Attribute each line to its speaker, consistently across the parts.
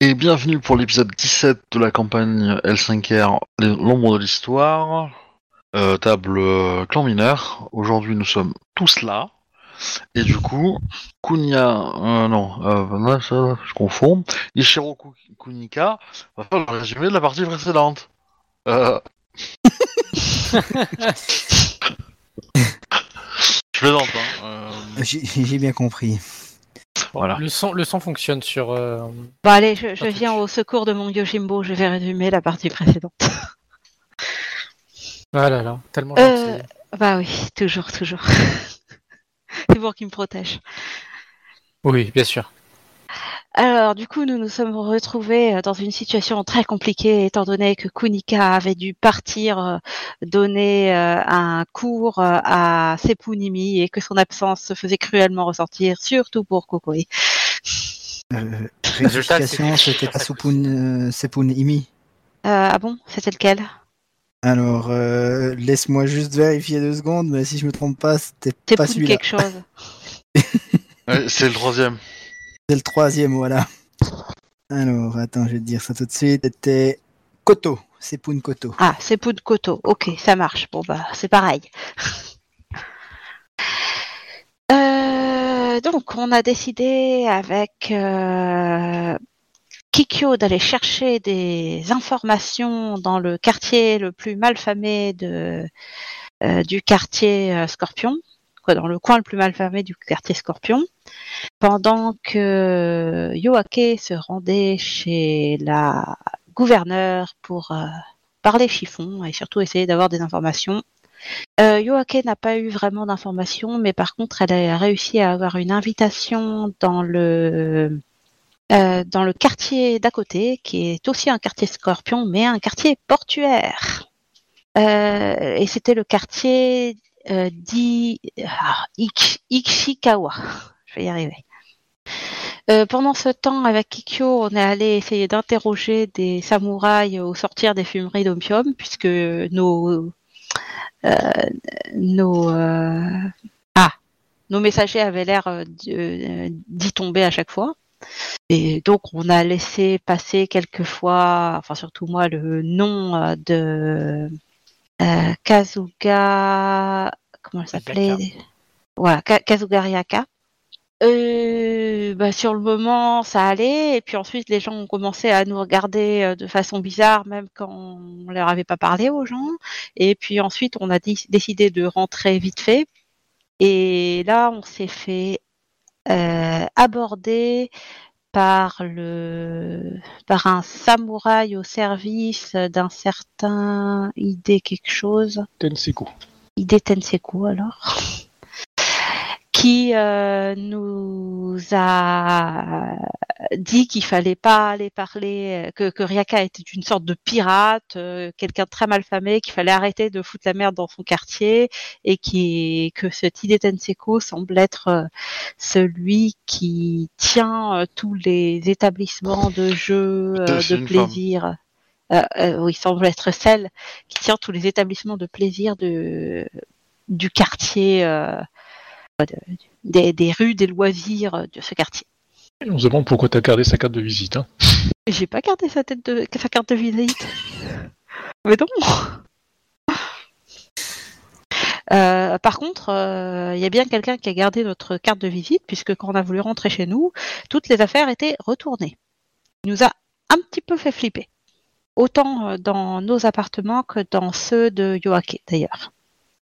Speaker 1: Et bienvenue pour l'épisode 17 de la campagne L5R, les- l'ombre de l'histoire, euh, table euh, clan mineur. Aujourd'hui, nous sommes tous là. Et du coup, Kunia, euh, non, euh, non, ça, je confonds, Ishiro Ku- Kunika va faire le résumé de la partie précédente. Euh... je plaisante, hein. euh,
Speaker 2: J'ai j'ai bien compris.
Speaker 1: voilà.
Speaker 3: Le son, le son fonctionne sur. euh,
Speaker 4: Bon Bah, allez, je, je
Speaker 3: Ah,
Speaker 4: viens
Speaker 3: tu-
Speaker 4: au secours de mon Yojimbo, je vais résumer la partie précédente.
Speaker 3: Ah là là,
Speaker 2: Oh,
Speaker 3: tellement
Speaker 4: Euh,
Speaker 3: gentil.
Speaker 4: Bah oui, toujours, toujours. C'est pour qu'il me protège.
Speaker 3: Oui, bien sûr.
Speaker 4: Alors du coup, nous nous sommes retrouvés euh, dans une situation très compliquée étant donné que Kunika avait dû partir euh, donner euh, un cours euh, à Sepunimi et que son absence se faisait cruellement ressentir, surtout pour Kokoi.
Speaker 2: Euh,
Speaker 3: Résultat,
Speaker 2: rectification,
Speaker 3: c'est-
Speaker 2: c'était pas Supun, euh, Sepun Imi.
Speaker 4: Euh, ah bon, c'était lequel
Speaker 2: Alors, euh, laisse-moi juste vérifier deux secondes, mais si je me trompe pas, c'était pas
Speaker 4: Sepun
Speaker 2: celui-là.
Speaker 4: quelque chose.
Speaker 1: Ouais, C'est le troisième.
Speaker 2: C'est le troisième, voilà. Alors, attends, je vais te dire ça tout de suite. C'était Koto, Sepun Koto.
Speaker 4: Ah, Sepun Koto. Ok, ça marche. Bon bah, c'est pareil. Euh, donc, on a décidé avec euh, Kikyo d'aller chercher des informations dans le quartier le plus malfamé de, euh, du quartier euh, Scorpion, quoi, dans le coin le plus malfamé du quartier Scorpion, pendant que euh, Yoake se rendait chez la gouverneure pour euh, parler chiffon et surtout essayer d'avoir des informations. Euh, Yoake n'a pas eu vraiment d'informations, mais par contre, elle a réussi à avoir une invitation dans le euh, dans le quartier d'à côté, qui est aussi un quartier scorpion, mais un quartier portuaire. Euh, et c'était le quartier euh, d'I- ah, Ik- Ikshikawa. Je vais y arriver. Euh, pendant ce temps, avec Kikyo, on est allé essayer d'interroger des samouraïs au sortir des fumeries d'opium, puisque nos euh, nos euh, ah nos messagers avaient l'air euh, d'y euh, d'y tomber à chaque fois. Et donc, on a laissé passer quelquefois, enfin surtout moi, le nom euh, de euh, Kazuga, comment elle s'appelait Voilà, Ka- Kazuga Ryaka. Euh, bah, sur le moment, ça allait, et puis ensuite, les gens ont commencé à nous regarder euh, de façon bizarre, même quand on leur avait pas parlé aux gens. Et puis ensuite, on a dé- décidé de rentrer vite fait. Et là, on s'est fait euh, aborder par le par un samouraï au service d'un certain idée quelque chose.
Speaker 5: Tenseku.
Speaker 4: Idée Tenseku alors, qui euh, nous a dit qu'il fallait pas aller parler, euh, que, que Ryaka était une sorte de pirate, euh, quelqu'un de très malfamé, qu'il fallait arrêter de foutre la merde dans son quartier et qui, que cet Idée Tenseku semble être euh, celui qui tient euh, tous les établissements de jeux, euh,
Speaker 1: C'est- c'est
Speaker 4: de
Speaker 1: une
Speaker 4: plaisir. Euh, euh, oui, semble être celle qui tient tous les établissements de plaisir de, du quartier, euh, de- des, des rues, des loisirs euh, de ce quartier.
Speaker 5: Et on se demande pourquoi t'as gardé sa carte de visite. Hein.
Speaker 4: J'ai pas gardé sa tête de sa carte de visite. Mais non. Euh, par contre, euh, il y a bien quelqu'un qui a gardé notre carte de visite puisque quand on a voulu rentrer chez nous, toutes les affaires étaient retournées. Il nous a un petit peu fait flipper, autant euh, dans nos appartements que dans ceux de Yoake d'ailleurs.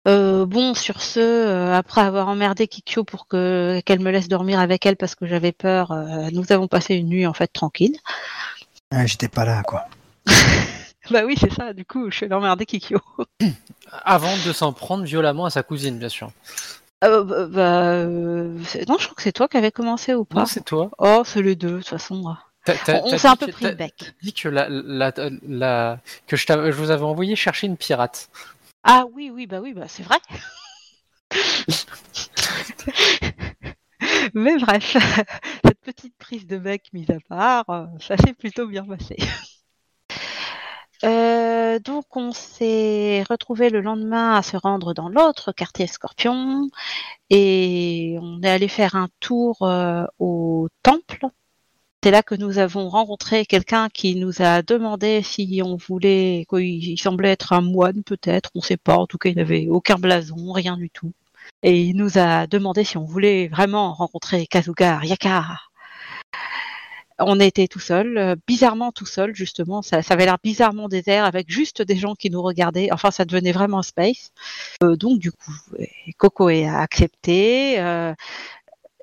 Speaker 4: Euh, bon, sur ce, euh, après avoir emmerdé Kikyo pour que qu'elle me laisse dormir avec elle parce que j'avais peur, euh, nous avons passé une nuit en fait tranquille.
Speaker 2: Ah, j'étais pas là, quoi.
Speaker 4: Bah oui, c'est ça, du coup, je suis l'emmerdé Kikyo.
Speaker 3: Avant de s'en prendre violemment à sa cousine, bien sûr.
Speaker 4: Euh, bah, bah, euh, c'est- non, je crois que c'est toi qui avais commencé ou pas
Speaker 3: Non, c'est toi.
Speaker 4: Oh, c'est les deux, de toute façon.
Speaker 3: T'as-
Speaker 4: On,
Speaker 3: t'as-
Speaker 4: on
Speaker 3: t'as
Speaker 4: s'est un
Speaker 3: dit
Speaker 4: peu
Speaker 3: que-
Speaker 4: pris
Speaker 3: t'as
Speaker 4: le bec.
Speaker 3: dit que la, la- la- que je, t'avais- je vous avais envoyé chercher une pirate.
Speaker 4: Ah oui, oui, bah oui, bah c'est vrai. Mais bref, cette petite prise de bec mise à part, euh, ça s'est plutôt bien passé. Euh, donc on s'est retrouvé le lendemain à se rendre dans l'autre quartier Scorpion et on est allé faire un tour euh, au temple C'est là que nous avons rencontré quelqu'un qui nous a demandé si on voulait, quoi, il il semblait être un moine peut-être, on sait pas, en tout cas il n'avait aucun blason, rien du tout. Et il nous a demandé si on voulait vraiment rencontrer Kazuga Ryaka. On était tout seul, euh, bizarrement tout seul justement, ça, ça avait l'air bizarrement désert avec juste des gens qui nous regardaient, enfin ça devenait vraiment un space. Euh, donc du coup, euh, Coco a accepté, euh,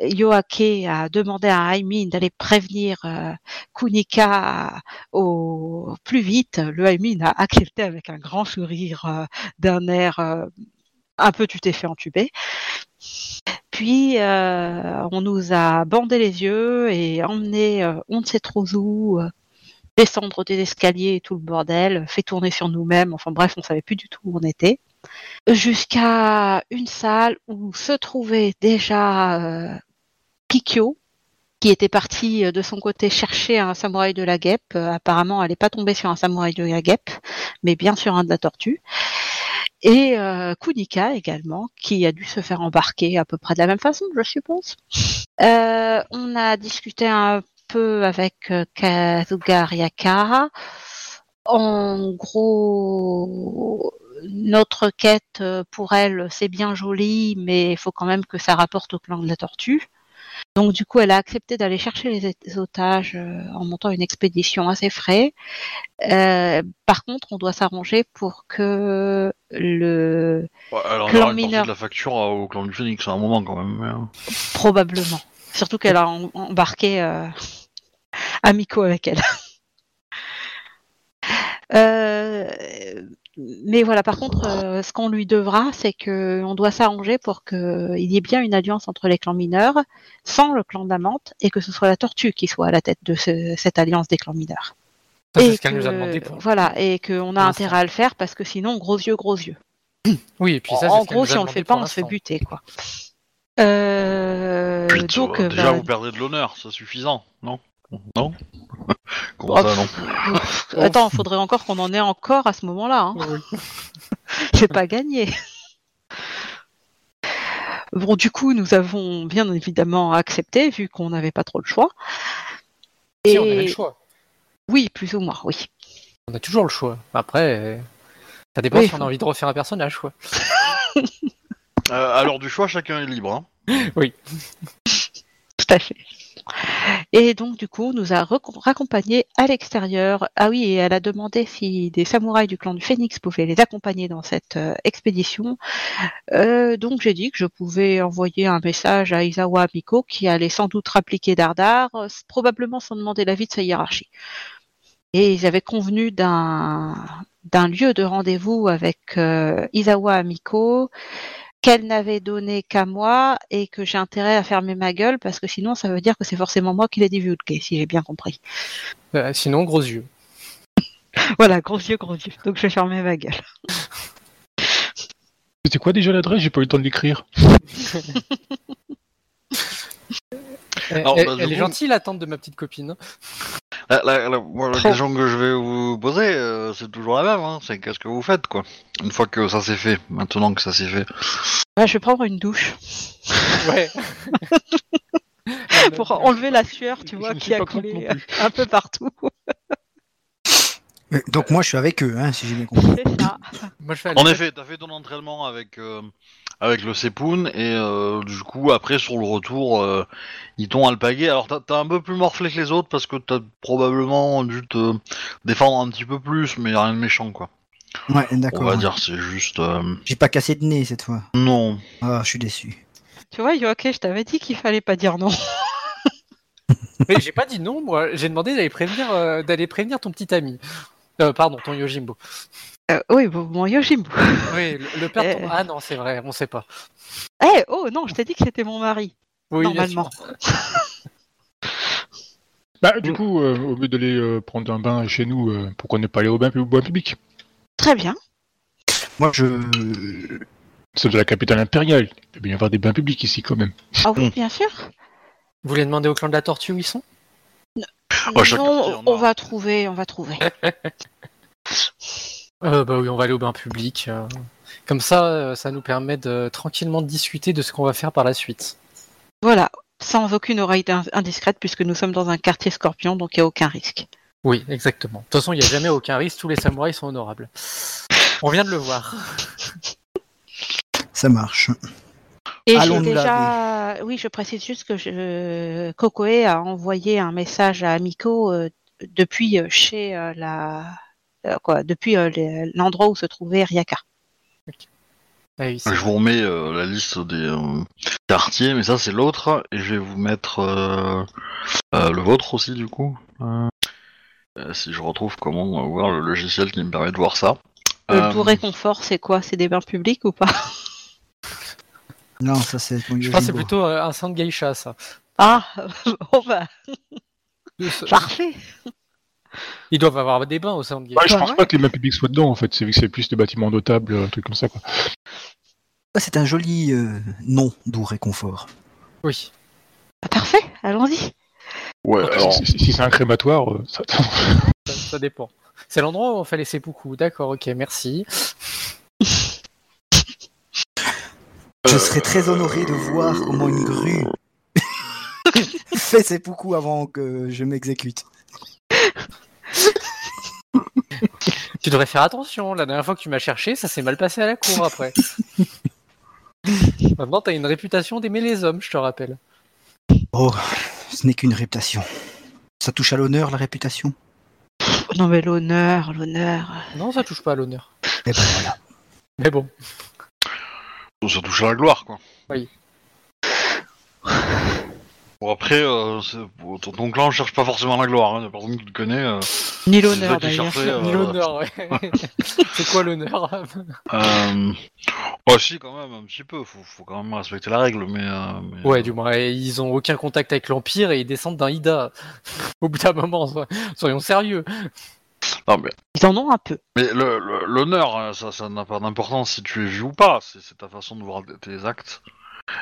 Speaker 4: Yoake a demandé à Aimin d'aller prévenir euh, Kunika au plus vite. Le Aimin a accepté avec un grand sourire euh, d'un air euh, un peu tu t'es fait entuber. Puis euh, on nous a bandé les yeux et emmené euh, on ne sait trop où, euh, descendre des escaliers et tout le bordel, fait tourner sur nous-mêmes. Enfin bref, on savait plus du tout où on était jusqu'à une salle où se trouvait déjà euh, Kikyo, qui était parti euh, de son côté chercher un samouraï de la guêpe. Euh, apparemment, elle n'est pas tombée sur un samouraï de la guêpe, mais bien sur un de la tortue. Et euh, Kunika également, qui a dû se faire embarquer à peu près de la même façon, je suppose. Euh, on a discuté un peu avec euh, Kazuga Ryakara. En gros, notre quête euh, pour elle, c'est bien joli, mais il faut quand même que ça rapporte au clan de la tortue. Donc du coup, elle a accepté d'aller chercher les é- otages euh, en montant une expédition assez frais. Euh, par contre, on doit s'arranger pour que le
Speaker 1: Ouais, alors, on
Speaker 4: Clan
Speaker 1: aura une
Speaker 4: mineur.
Speaker 1: partie de la facture euh, au clan du Phoenix à un moment quand même. mais, hein.
Speaker 4: probablement, surtout qu'elle a en- embarqué euh, Amico avec elle. Euh, mais voilà, par contre, euh, ce qu'on lui devra, c'est que on doit s'arranger pour qu'il y ait bien une alliance entre les clans mineurs, sans le clan d'Amante, et que ce soit la tortue qui soit à la tête de ce- cette alliance des clans mineurs.
Speaker 3: Ça,
Speaker 4: Et
Speaker 3: c'est ce qu'elle nous a
Speaker 4: que-
Speaker 3: demandé pour.
Speaker 4: Voilà, et qu'on a
Speaker 3: l'instant.
Speaker 4: intérêt à le faire parce que sinon, gros yeux, gros yeux.
Speaker 3: Oui, et puis ça, c'est
Speaker 4: en
Speaker 3: ce qu'elle
Speaker 4: gros,
Speaker 3: nous a
Speaker 4: si on le
Speaker 3: demandé
Speaker 4: fait pas,
Speaker 3: pour
Speaker 4: on se fait
Speaker 3: l'instant.
Speaker 4: buter, quoi. Euh,
Speaker 1: Puis, tu
Speaker 4: donc,
Speaker 1: vois,
Speaker 4: euh,
Speaker 1: déjà,
Speaker 4: bah,
Speaker 1: vous perdez de l'honneur, c'est suffisant, non Non Comment
Speaker 4: Oh,
Speaker 1: ça, non
Speaker 4: pff, attends, faudrait encore qu'on en ait encore à ce moment-là. Hein. J'ai pas gagné. Bon, du coup, nous avons bien évidemment accepté, vu qu'on n'avait pas trop le choix.
Speaker 3: Si, on avait le choix.
Speaker 4: Oui, plus ou moins, oui.
Speaker 3: On a toujours le choix. Après, euh, ça dépend
Speaker 4: Oui,
Speaker 3: si on a envie de refaire un personnage, quoi.
Speaker 1: Euh, Alors, du choix, chacun est libre. Hein.
Speaker 4: Tout à fait. Et donc, du coup, nous a recom- raccompagnés à l'extérieur. Ah oui, et elle a demandé si des samouraïs du clan du Phénix pouvaient les accompagner dans cette euh, expédition. Euh, donc, j'ai dit que je pouvais envoyer un message à Isawa Miko, qui allait sans doute rappliquer Dardar, euh, s- probablement sans demander l'avis de sa hiérarchie. Et ils avaient convenu d'un d'un lieu de rendez-vous avec euh, Isawa Amiko, qu'elle n'avait donné qu'à moi et que j'ai intérêt à fermer ma gueule parce que sinon ça veut dire que c'est forcément moi qui l'ai divulgué, si j'ai bien compris.
Speaker 3: Euh, sinon, gros yeux.
Speaker 4: Voilà, gros yeux, gros yeux. Donc je vais fermer ma gueule.
Speaker 5: C'était quoi déjà l'adresse J'ai pas eu le temps de l'écrire.
Speaker 3: Elle,
Speaker 1: Alors,
Speaker 3: elle-
Speaker 1: bah, du
Speaker 3: elle est
Speaker 1: coup-
Speaker 3: gentille, la tante de ma petite copine.
Speaker 1: La, la- la- moi, la
Speaker 4: Trop.
Speaker 1: question que je vais vous poser, euh, c'est toujours la même. Hein. C'est qu'est-ce que vous faites, quoi Une fois que ça s'est fait, maintenant que ça s'est fait.
Speaker 4: Ouais, Bah, je vais prendre une douche
Speaker 3: Ouais.
Speaker 4: pour enlever la sueur, tu vois,
Speaker 5: ne
Speaker 4: qui
Speaker 5: suis
Speaker 4: a
Speaker 5: pas contre
Speaker 4: coulé
Speaker 5: non plus.
Speaker 4: euh, un peu partout.
Speaker 2: Mais Donc moi je suis avec eux, hein, si j'ai bien compris.
Speaker 4: C'est ça.
Speaker 3: Moi, je fais
Speaker 1: En effet, t'as fait ton entraînement avec euh, avec le Sepoun et euh, du coup après sur le retour, euh, ils t'ont alpagué. Alors t'as t'as un peu plus morflé que les autres parce que t'as probablement dû te défendre un petit peu plus, mais rien de méchant, quoi.
Speaker 2: Ouais,
Speaker 1: On va
Speaker 2: d'accord.
Speaker 1: dire, c'est juste euh,
Speaker 2: J'ai pas cassé de nez cette fois.
Speaker 1: non.
Speaker 2: Ah, je suis déçu.
Speaker 4: tu vois, Yoake, je t'avais dit qu'il fallait pas dire non.
Speaker 3: Mais j'ai pas dit non, moi. J'ai demandé d'aller prévenir, euh, d'aller prévenir ton petit ami. Euh, pardon, ton Yojimbo.
Speaker 4: Euh, oui, bon, mon Yojimbo.
Speaker 3: Oui, le, le père de ton-
Speaker 4: Euh.
Speaker 3: Ah non, c'est vrai, on sait pas.
Speaker 4: Eh, oh non, je t'ai dit que c'était mon mari.
Speaker 3: Oui, bien sûr.
Speaker 4: Normalement.
Speaker 5: Bah, du coup, euh, au lieu d'aller euh, prendre un bain chez nous, euh, pourquoi ne pas aller au bain, au bain public
Speaker 4: Très bien.
Speaker 2: Moi je...
Speaker 5: C'est de la capitale impériale. Il peut bien y avoir des bains publics ici quand même.
Speaker 4: Ah oui, bien sûr.
Speaker 3: Vous voulez demander au clan de la tortue où ils sont
Speaker 5: Ah,
Speaker 1: Oh, chacun tire, non.
Speaker 4: non, on va trouver, on va trouver.
Speaker 3: euh, Bah oui, on va aller au bain public. euh. Comme ça, euh, ça nous permet de tranquillement discuter de ce qu'on va faire par la suite.
Speaker 4: Voilà. sans aucune oreille d'in- indiscrète puisque nous sommes dans un quartier scorpion, donc il n'y a aucun risque.
Speaker 3: Oui, exactement. De toute façon, il n'y a jamais aucun risque. Tous les samouraïs sont honorables. On vient de le voir.
Speaker 2: Ça marche.
Speaker 4: Et j'ai
Speaker 2: Allons-nous
Speaker 4: déjà, oui, je précise juste que je... Kokoe a envoyé un message à Amiko euh, depuis euh, chez euh, la euh, quoi, depuis euh, les- l'endroit où se trouvait Ryaka.
Speaker 3: Ah oui, c'est-
Speaker 1: Je vous remets euh, la liste des euh, quartiers, mais ça c'est l'autre, et je vais vous mettre euh, euh, le vôtre aussi du coup. Euh, euh, si je retrouve comment euh, voir le logiciel qui me permet de voir ça.
Speaker 4: Le
Speaker 1: Euh,
Speaker 4: bourré confort, c'est quoi C'est des bains publics ou pas
Speaker 2: Non, ça c'est. mon
Speaker 3: Je pense que c'est
Speaker 2: Yojimbo.
Speaker 3: plutôt euh, un sang de geisha, ça.
Speaker 4: Ah, bon bah,
Speaker 3: Ce-
Speaker 4: parfait.
Speaker 3: Ils doivent avoir des bains au sein de geisha.
Speaker 5: Ouais, je
Speaker 4: pas
Speaker 5: pense
Speaker 4: vrai.
Speaker 5: pas que les mains publiques soient dedans en fait, c'est vu que c'est plus des bâtiments dotables, un truc comme ça quoi.
Speaker 2: Ah, c'est un joli euh, nom doux réconfort.
Speaker 3: Oui.
Speaker 4: Bah, parfait, allons-y.
Speaker 1: Ouais, alors,
Speaker 5: Si, si- si c'est un crématoire, euh, ça...
Speaker 3: Ça, ça dépend. C'est l'endroit où on fait les seppuku. D'accord, ok, merci. Euh,
Speaker 2: Je serais très honoré de voir comment une grue fait ses beaucoup avant que je m'exécute.
Speaker 3: Tu devrais faire attention. La dernière fois que tu m'as cherché, ça s'est mal passé à la cour après. Maintenant, t'as une réputation d'aimer les hommes, je te rappelle.
Speaker 2: Oh, ce n'est qu'une réputation. Ça touche à l'honneur, la réputation
Speaker 4: Non mais l'honneur, l'honneur.
Speaker 3: Non, ça touche pas à l'honneur.
Speaker 2: Eh ben voilà.
Speaker 3: Mais bon.
Speaker 1: ça touche à la gloire quoi.
Speaker 3: Oui.
Speaker 1: Bon après, euh, c'est- bon, ton, ton clan cherche pas forcément la gloire, hein. la personne qui le connaît. euh,
Speaker 4: Ni
Speaker 1: c'est ça
Speaker 4: l'honneur
Speaker 1: qu'il
Speaker 4: d'ailleurs.
Speaker 1: cherchait, euh,
Speaker 3: L'honneur, ouais. C'est quoi l'honneur
Speaker 1: euh, oh, si quand même, un petit peu, faut, faut quand même respecter la règle, mais... euh, mais-
Speaker 3: Ouais, du moins, et ils ont aucun contact avec l'Empire et ils descendent d'un Ida. Au bout d'un moment, so- soyons sérieux.
Speaker 1: Non, mais
Speaker 4: Ils en ont un peu.
Speaker 1: Mais le- le- l'honneur, euh, ça, ça n'a pas d'importance si tu es vu ou pas. C'est c'est ta façon de voir t- tes actes.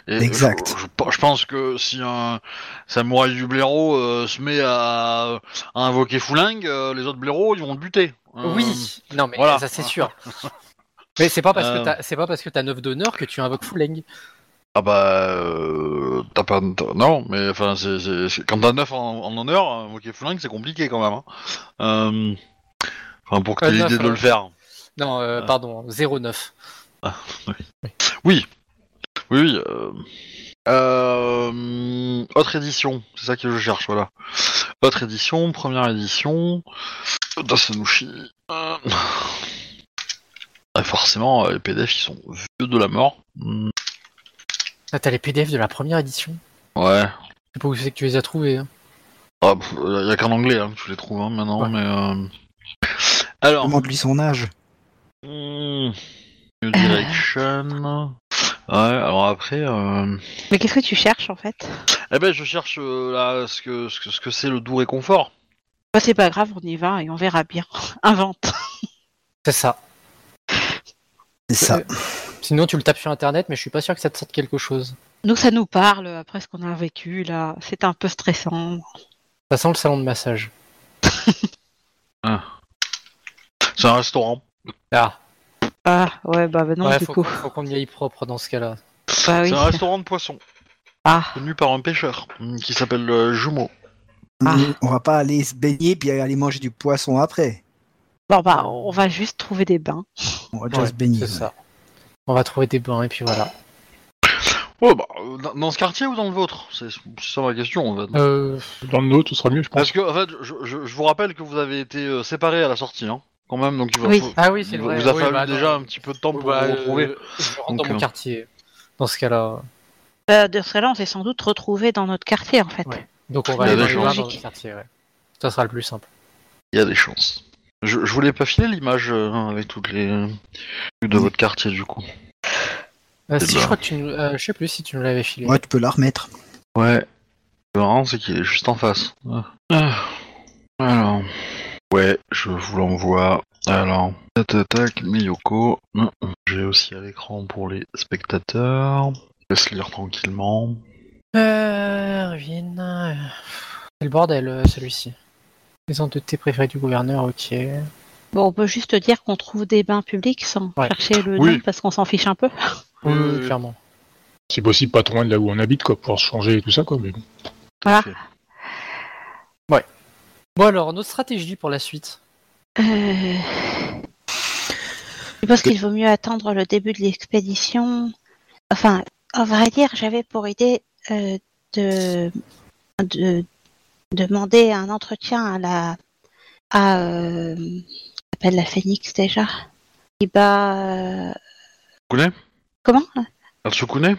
Speaker 1: Et
Speaker 2: Exact.
Speaker 1: Je, je- je pense que si un samouraï du blaireau euh, se met à, à invoquer Fouling, euh, les autres blaireaux, ils vont le buter.
Speaker 3: Hmm.
Speaker 1: Euh,
Speaker 3: Oui, non mais
Speaker 1: voilà.
Speaker 3: ça c'est sûr. Mais c'est pas parce
Speaker 1: Euh.
Speaker 3: que t'as- c'est pas parce que t'as neuf d'honneur que tu invoques Fouleng.
Speaker 1: Ah bah... euh, t'as pas... t'as- non, mais enfin, c'est- c'est- c'est- quand t'as 9 en, en honneur, invoquer Fouling, c'est compliqué quand même. hein. Euh, Enfin, pour que
Speaker 3: Euh,
Speaker 1: t'aies
Speaker 3: neuf,
Speaker 1: l'idée de
Speaker 3: euh.
Speaker 1: le faire.
Speaker 3: Non, euh,
Speaker 1: Ah.
Speaker 3: pardon, 09.
Speaker 1: Oui, oui. euh, euh, Autre édition, c'est ça que je cherche, voilà. Autre édition, première édition. Dasanushi. Euh, ah, forcément, euh, les PDF, ils sont vieux de la mort. Hmm,
Speaker 3: Ah, t'as les PDF de la première édition.
Speaker 1: Ouais.
Speaker 3: Je sais pas où c'est que tu les as trouvés. hein.
Speaker 1: Ah, pff, euh, y a qu'en anglais hein, que je les trouve hein, maintenant,
Speaker 3: Ouais.
Speaker 1: mais. euh, Alors.
Speaker 2: Demande-lui son âge.
Speaker 1: hmm, New Direction. Ouais, alors après. euh,
Speaker 4: Mais qu'est-ce que tu cherches en fait
Speaker 1: Eh ben, je cherche euh, là ce que ce que ce que c'est le doux réconfort.
Speaker 4: Bah, C'est pas grave, on y va et on verra bien. Invente.
Speaker 3: C'est ça.
Speaker 2: C'est ça.
Speaker 3: Euh, Sinon tu le tapes sur internet, mais je suis pas sûr que ça te sorte quelque chose.
Speaker 4: Nous ça nous parle après ce qu'on a vécu là. C'est un peu stressant.
Speaker 3: Ça sent le salon de massage.
Speaker 1: C'est un restaurant.
Speaker 3: Ah,
Speaker 4: Ah ouais bah, bah non
Speaker 3: ouais,
Speaker 4: du
Speaker 3: faut,
Speaker 4: coup.
Speaker 3: faut qu'on y aille propre dans ce cas-là.
Speaker 4: Bah oui.
Speaker 1: C'est un restaurant de poissons,
Speaker 4: Ah
Speaker 1: tenu par un pêcheur, hum, qui s'appelle euh, Jumeau.
Speaker 3: euh,
Speaker 4: Ah.
Speaker 2: Mm, On va pas aller se baigner puis aller manger du poisson après.
Speaker 4: bon bah on va juste trouver des bains.
Speaker 2: On va déjà
Speaker 3: Ouais,
Speaker 2: se baigner.
Speaker 3: C'est ça. On va trouver des bains et puis voilà.
Speaker 1: Ouais, bah, euh, dans- dans ce quartier ou dans le vôtre C'est c'est ça ma question, en fait.
Speaker 3: Euh,
Speaker 5: Dans le nôtre, ce sera mieux, je pense.
Speaker 1: Parce que, en fait, je, je- je vous rappelle que vous avez été euh, séparés à la sortie, hein, quand même, donc il va-
Speaker 4: Oui.
Speaker 1: faut-
Speaker 3: Ah oui, c'est
Speaker 1: il
Speaker 3: vrai.
Speaker 1: vous a
Speaker 3: Oui,
Speaker 1: fallu
Speaker 3: bah,
Speaker 1: déjà
Speaker 3: attends.
Speaker 1: un petit peu de temps pour
Speaker 3: Bah,
Speaker 1: vous
Speaker 3: euh,
Speaker 1: retrouver.
Speaker 3: je rentre
Speaker 1: Donc,
Speaker 3: dans mon
Speaker 1: euh,
Speaker 3: quartier. Dans ce cas-là.
Speaker 4: Euh, de ce cas-là on s'est sans doute retrouvés dans notre quartier en fait.
Speaker 3: Ouais. Donc on
Speaker 1: Il
Speaker 3: va
Speaker 1: y a
Speaker 3: aller
Speaker 1: des
Speaker 3: dans les bains
Speaker 1: chances.
Speaker 3: dans le quartier. Ouais. Ça sera le plus simple.
Speaker 1: Il y a des chances. Je, je voulais pas filer l'image euh, hein, avec toutes les trucs de votre quartier, du coup.
Speaker 3: Euh,
Speaker 1: Eh
Speaker 3: si
Speaker 1: ben.
Speaker 3: je crois que tu nous... euh, je sais plus si tu nous l'avais filé.
Speaker 2: Ouais, tu peux la remettre.
Speaker 1: Ouais. Le marrant, c'est qu'il est juste en face. Ah. Ah. Alors. Ouais, je vous l'envoie. Alors. Tac, tac, tac, Miyoko. Hum, hum. J'ai aussi à l'écran pour les spectateurs. Laisse lire tranquillement.
Speaker 3: Euh, Irvine, euh, C'est le bordel euh, celui-ci. Les entités préférées du gouverneur, ok.
Speaker 4: Bon on peut juste dire qu'on trouve des bains publics sans
Speaker 3: Ouais.
Speaker 4: chercher le
Speaker 1: Oui.
Speaker 4: nom parce qu'on s'en fiche un peu.
Speaker 1: Oui, oui, oui.
Speaker 3: Euh, clairement.
Speaker 5: Si possible, pas trop loin de là où on habite, quoi, pour pouvoir se changer et tout ça, quoi. Mais bon.
Speaker 4: Voilà.
Speaker 3: Bon alors, notre stratégie pour la suite.
Speaker 4: Euh, Je pense qu'il vaut mieux attendre le début de l'expédition. Enfin, à vrai dire, j'avais pour idée euh, de, de demander un entretien à la à euh, comment s'appelle la Phoenix déjà. Qui bat euh,
Speaker 1: Tsukune
Speaker 4: comment
Speaker 1: Ah, Tsukune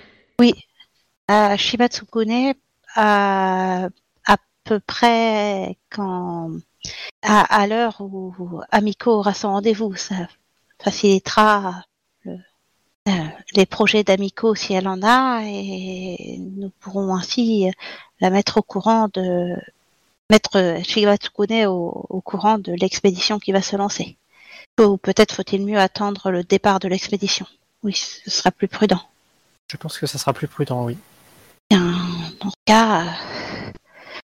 Speaker 4: à Shibatsukune à, à peu près quand à, à l'heure où Amico aura son rendez-vous. Ça facilitera le- euh, les projets d'Amico si elle en a et nous pourrons ainsi la mettre au courant de mettre Shibatsukune au, au courant de l'expédition qui va se lancer. Ou peut-être faut-il mieux attendre le départ de l'expédition. Oui, ce sera plus prudent.
Speaker 3: Je pense que ça sera plus prudent, oui.
Speaker 4: Bien, dans ce cas, euh,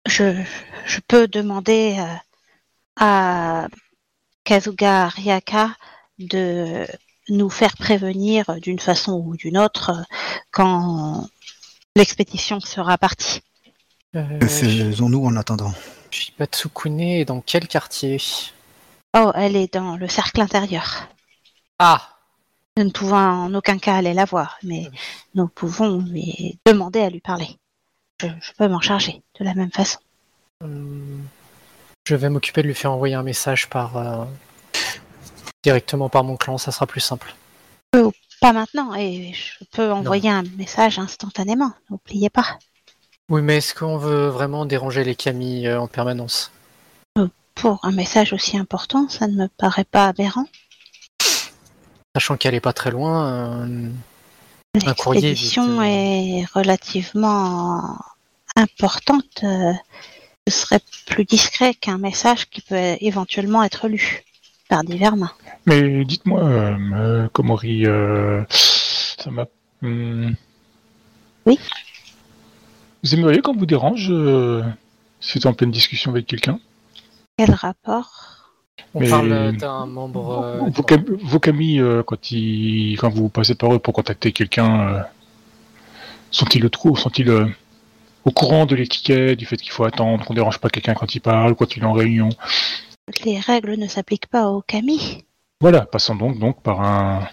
Speaker 4: je, je peux demander euh, à Kazuga Ryaka de nous faire prévenir euh, d'une façon ou d'une autre euh, quand l'expédition sera partie.
Speaker 3: Euh,
Speaker 2: Que faisons-nous en attendant
Speaker 3: Shibatsukune est dans quel quartier
Speaker 4: Oh, elle est dans le cercle intérieur.
Speaker 3: Ah
Speaker 4: Nous ne pouvons en aucun cas aller la voir, mais nous pouvons lui demander à lui parler. Je, je peux m'en charger de la même façon.
Speaker 3: hum, Je vais m'occuper de lui faire envoyer un message par euh, directement par mon clan, ça sera plus simple.
Speaker 4: Pas maintenant, et je peux envoyer un message instantanément, n'oubliez pas.
Speaker 3: Oui, mais est-ce qu'on veut vraiment déranger les Camille euh, en permanence
Speaker 4: Pour un message aussi important, ça ne me paraît pas aberrant.
Speaker 3: Sachant qu'elle est pas très loin. euh, Un courrier,
Speaker 4: L'expédition
Speaker 3: dites, euh.
Speaker 4: est relativement importante. euh, Ce serait plus discret qu'un message qui peut éventuellement être lu par divers mains.
Speaker 5: Mais dites-moi, euh, euh, Komori, euh, ça m'a. hum.
Speaker 4: Oui
Speaker 5: Vous aimeriez quand vous dérange euh, si vous êtes en pleine discussion avec quelqu'un
Speaker 4: Quel rapport
Speaker 3: on
Speaker 5: Mais-
Speaker 3: parle euh, d'un membre. euh,
Speaker 5: vos, cam- vos camis, euh, quand, ils, quand vous passez par eux pour contacter quelqu'un, euh, sont-ils le trou Sont-ils euh, au courant de l'étiquette, du fait qu'il faut attendre, qu'on dérange pas quelqu'un quand il parle, quand il est en réunion
Speaker 4: Les règles ne s'appliquent pas aux Camille.
Speaker 5: Voilà, passons donc, donc par un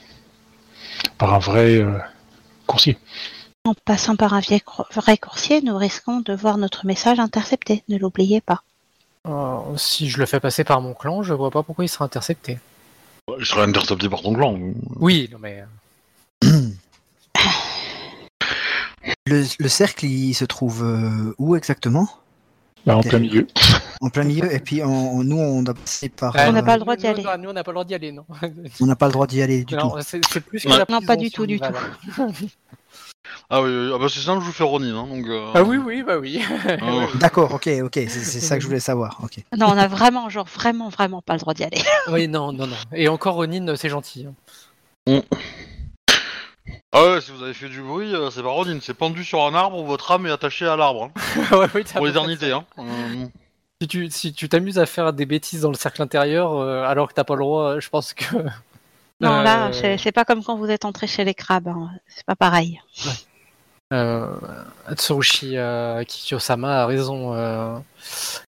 Speaker 5: par un vrai euh, coursier.
Speaker 4: En passant par un vieil cro- vrai coursier, nous risquons de voir notre message intercepté, ne l'oubliez pas.
Speaker 3: euh, si je le fais passer par mon clan, je vois pas pourquoi il sera intercepté.
Speaker 1: Il sera intercepté par ton clan.
Speaker 3: Oui, non mais.
Speaker 2: le, le cercle, il se trouve euh, où exactement
Speaker 5: Bah, en
Speaker 2: Ok.
Speaker 5: plein milieu.
Speaker 2: En plein milieu. Et puis, en- en- nous, on a passé par.
Speaker 4: On n'a
Speaker 2: euh,
Speaker 4: pas le droit d'y
Speaker 3: Nous,
Speaker 4: aller.
Speaker 3: non, Nous, on n'a pas le droit d'y aller, non.
Speaker 2: on n'a pas le droit d'y aller du
Speaker 3: Non,
Speaker 2: tout.
Speaker 3: c'est c'est plus que
Speaker 1: Ouais.
Speaker 3: la
Speaker 4: Non, pas
Speaker 3: prison,
Speaker 4: du
Speaker 3: si
Speaker 4: tout,
Speaker 3: on y
Speaker 4: du
Speaker 3: va,
Speaker 4: tout.
Speaker 3: là.
Speaker 1: Ah oui, oui, ah bah c'est simple, je vous fais Ronin. hein, donc, euh,
Speaker 3: Ah oui, oui, bah oui.
Speaker 1: Ah ouais.
Speaker 2: D'accord, ok, ok, c'est c'est ça que je voulais savoir. Ok.
Speaker 4: Non, on a vraiment, genre vraiment, vraiment pas le droit d'y aller.
Speaker 3: oui, non, non, non. Et encore Ronin, c'est gentil. hein.
Speaker 1: Ah ouais, si vous avez fait du bruit, euh, c'est pas Ronin, c'est pendu sur un arbre, votre âme est attachée à l'arbre. hein,
Speaker 3: Ouais, oui, t'as
Speaker 1: pour
Speaker 3: raison.
Speaker 1: l'éternité. Hein. Euh,
Speaker 3: Si tu si tu t'amuses à faire des bêtises dans le cercle intérieur euh, alors que t'as pas le droit, je pense que.
Speaker 4: Non,
Speaker 3: Euh,
Speaker 4: là, c'est c'est pas comme quand vous êtes entré chez les crabes, hein. c'est pas pareil.
Speaker 3: Euh, Tsurushi euh, Kikyo-sama a raison. Euh,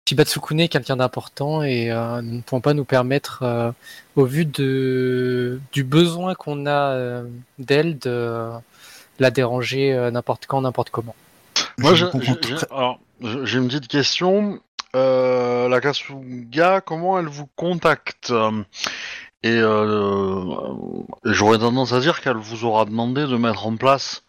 Speaker 3: Shibatsukune est quelqu'un d'important et euh, nous ne pouvons pas nous permettre, euh, au vu de, du besoin qu'on a euh, d'elle, de la déranger euh, n'importe quand, n'importe comment.
Speaker 1: Moi,
Speaker 2: Je
Speaker 1: j'ai
Speaker 2: comprends
Speaker 1: j'ai-
Speaker 2: tout.
Speaker 1: j'ai- alors, j'ai- j'ai une petite question. Euh, la Kasuga, comment elle vous contacte Euh, Et euh, euh, j'aurais tendance à dire qu'elle vous aura demandé de mettre en place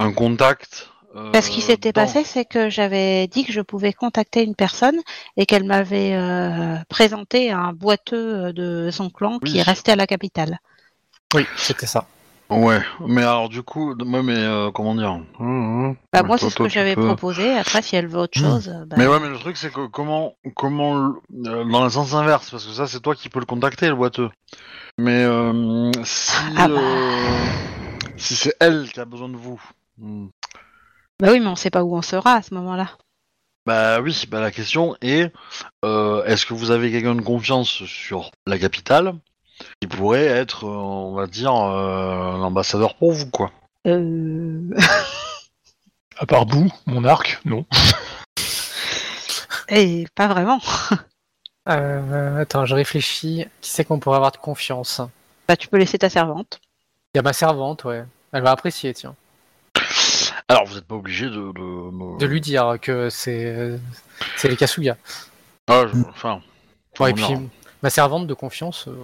Speaker 1: un contact. euh,
Speaker 4: Parce qu'il s'était
Speaker 1: dans-
Speaker 4: passé, c'est que j'avais dit que je pouvais contacter une personne et qu'elle m'avait euh, présenté un boiteux euh, de son clan
Speaker 1: Oui.
Speaker 4: qui est resté à la capitale.
Speaker 3: Oui, c'était ça.
Speaker 1: Ouais, mais alors du coup, d- ouais, mais euh, comment dire Hum, hum.
Speaker 4: Bah,
Speaker 1: Mais
Speaker 4: moi,
Speaker 1: toi,
Speaker 4: c'est ce
Speaker 1: toi,
Speaker 4: que
Speaker 1: tu
Speaker 4: j'avais
Speaker 1: peux-
Speaker 4: proposé. Après, si elle veut autre
Speaker 2: Hmm.
Speaker 4: chose, euh, bah,
Speaker 1: Mais ouais, mais le truc c'est que comment, comment, le- euh, dans le sens inverse, parce que ça c'est toi qui peux le contacter, le boiteux. Mais euh, si,
Speaker 4: Ah bah.
Speaker 1: euh, si c'est elle qui a besoin de vous, hmm.
Speaker 4: bah oui, mais on sait pas où on sera à ce moment-là.
Speaker 1: bah oui, bah la question est, euh, est-ce que vous avez quelqu'un de confiance sur la capitale qui pourrait être, euh, on va dire, euh, l'ambassadeur pour vous quoi
Speaker 4: Euh,
Speaker 5: À part bout, mon arc, non.
Speaker 4: Et pas vraiment.
Speaker 3: Euh, attends, je réfléchis. Qui c'est qu'on pourrait avoir de confiance
Speaker 4: Bah, tu peux laisser ta servante.
Speaker 3: Il y a ma servante, ouais. Elle va apprécier, tiens.
Speaker 1: Alors, vous n'êtes pas obligé de. De,
Speaker 3: De lui dire que c'est euh, c'est les Kasuga.
Speaker 1: Ah, je- Enfin.
Speaker 3: Ouais, et
Speaker 1: comment
Speaker 3: puis,
Speaker 1: dire
Speaker 3: ma servante de confiance, euh,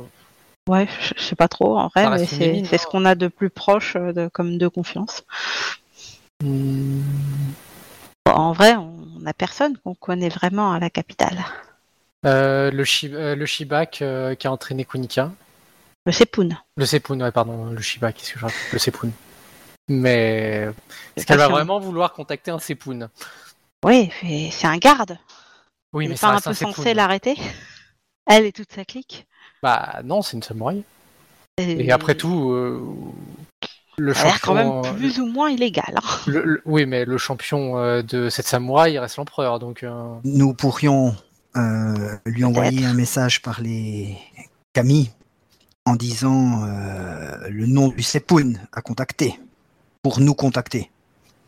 Speaker 4: Ouais, je je sais pas trop en vrai,
Speaker 3: Ça
Speaker 4: mais
Speaker 3: reste une
Speaker 4: c'est
Speaker 3: mine,
Speaker 4: c'est
Speaker 3: hein.
Speaker 4: ce qu'on a de plus proche euh, de, comme de confiance.
Speaker 3: hmm,
Speaker 4: Bon, en vrai, on n'a personne qu'on connaît vraiment à la capitale.
Speaker 3: euh, le, shi, euh, le Shibak euh, qui a entraîné Kunika.
Speaker 4: Le Sepoun.
Speaker 3: Le Sepun, ouais, pardon, le Shibak, qu'est-ce que je raconte Le Sepun. Mais est-ce
Speaker 4: C'est
Speaker 3: qu'elle va
Speaker 4: pas sûr.
Speaker 3: vraiment vouloir contacter un Sepun
Speaker 4: Oui, mais c'est un garde.
Speaker 3: Oui,
Speaker 4: Il
Speaker 3: mais
Speaker 4: est
Speaker 3: ça
Speaker 4: pas un
Speaker 3: reste
Speaker 4: peu
Speaker 3: Sepun.
Speaker 4: censé l'arrêter. Elle et toute sa clique.
Speaker 3: Bah non, c'est une samouraï.
Speaker 4: Et,
Speaker 3: Et après tout, euh, le
Speaker 4: ça a l'air
Speaker 3: champion.
Speaker 4: quand même
Speaker 3: euh,
Speaker 4: plus ou moins illégal. hein.
Speaker 3: le- le- oui, mais le champion euh, de cette samouraï il reste l'empereur, donc. euh,
Speaker 2: Nous pourrions euh, lui envoyer un message par les Camille en disant euh, le nom du Sepoun à contacter, pour nous contacter.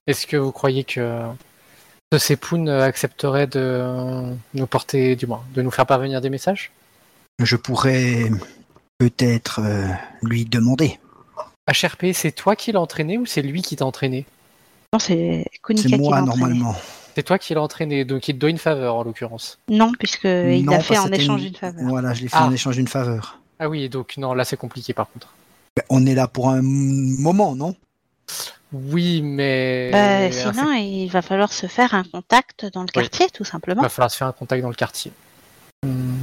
Speaker 3: Est-ce que vous croyez que euh, ce Sepoun euh, accepterait de euh, nous porter, du moins, de nous faire parvenir des messages
Speaker 2: Je pourrais peut-être euh, lui demander.
Speaker 3: HRP, c'est toi qui l'as entraîné ou c'est lui qui t'a entraîné
Speaker 4: Non, c'est hein, Kunika
Speaker 2: C'est
Speaker 4: qui
Speaker 2: moi
Speaker 4: l'a entraîné.
Speaker 2: normalement.
Speaker 3: C'est toi qui l'as entraîné, donc il te doit une faveur en l'occurrence.
Speaker 4: Non, puisque il a
Speaker 2: Non,
Speaker 4: fait
Speaker 2: parce
Speaker 4: en
Speaker 2: que c'était
Speaker 4: échange
Speaker 2: une-
Speaker 4: une faveur.
Speaker 2: Voilà, je l'ai fait
Speaker 3: Ah.
Speaker 2: en échange d'une faveur.
Speaker 3: Ah oui, donc non, là c'est compliqué par contre.
Speaker 2: Ben, On est là pour un moment, non
Speaker 3: Oui, mais.
Speaker 4: Euh,
Speaker 3: Ah, c'est-
Speaker 4: sinon, il va falloir se faire un contact dans le quartier, tout
Speaker 3: il
Speaker 4: simplement.
Speaker 3: va falloir se faire un contact dans le quartier. Hmm,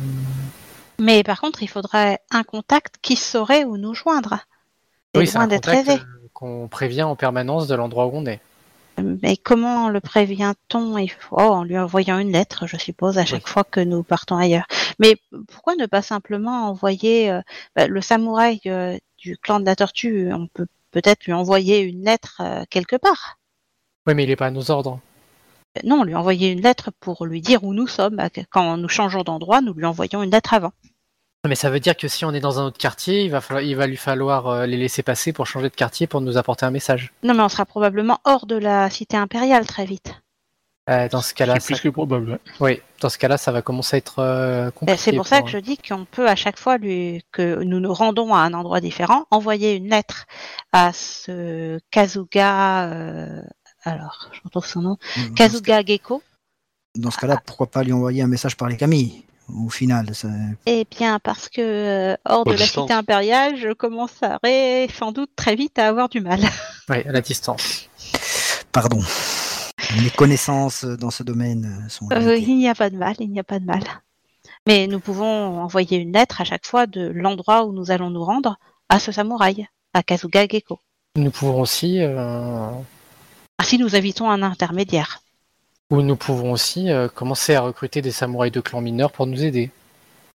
Speaker 4: Mais par contre, il faudrait un contact qui saurait où nous joindre. C'est
Speaker 3: Oui, c'est
Speaker 4: loin
Speaker 3: un
Speaker 4: d'être
Speaker 3: contact
Speaker 4: rêvé.
Speaker 3: euh, qu'on prévient en permanence de l'endroit où on est.
Speaker 4: Mais comment le prévient-on Il faut- oh, En lui envoyant une lettre, je suppose, à chaque fois que nous partons ailleurs. Mais pourquoi ne pas simplement envoyer euh, bah, le samouraï euh, du clan de la tortue On peut peut-être lui envoyer une lettre euh, quelque part.
Speaker 3: Oui, mais il n'est pas à nos ordres.
Speaker 4: Euh, Non, lui envoyer une lettre pour lui dire où nous sommes. à- Quand nous changeons d'endroit, nous lui envoyons une lettre avant.
Speaker 3: Mais ça veut dire que si on est dans un autre quartier, il va, falloir- il va lui falloir euh, les laisser passer pour changer de quartier pour nous apporter un message.
Speaker 4: Non, mais on sera probablement hors de la cité impériale très vite.
Speaker 3: Euh, dans ce cas-là,
Speaker 5: C'est
Speaker 3: ça...
Speaker 5: plus que probable. ouais.
Speaker 3: Oui, dans ce cas-là, ça va commencer à être euh,
Speaker 4: Ben,
Speaker 3: compliqué.
Speaker 4: C'est pour ça que je dis qu'on peut à chaque fois lui, que nous nous rendons à un endroit différent, envoyer une lettre à ce Kazuga. euh, alors, je retrouve son nom.
Speaker 2: Dans ce
Speaker 4: Kazuga Gecko.
Speaker 2: Dans ce cas-là, pourquoi pas lui envoyer un message par les Camille Au final, ça-
Speaker 4: Eh bien, parce que euh, hors
Speaker 1: Aux
Speaker 4: de la
Speaker 1: distances.
Speaker 4: cité impériale, je commencerai sans doute très vite à avoir du mal.
Speaker 3: Oui, à la distance.
Speaker 2: pardon. Mes connaissances dans ce domaine sont
Speaker 4: Euh,
Speaker 2: limitées.
Speaker 4: il n'y a pas de mal, il n'y a pas de mal. Mais nous pouvons envoyer une lettre à chaque fois de l'endroit où nous allons nous rendre à ce samouraï, à Kazuga Gecko.
Speaker 3: Nous pouvons aussi, euh,
Speaker 4: Ainsi, nous invitons un intermédiaire.
Speaker 3: ou nous pouvons aussi euh, commencer à recruter des samouraïs de clan mineur pour nous aider,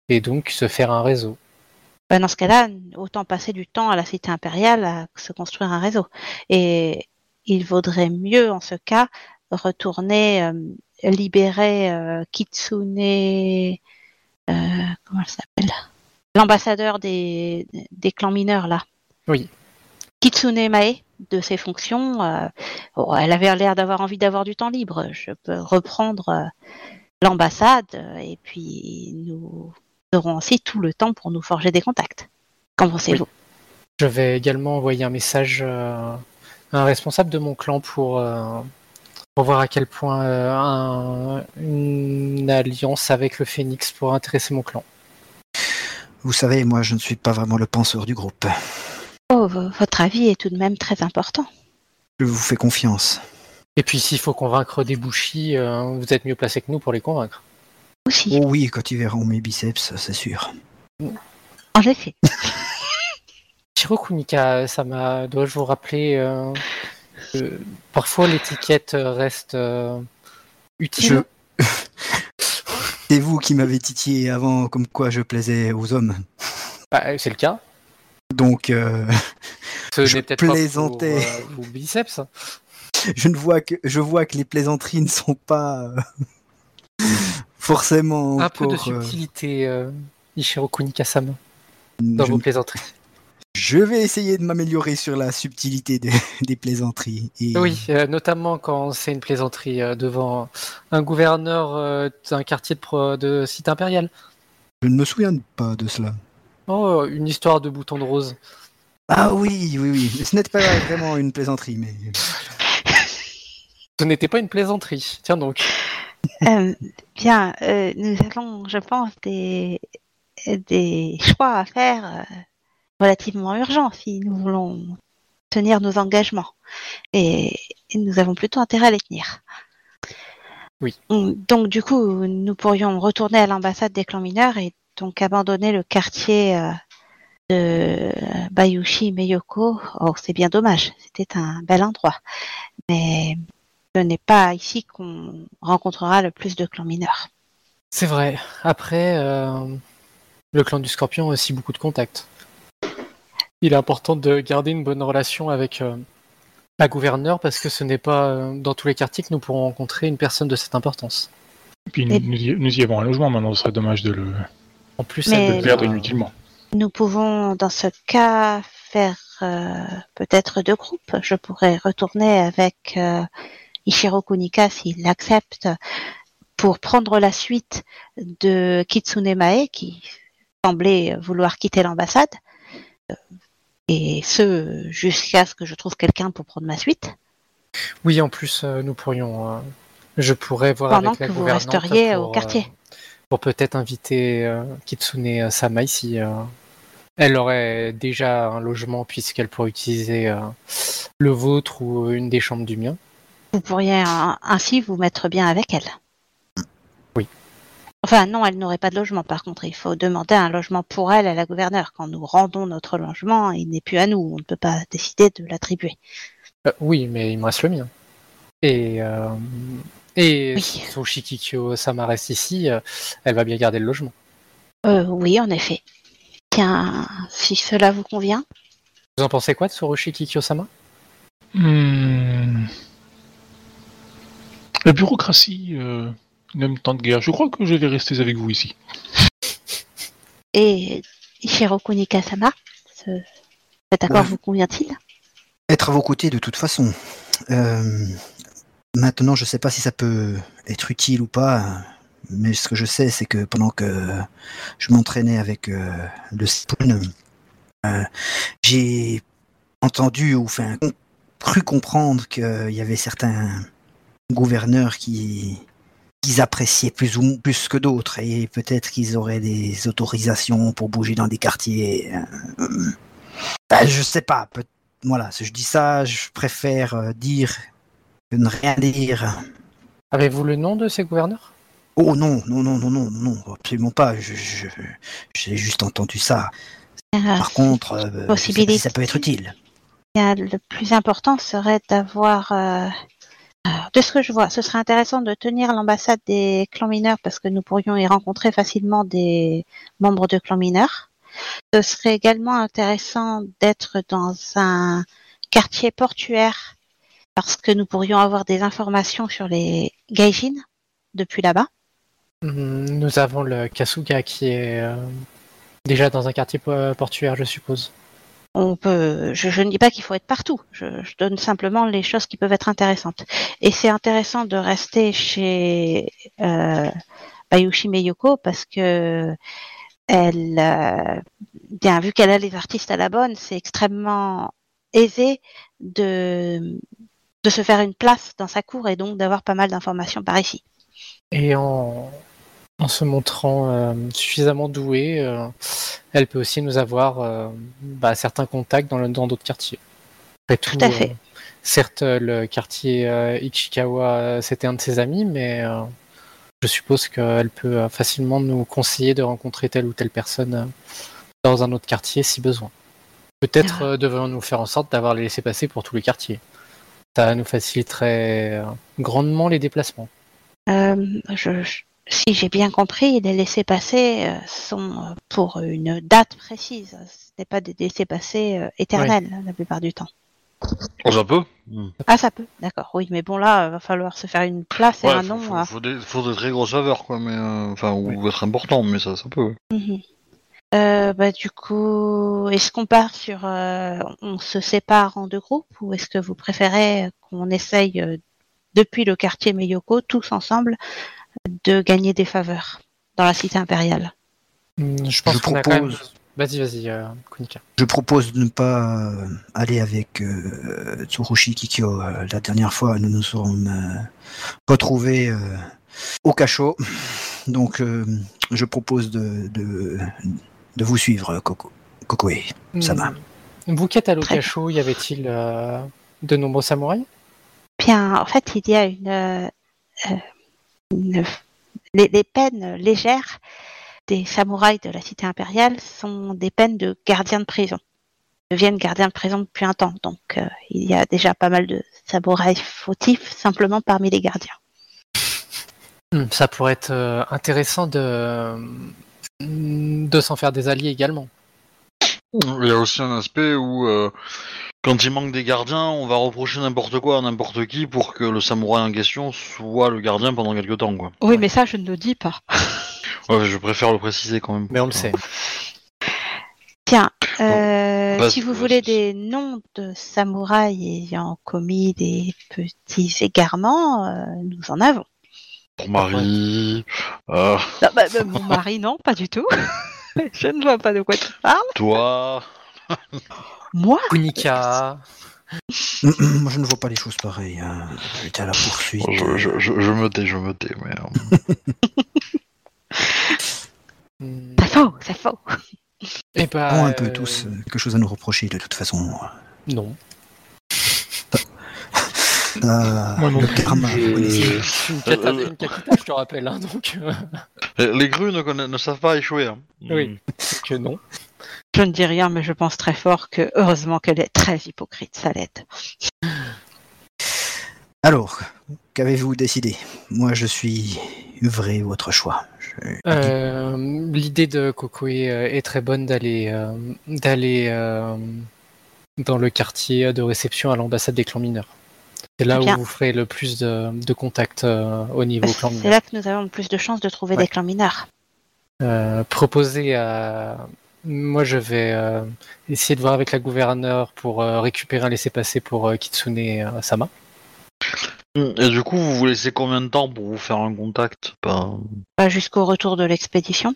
Speaker 3: et donc se faire un réseau.
Speaker 4: Ben, dans ce cas-là, autant passer du temps à la cité impériale à se construire un réseau. Et il vaudrait mieux, en ce cas, retourner euh, libérer euh, Kitsune, euh, comment elle s'appelle L'ambassadeur des, des clans mineurs, là.
Speaker 3: Oui.
Speaker 4: Kitsune Mae, de ses fonctions. euh, bon, elle avait l'air d'avoir envie d'avoir du temps libre. Je peux reprendre euh, l'ambassade euh, et puis nous aurons aussi tout le temps pour nous forger des contacts. Qu'en pensez-vous
Speaker 3: Je vais également envoyer un message euh, à un responsable de mon clan pour, euh, pour voir à quel point euh, un- une alliance avec le phénix pourrait intéresser mon clan.
Speaker 2: Vous savez, moi, je ne suis pas vraiment le penseur du groupe.
Speaker 4: Oh, v- votre avis est tout de même très important.
Speaker 2: Je vous fais confiance.
Speaker 3: Et puis s'il faut convaincre des bouchis, euh, vous êtes mieux placé que nous pour les convaincre.
Speaker 4: Aussi,
Speaker 2: Oh oui, quand ils verront mes biceps, c'est sûr.
Speaker 4: en effet.
Speaker 3: Shirokumika, ça m'a. Dois-je vous rappeler euh, que parfois l'étiquette reste euh, utile
Speaker 2: C'est vous qui m'avez titillé avant comme quoi je plaisais aux hommes.
Speaker 3: Bah, C'est le cas.
Speaker 2: Donc, euh,
Speaker 3: Ce
Speaker 2: Je
Speaker 3: n'est peut-être pas pour,
Speaker 2: plaisantais.
Speaker 3: euh, pour biceps.
Speaker 2: je ne vois que je vois que les plaisanteries ne sont pas euh, forcément
Speaker 3: Un peu
Speaker 2: encore.
Speaker 3: de
Speaker 2: euh,
Speaker 3: subtilité, euh, Ichiro Kunika-sama, dans
Speaker 2: je,
Speaker 3: vos
Speaker 2: ne-
Speaker 3: plaisanteries.
Speaker 2: Je vais essayer de m'améliorer sur la subtilité des- des plaisanteries. Et
Speaker 3: Oui, euh, notamment quand c'est une plaisanterie euh, devant un gouverneur euh, d'un quartier de, pro- de site impérial.
Speaker 2: Je ne me souviens pas de cela.
Speaker 3: Oh, une histoire de bouton de rose.
Speaker 2: Ah oui, oui, oui. Ce n'était pas vraiment une plaisanterie, mais euh,
Speaker 3: Ce n'était pas une plaisanterie. Tiens donc.
Speaker 4: Euh, bien, euh, nous avons, je pense, des, des choix à faire euh, relativement urgents si nous voulons tenir nos engagements. Et, et nous avons plutôt intérêt à les tenir.
Speaker 3: Oui.
Speaker 4: Mm, Donc, du coup, nous pourrions retourner à l'ambassade des clans mineurs et donc abandonner le quartier euh, de Bayushi Meyoko. Oh, c'est bien dommage. C'était un bel endroit. Mais ce n'est pas ici qu'on rencontrera le plus de clans mineurs.
Speaker 3: C'est vrai. Après, euh, le clan du scorpion a aussi beaucoup de contacts. Il est important de garder une bonne relation avec euh, la gouverneure parce que ce n'est pas euh, dans tous les quartiers que nous pourrons rencontrer une personne de cette importance.
Speaker 5: Et puis
Speaker 4: Mais-
Speaker 5: nous, y, nous y avons un logement maintenant, ce serait dommage de le,
Speaker 3: En plus,
Speaker 4: Mais-
Speaker 5: de le
Speaker 3: elle
Speaker 4: Et-
Speaker 5: perdre
Speaker 3: doit-
Speaker 5: inutilement.
Speaker 4: Nous pouvons, dans ce cas, faire euh, peut-être deux groupes. Je pourrais retourner avec euh, Ichiro Kunika s'il l'accepte pour prendre la suite de Kitsune Mae qui semblait vouloir quitter l'ambassade. Euh, Et ce, jusqu'à ce que je trouve quelqu'un pour prendre ma suite,
Speaker 3: Oui, en plus, euh, nous pourrions. euh, je pourrais voir
Speaker 4: Pendant
Speaker 3: avec la
Speaker 4: que vous
Speaker 3: gouvernante
Speaker 4: resteriez
Speaker 3: pour,
Speaker 4: au quartier.
Speaker 3: euh, pour peut-être inviter euh, Kitsune Sama ici. euh. Elle aurait déjà un logement puisqu'elle pourrait utiliser euh, le vôtre ou une des chambres du mien.
Speaker 4: vous pourriez euh, ainsi vous mettre bien avec elle.
Speaker 3: Oui.
Speaker 4: Enfin, non, elle n'aurait pas de logement, par contre. Il faut demander un logement pour elle à la gouverneure. Quand nous rendons notre logement, il n'est plus à nous. On ne peut pas décider de l'attribuer.
Speaker 3: Euh, oui, mais il me reste le mien. Et, euh, et
Speaker 4: Oui.
Speaker 3: son Shikikyo Sama reste ici, euh, elle va bien garder le logement.
Speaker 4: Euh, oui, en effet. Tiens, si cela vous convient.
Speaker 3: Vous en pensez quoi de Soroshi Kikyo-sama
Speaker 5: Hmm. La bureaucratie euh, n'aime tant de guerre. Je crois que je vais rester avec vous ici.
Speaker 4: Et Ishiroko Nikasama, ce- cet accord
Speaker 2: Oui.
Speaker 4: vous convient-il
Speaker 2: être à vos côtés de toute façon. Euh, Maintenant, je ne sais pas si ça peut être utile ou pas, mais ce que je sais, c'est que pendant que je m'entraînais avec euh, le Spoon, euh, j'ai entendu ou enfin, con- cru comprendre qu'il y avait certains gouverneurs qui qu'ils appréciaient plus ou plus que d'autres et peut-être qu'ils auraient des autorisations pour bouger dans des quartiers. euh, euh, ben, je sais pas. peut- voilà, si je dis ça, je préfère euh, dire que ne rien dire.
Speaker 3: Avez-vous le nom de ces gouverneurs
Speaker 2: Oh non, non, non, non, non, non, absolument pas. Je- je- J'ai juste entendu ça.
Speaker 4: Euh,
Speaker 2: Par contre, euh, je sais pas
Speaker 4: possibilité.
Speaker 2: si ça peut être utile.
Speaker 4: Bien, le plus important serait d'avoir, euh, alors, de ce que je vois, ce serait intéressant de tenir l'ambassade des clans mineurs parce que nous pourrions y rencontrer facilement des membres de clans mineurs. Ce serait également intéressant d'être dans un quartier portuaire parce que nous pourrions avoir des informations sur les gaijin depuis là-bas.
Speaker 3: Hmm, Nous avons le Kasuga qui est euh, déjà dans un quartier po- portuaire, je suppose.
Speaker 4: on peut, je, je ne dis pas qu'il faut être partout. Je, je donne simplement les choses qui peuvent être intéressantes. Et c'est intéressant de rester chez euh, Bayushi Meyoko parce que elle, euh, bien vu qu'elle a les artistes à la bonne, c'est extrêmement aisé de de se faire une place dans sa cour et donc d'avoir pas mal d'informations par ici.
Speaker 3: Et en, en se montrant euh, suffisamment douée, euh, elle peut aussi nous avoir euh, bah, certains contacts dans le- dans d'autres quartiers. Après
Speaker 4: Tout à fait.
Speaker 3: euh, certes, euh, le quartier euh, Ichikawa, euh, c'était un de ses amis, mais euh, je suppose qu'elle peut euh, facilement nous conseiller de rencontrer telle ou telle personne euh, dans un autre quartier si besoin.
Speaker 4: Ah.
Speaker 3: Peut-être euh, devons-nous faire en sorte d'avoir les laissés passer pour tous les quartiers. Ça nous faciliterait euh, grandement les déplacements.
Speaker 4: Euh, je, je- si j'ai bien compris, les laissés-passer euh, sont euh, pour une date précise. Ce n'est pas des laissés-passer euh, éternels la plupart du temps.
Speaker 1: Un peu
Speaker 3: Hmm.
Speaker 4: Ah, ça peut, d'accord. Oui, mais bon, là, il va falloir se faire une place et
Speaker 1: Ouais,
Speaker 4: un
Speaker 1: faut,
Speaker 4: nom.
Speaker 1: faut,
Speaker 4: hein.
Speaker 1: faut des, faut des très grosses faveurs, quoi, mais. euh, Enfin, ou être important, mais ça, ça peut.
Speaker 4: Mhm. Euh, bah, du coup, est-ce qu'on part sur, euh, on se sépare en deux groupes ou est-ce que vous préférez qu'on essaye euh, depuis le quartier Meyoko tous ensemble de gagner des faveurs dans la cité impériale
Speaker 3: Mm, Je pense qu'on a quand même.
Speaker 2: propose-
Speaker 3: Vas-y, vas-y, euh, Kunika.
Speaker 2: Je propose de ne pas euh, aller avec euh, Tsurushi Kikyo. Euh, La dernière fois, nous nous sommes euh, retrouvés euh, au cachot. Donc, euh, je propose de, de, de vous suivre, euh, Coco. Kokoe. Ça va.
Speaker 3: Mm. Bouquet à
Speaker 4: Très bien.
Speaker 3: Lokacho, y avait-il euh, de nombreux samouraïs
Speaker 4: Bien, en fait, il y a une, euh, euh, une- les, les peines légères des samouraïs de la cité impériale sont des peines de gardiens de prison. Ils deviennent gardiens de prison depuis un temps, donc euh, il y a déjà pas mal de samouraïs fautifs simplement parmi les gardiens.
Speaker 3: Mm, Ça pourrait être euh, intéressant de, de s'en faire des alliés également.
Speaker 1: Il y a aussi un aspect où, euh, quand il manque des gardiens, on va reprocher n'importe quoi à n'importe qui pour que le samouraï en question soit le gardien pendant quelque temps. Quoi.
Speaker 4: Oui, mais ça, je ne le dis pas.
Speaker 1: Ouais, je préfère le préciser quand même.
Speaker 3: Mais on le sait.
Speaker 4: Tiens, euh,
Speaker 1: Bon, bah,
Speaker 4: si vous
Speaker 1: euh,
Speaker 4: voulez
Speaker 1: c'est-
Speaker 4: des noms de samouraïs ayant commis des petits égarements, euh, nous en avons.
Speaker 1: Pour Marie, euh,
Speaker 4: Non, bah, bah, mon mari, non, pas du tout. Je ne vois pas de quoi tu parles.
Speaker 1: toi.
Speaker 4: Moi
Speaker 3: Kunika,
Speaker 2: Moi, je ne vois pas les choses pareilles. hein. J'étais à la poursuite.
Speaker 1: Je, je- je- je me tais, je me tais. Mais, euh,
Speaker 3: mm,
Speaker 4: C'est faux, c'est faux.
Speaker 3: eh ben,
Speaker 2: Ont un peu
Speaker 3: euh,
Speaker 2: tous euh, quelque chose à nous reprocher, de toute façon.
Speaker 3: Non.
Speaker 2: Ah,
Speaker 5: Moi non
Speaker 2: le
Speaker 5: plus,
Speaker 2: karma,
Speaker 1: je-
Speaker 2: vous connaissez.
Speaker 3: Je suis une, cata-
Speaker 1: Euh, euh,
Speaker 3: une capitale, je te rappelle, hein, donc, euh,
Speaker 1: les, les grues ne, conna- ne savent pas échouer. hein.
Speaker 3: Oui. donc, euh, non.
Speaker 4: Je ne dis rien, mais je pense très fort que heureusement qu'elle est très hypocrite, ça l'aide.
Speaker 2: Alors, qu'avez-vous décidé Moi, je suis vrai votre choix. Je-
Speaker 3: Euh, L'idée de Coco est, euh, est très bonne d'aller euh, d'aller euh, dans le quartier de réception à l'ambassade des clans mineurs. C'est là
Speaker 4: Très
Speaker 3: où
Speaker 4: bien. Bah,
Speaker 3: vous ferez le plus de, de contacts euh, au niveau clan
Speaker 4: C'est
Speaker 3: mineur.
Speaker 4: là que nous avons le plus de chances de trouver
Speaker 3: Ouais.
Speaker 4: des clans mineurs.
Speaker 3: euh, proposer à. Moi, je vais euh, essayer de voir avec la gouverneure pour euh, récupérer un laissez-passer pour euh, Kitsune euh, Sama. Mm.
Speaker 1: Et du coup, vous vous laissez combien de temps pour vous faire un contact Ben, Pas-
Speaker 4: Pas jusqu'au retour de l'expédition.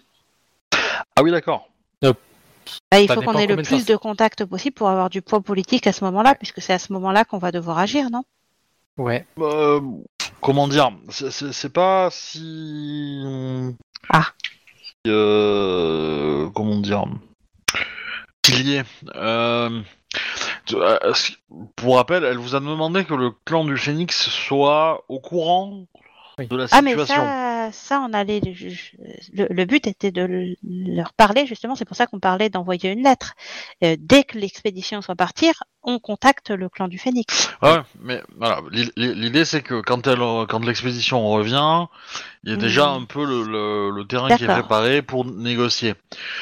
Speaker 1: Ah oui, d'accord.
Speaker 4: Bah, il
Speaker 3: Ça
Speaker 4: faut
Speaker 3: dépend
Speaker 4: qu'on ait le
Speaker 3: combien de
Speaker 4: plus
Speaker 3: temps-
Speaker 4: de contacts possible pour avoir du poids politique à ce moment-là, puisque c'est à ce moment-là qu'on va devoir agir, non
Speaker 3: Ouais.
Speaker 1: Euh, comment dire c'est- C'est c'est pas si.
Speaker 4: Ah.
Speaker 1: Euh, comment dire Qu'il y ait. Euh, tu- euh, si- pour rappel, elle vous a demandé que le clan du phénix soit au courant
Speaker 3: Oui.
Speaker 1: de la
Speaker 4: Ah mais
Speaker 1: situation.
Speaker 4: ça, ça on allait le, le- le but était de le- leur parler justement. C'est pour ça qu'on parlait d'envoyer une lettre. Euh, dès que l'expédition soit partie, on contacte le clan du Phénix.
Speaker 1: Ouais, mais voilà, l'i- l'i- l'idée c'est que quand elle, euh, quand l'expédition revient, il y a déjà
Speaker 4: Mhm.
Speaker 1: un peu le, le- le terrain qui est
Speaker 4: D'accord.
Speaker 1: préparé pour négocier.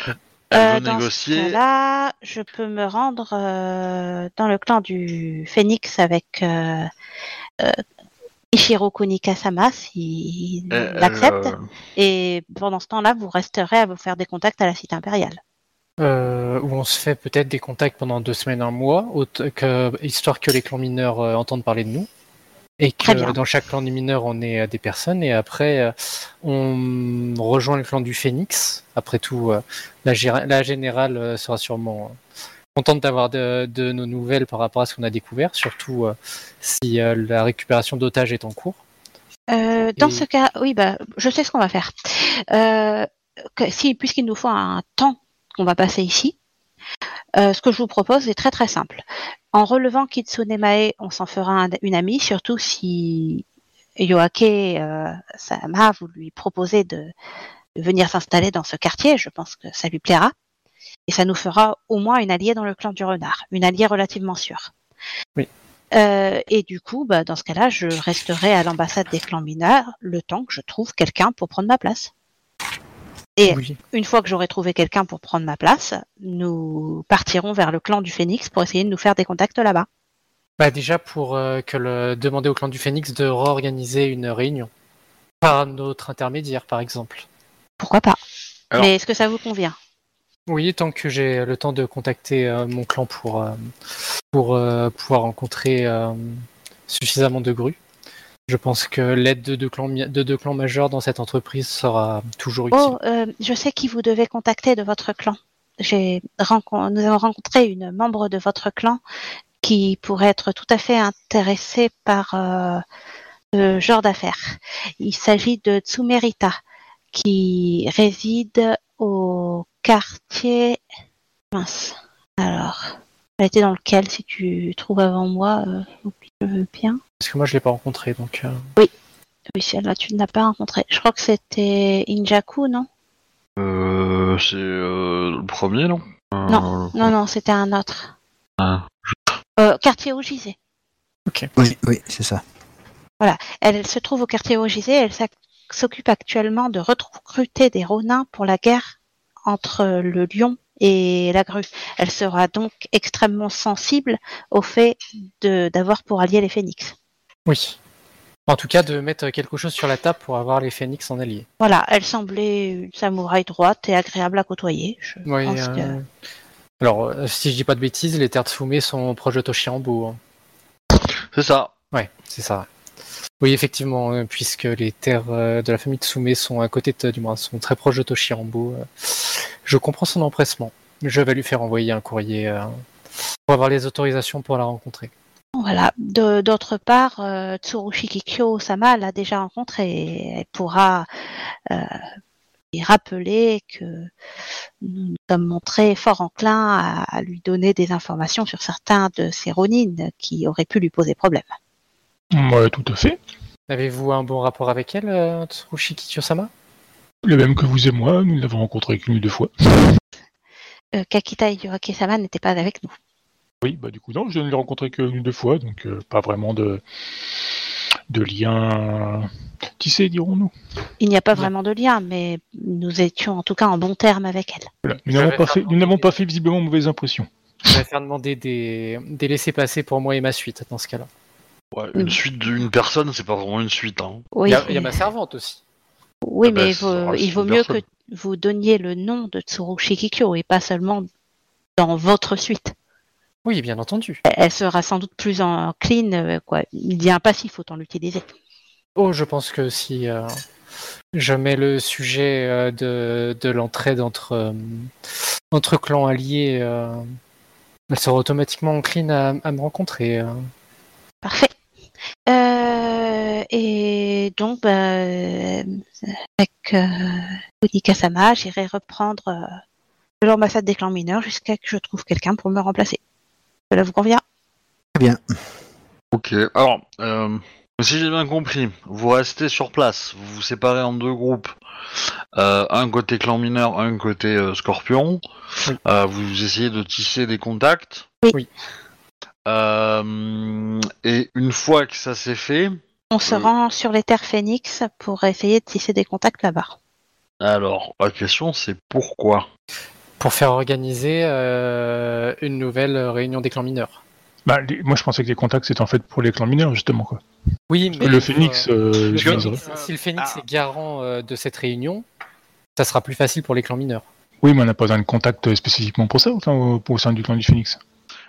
Speaker 4: Euh,
Speaker 1: Elle veut
Speaker 4: dans ce
Speaker 1: négocier.
Speaker 4: cas-là, je peux me rendre euh, dans le clan du Phénix avec euh, euh, Ishiro Kunikasama s'il
Speaker 1: elle-
Speaker 4: l'accepte.
Speaker 1: elle, euh,
Speaker 4: Et pendant ce temps-là, vous resterez à vous faire des contacts à la cité impériale.
Speaker 3: Euh, où on se fait peut-être des contacts pendant deux semaines, un mois, aut- que, histoire que les clans mineurs euh, entendent parler de nous. Et
Speaker 4: Très bien.
Speaker 3: que dans chaque clan des mineurs, on est euh, des personnes. Et après, euh, on rejoint le clan du phénix. Après tout, euh, la, géra- la générale euh, sera sûrement euh, contente d'avoir de, de nos nouvelles par rapport à ce qu'on a découvert, surtout euh, si euh, la récupération d'otages est en cours.
Speaker 4: Euh, dans
Speaker 3: Et-
Speaker 4: ce cas, oui, bah, je sais ce qu'on va faire. Euh, que- si, puisqu'il nous faut un temps qu'on va passer ici, euh, ce que je vous propose est très très simple. En relevant Kitsune Mae, on s'en fera un- une amie, surtout si Yoake euh, Sama, vous lui proposez de, de venir s'installer dans ce quartier. Je pense que ça lui plaira. Et ça nous fera au moins une alliée dans le clan du renard, une alliée relativement sûre.
Speaker 3: Oui.
Speaker 4: Euh, et du coup, bah, dans ce cas-là, je resterai à l'ambassade des clans mineurs le temps que je trouve quelqu'un pour prendre ma place. Et
Speaker 3: Oui.
Speaker 4: une fois que j'aurai trouvé quelqu'un pour prendre ma place, nous partirons vers le clan du Phénix pour essayer de nous faire des contacts là-bas.
Speaker 3: Bah déjà pour euh, que le, demander au clan du Phénix de réorganiser une réunion par notre intermédiaire, par exemple.
Speaker 4: Pourquoi pas
Speaker 1: Alors-
Speaker 4: Mais est-ce que ça vous convient
Speaker 3: Oui, tant que j'ai le temps de contacter euh, mon clan pour, euh, pour euh, pouvoir rencontrer euh, suffisamment de grues, je pense que l'aide de deux clans, mi- de deux clans majeurs dans cette entreprise sera toujours utile.
Speaker 4: Oh, euh, je sais qui vous devez contacter de votre clan. J'ai rencon- nous avons rencontré une membre de votre clan qui pourrait être tout à fait intéressée par euh, ce genre d'affaires. Il s'agit de Tsumerita, qui réside au quartier. Mince. Alors, elle était dans lequel, si tu trouves avant moi, euh, je veux bien.
Speaker 3: Parce que moi, je l'ai pas rencontré, donc euh,
Speaker 4: Oui, celle-là, tu ne l'as pas rencontrée. Je crois que c'était Injaku, non
Speaker 1: Euh, c'est euh, le premier, non Euh,
Speaker 4: Non, non, c'était un autre.
Speaker 1: ah.
Speaker 4: Euh, quartier Ogisé.
Speaker 2: Oui, oui, c'est ça.
Speaker 4: Elle se trouve au quartier Ogisé. Elle s'ac- s'occupe actuellement de recruter des Ronins pour la guerre entre le lion et la grue. Elle sera donc extrêmement sensible au fait de- d'avoir pour allier les phénix.
Speaker 3: oui. En tout cas, de mettre quelque chose sur la table pour avoir les phénix en allié.
Speaker 4: Voilà, elle semblait une samouraï droite et agréable à côtoyer. Je
Speaker 3: Oui,
Speaker 4: pense que-
Speaker 3: euh, Alors, euh, si je dis pas de bêtises, les terres de Fumé sont proches de Toshiambo. hein.
Speaker 1: C'est ça.
Speaker 3: Ouais, c'est ça. Oui, effectivement, euh, puisque les terres euh, de la famille Tsume sont à côté, de, du moins, sont très proches de Toshirambo. euh, Je comprends son empressement. Je vais lui faire envoyer un courrier euh, pour avoir les autorisations pour la rencontrer.
Speaker 4: Voilà. De- D'autre part, euh, Tsurushi Kikyo Sama l'a déjà rencontrée et elle pourra euh, lui rappeler que nous nous sommes montrés fort enclins à, à lui donner des informations sur certains de ses ronines qui auraient pu lui poser problème.
Speaker 5: Ouais, tout à fait.
Speaker 3: Avez-vous un bon rapport avec elle, euh, Tsurushi Kiyosama
Speaker 5: Le même que vous et moi, nous l'avons rencontré qu'une ou deux fois.
Speaker 4: Euh, Kakita et Yuraki-sama n'étaient pas avec nous.
Speaker 5: Oui, bah du coup, non, je ne l'ai rencontré qu'une ou deux fois, donc euh, pas vraiment de, de lien tissé, dirons-nous.
Speaker 4: Il n'y a pas
Speaker 3: Non.
Speaker 4: vraiment de lien, mais nous étions en tout cas en bons termes avec elle.
Speaker 5: Voilà. Nous
Speaker 3: Ça
Speaker 5: n'avons
Speaker 3: va
Speaker 5: pas,
Speaker 3: faire
Speaker 5: fait- nous n'avons pas fait visiblement mauvaise impression.
Speaker 3: Je vais faire demander des, des laissés-passer pour moi et ma suite, dans ce cas-là.
Speaker 1: Ouais,
Speaker 4: Mm.
Speaker 1: une suite d'une personne, c'est pas vraiment une suite. Hein.
Speaker 4: Oui,
Speaker 3: Il y, a- il y a ma servante aussi.
Speaker 4: oui
Speaker 1: Ah bah,
Speaker 4: mais
Speaker 1: ça
Speaker 4: vaut-
Speaker 1: sera
Speaker 4: il vaut
Speaker 1: une
Speaker 4: mieux que
Speaker 1: personne.
Speaker 4: vous donniez le nom de Tsurushi Kikyo et pas seulement dans votre suite.
Speaker 3: Oui, bien entendu.
Speaker 4: elle sera sans doute plus en clean, euh, quoi. Il y a un passif, autant l'utiliser.
Speaker 3: Oh, je pense que si euh, je mets le sujet euh, de, de l'entraide entre, euh, entre clans alliés, euh, elle sera automatiquement encline à, à me rencontrer. euh.
Speaker 4: Parfait. Euh, et donc, bah, euh, avec euh, Kasama, j'irai reprendre euh, l'ambassade des clans mineurs jusqu'à que je trouve quelqu'un pour me remplacer. Cela vous convient
Speaker 2: Très bien.
Speaker 1: Ok. Alors, euh, si j'ai bien compris, vous restez sur place, vous vous séparez en deux groupes, Euh, un côté clan mineur, un côté euh, scorpion.
Speaker 3: Oui.
Speaker 1: Euh, vous essayez de tisser des contacts.
Speaker 4: Oui.
Speaker 3: Oui.
Speaker 1: Euh, et une fois que ça s'est fait,
Speaker 4: On se
Speaker 1: Euh.
Speaker 4: rend sur les terres phénix pour essayer de tisser des contacts là-bas.
Speaker 1: alors la question c'est pourquoi.
Speaker 3: pour faire organiser euh, une nouvelle réunion des clans mineurs.
Speaker 5: Bah, les- moi, je pensais que les contacts, c'était en fait pour les clans mineurs, justement. Quoi.
Speaker 3: Oui, mais
Speaker 5: Le phénix, euh,
Speaker 3: le
Speaker 5: je
Speaker 3: Phoenix,
Speaker 5: les aurais.
Speaker 3: si le phénix
Speaker 1: Ah.
Speaker 3: est garant euh, de cette réunion, ça sera plus facile pour les clans mineurs.
Speaker 5: Oui, mais on n'a pas besoin de contact spécifiquement pour ça, enfin, au, au sein du clan du phénix.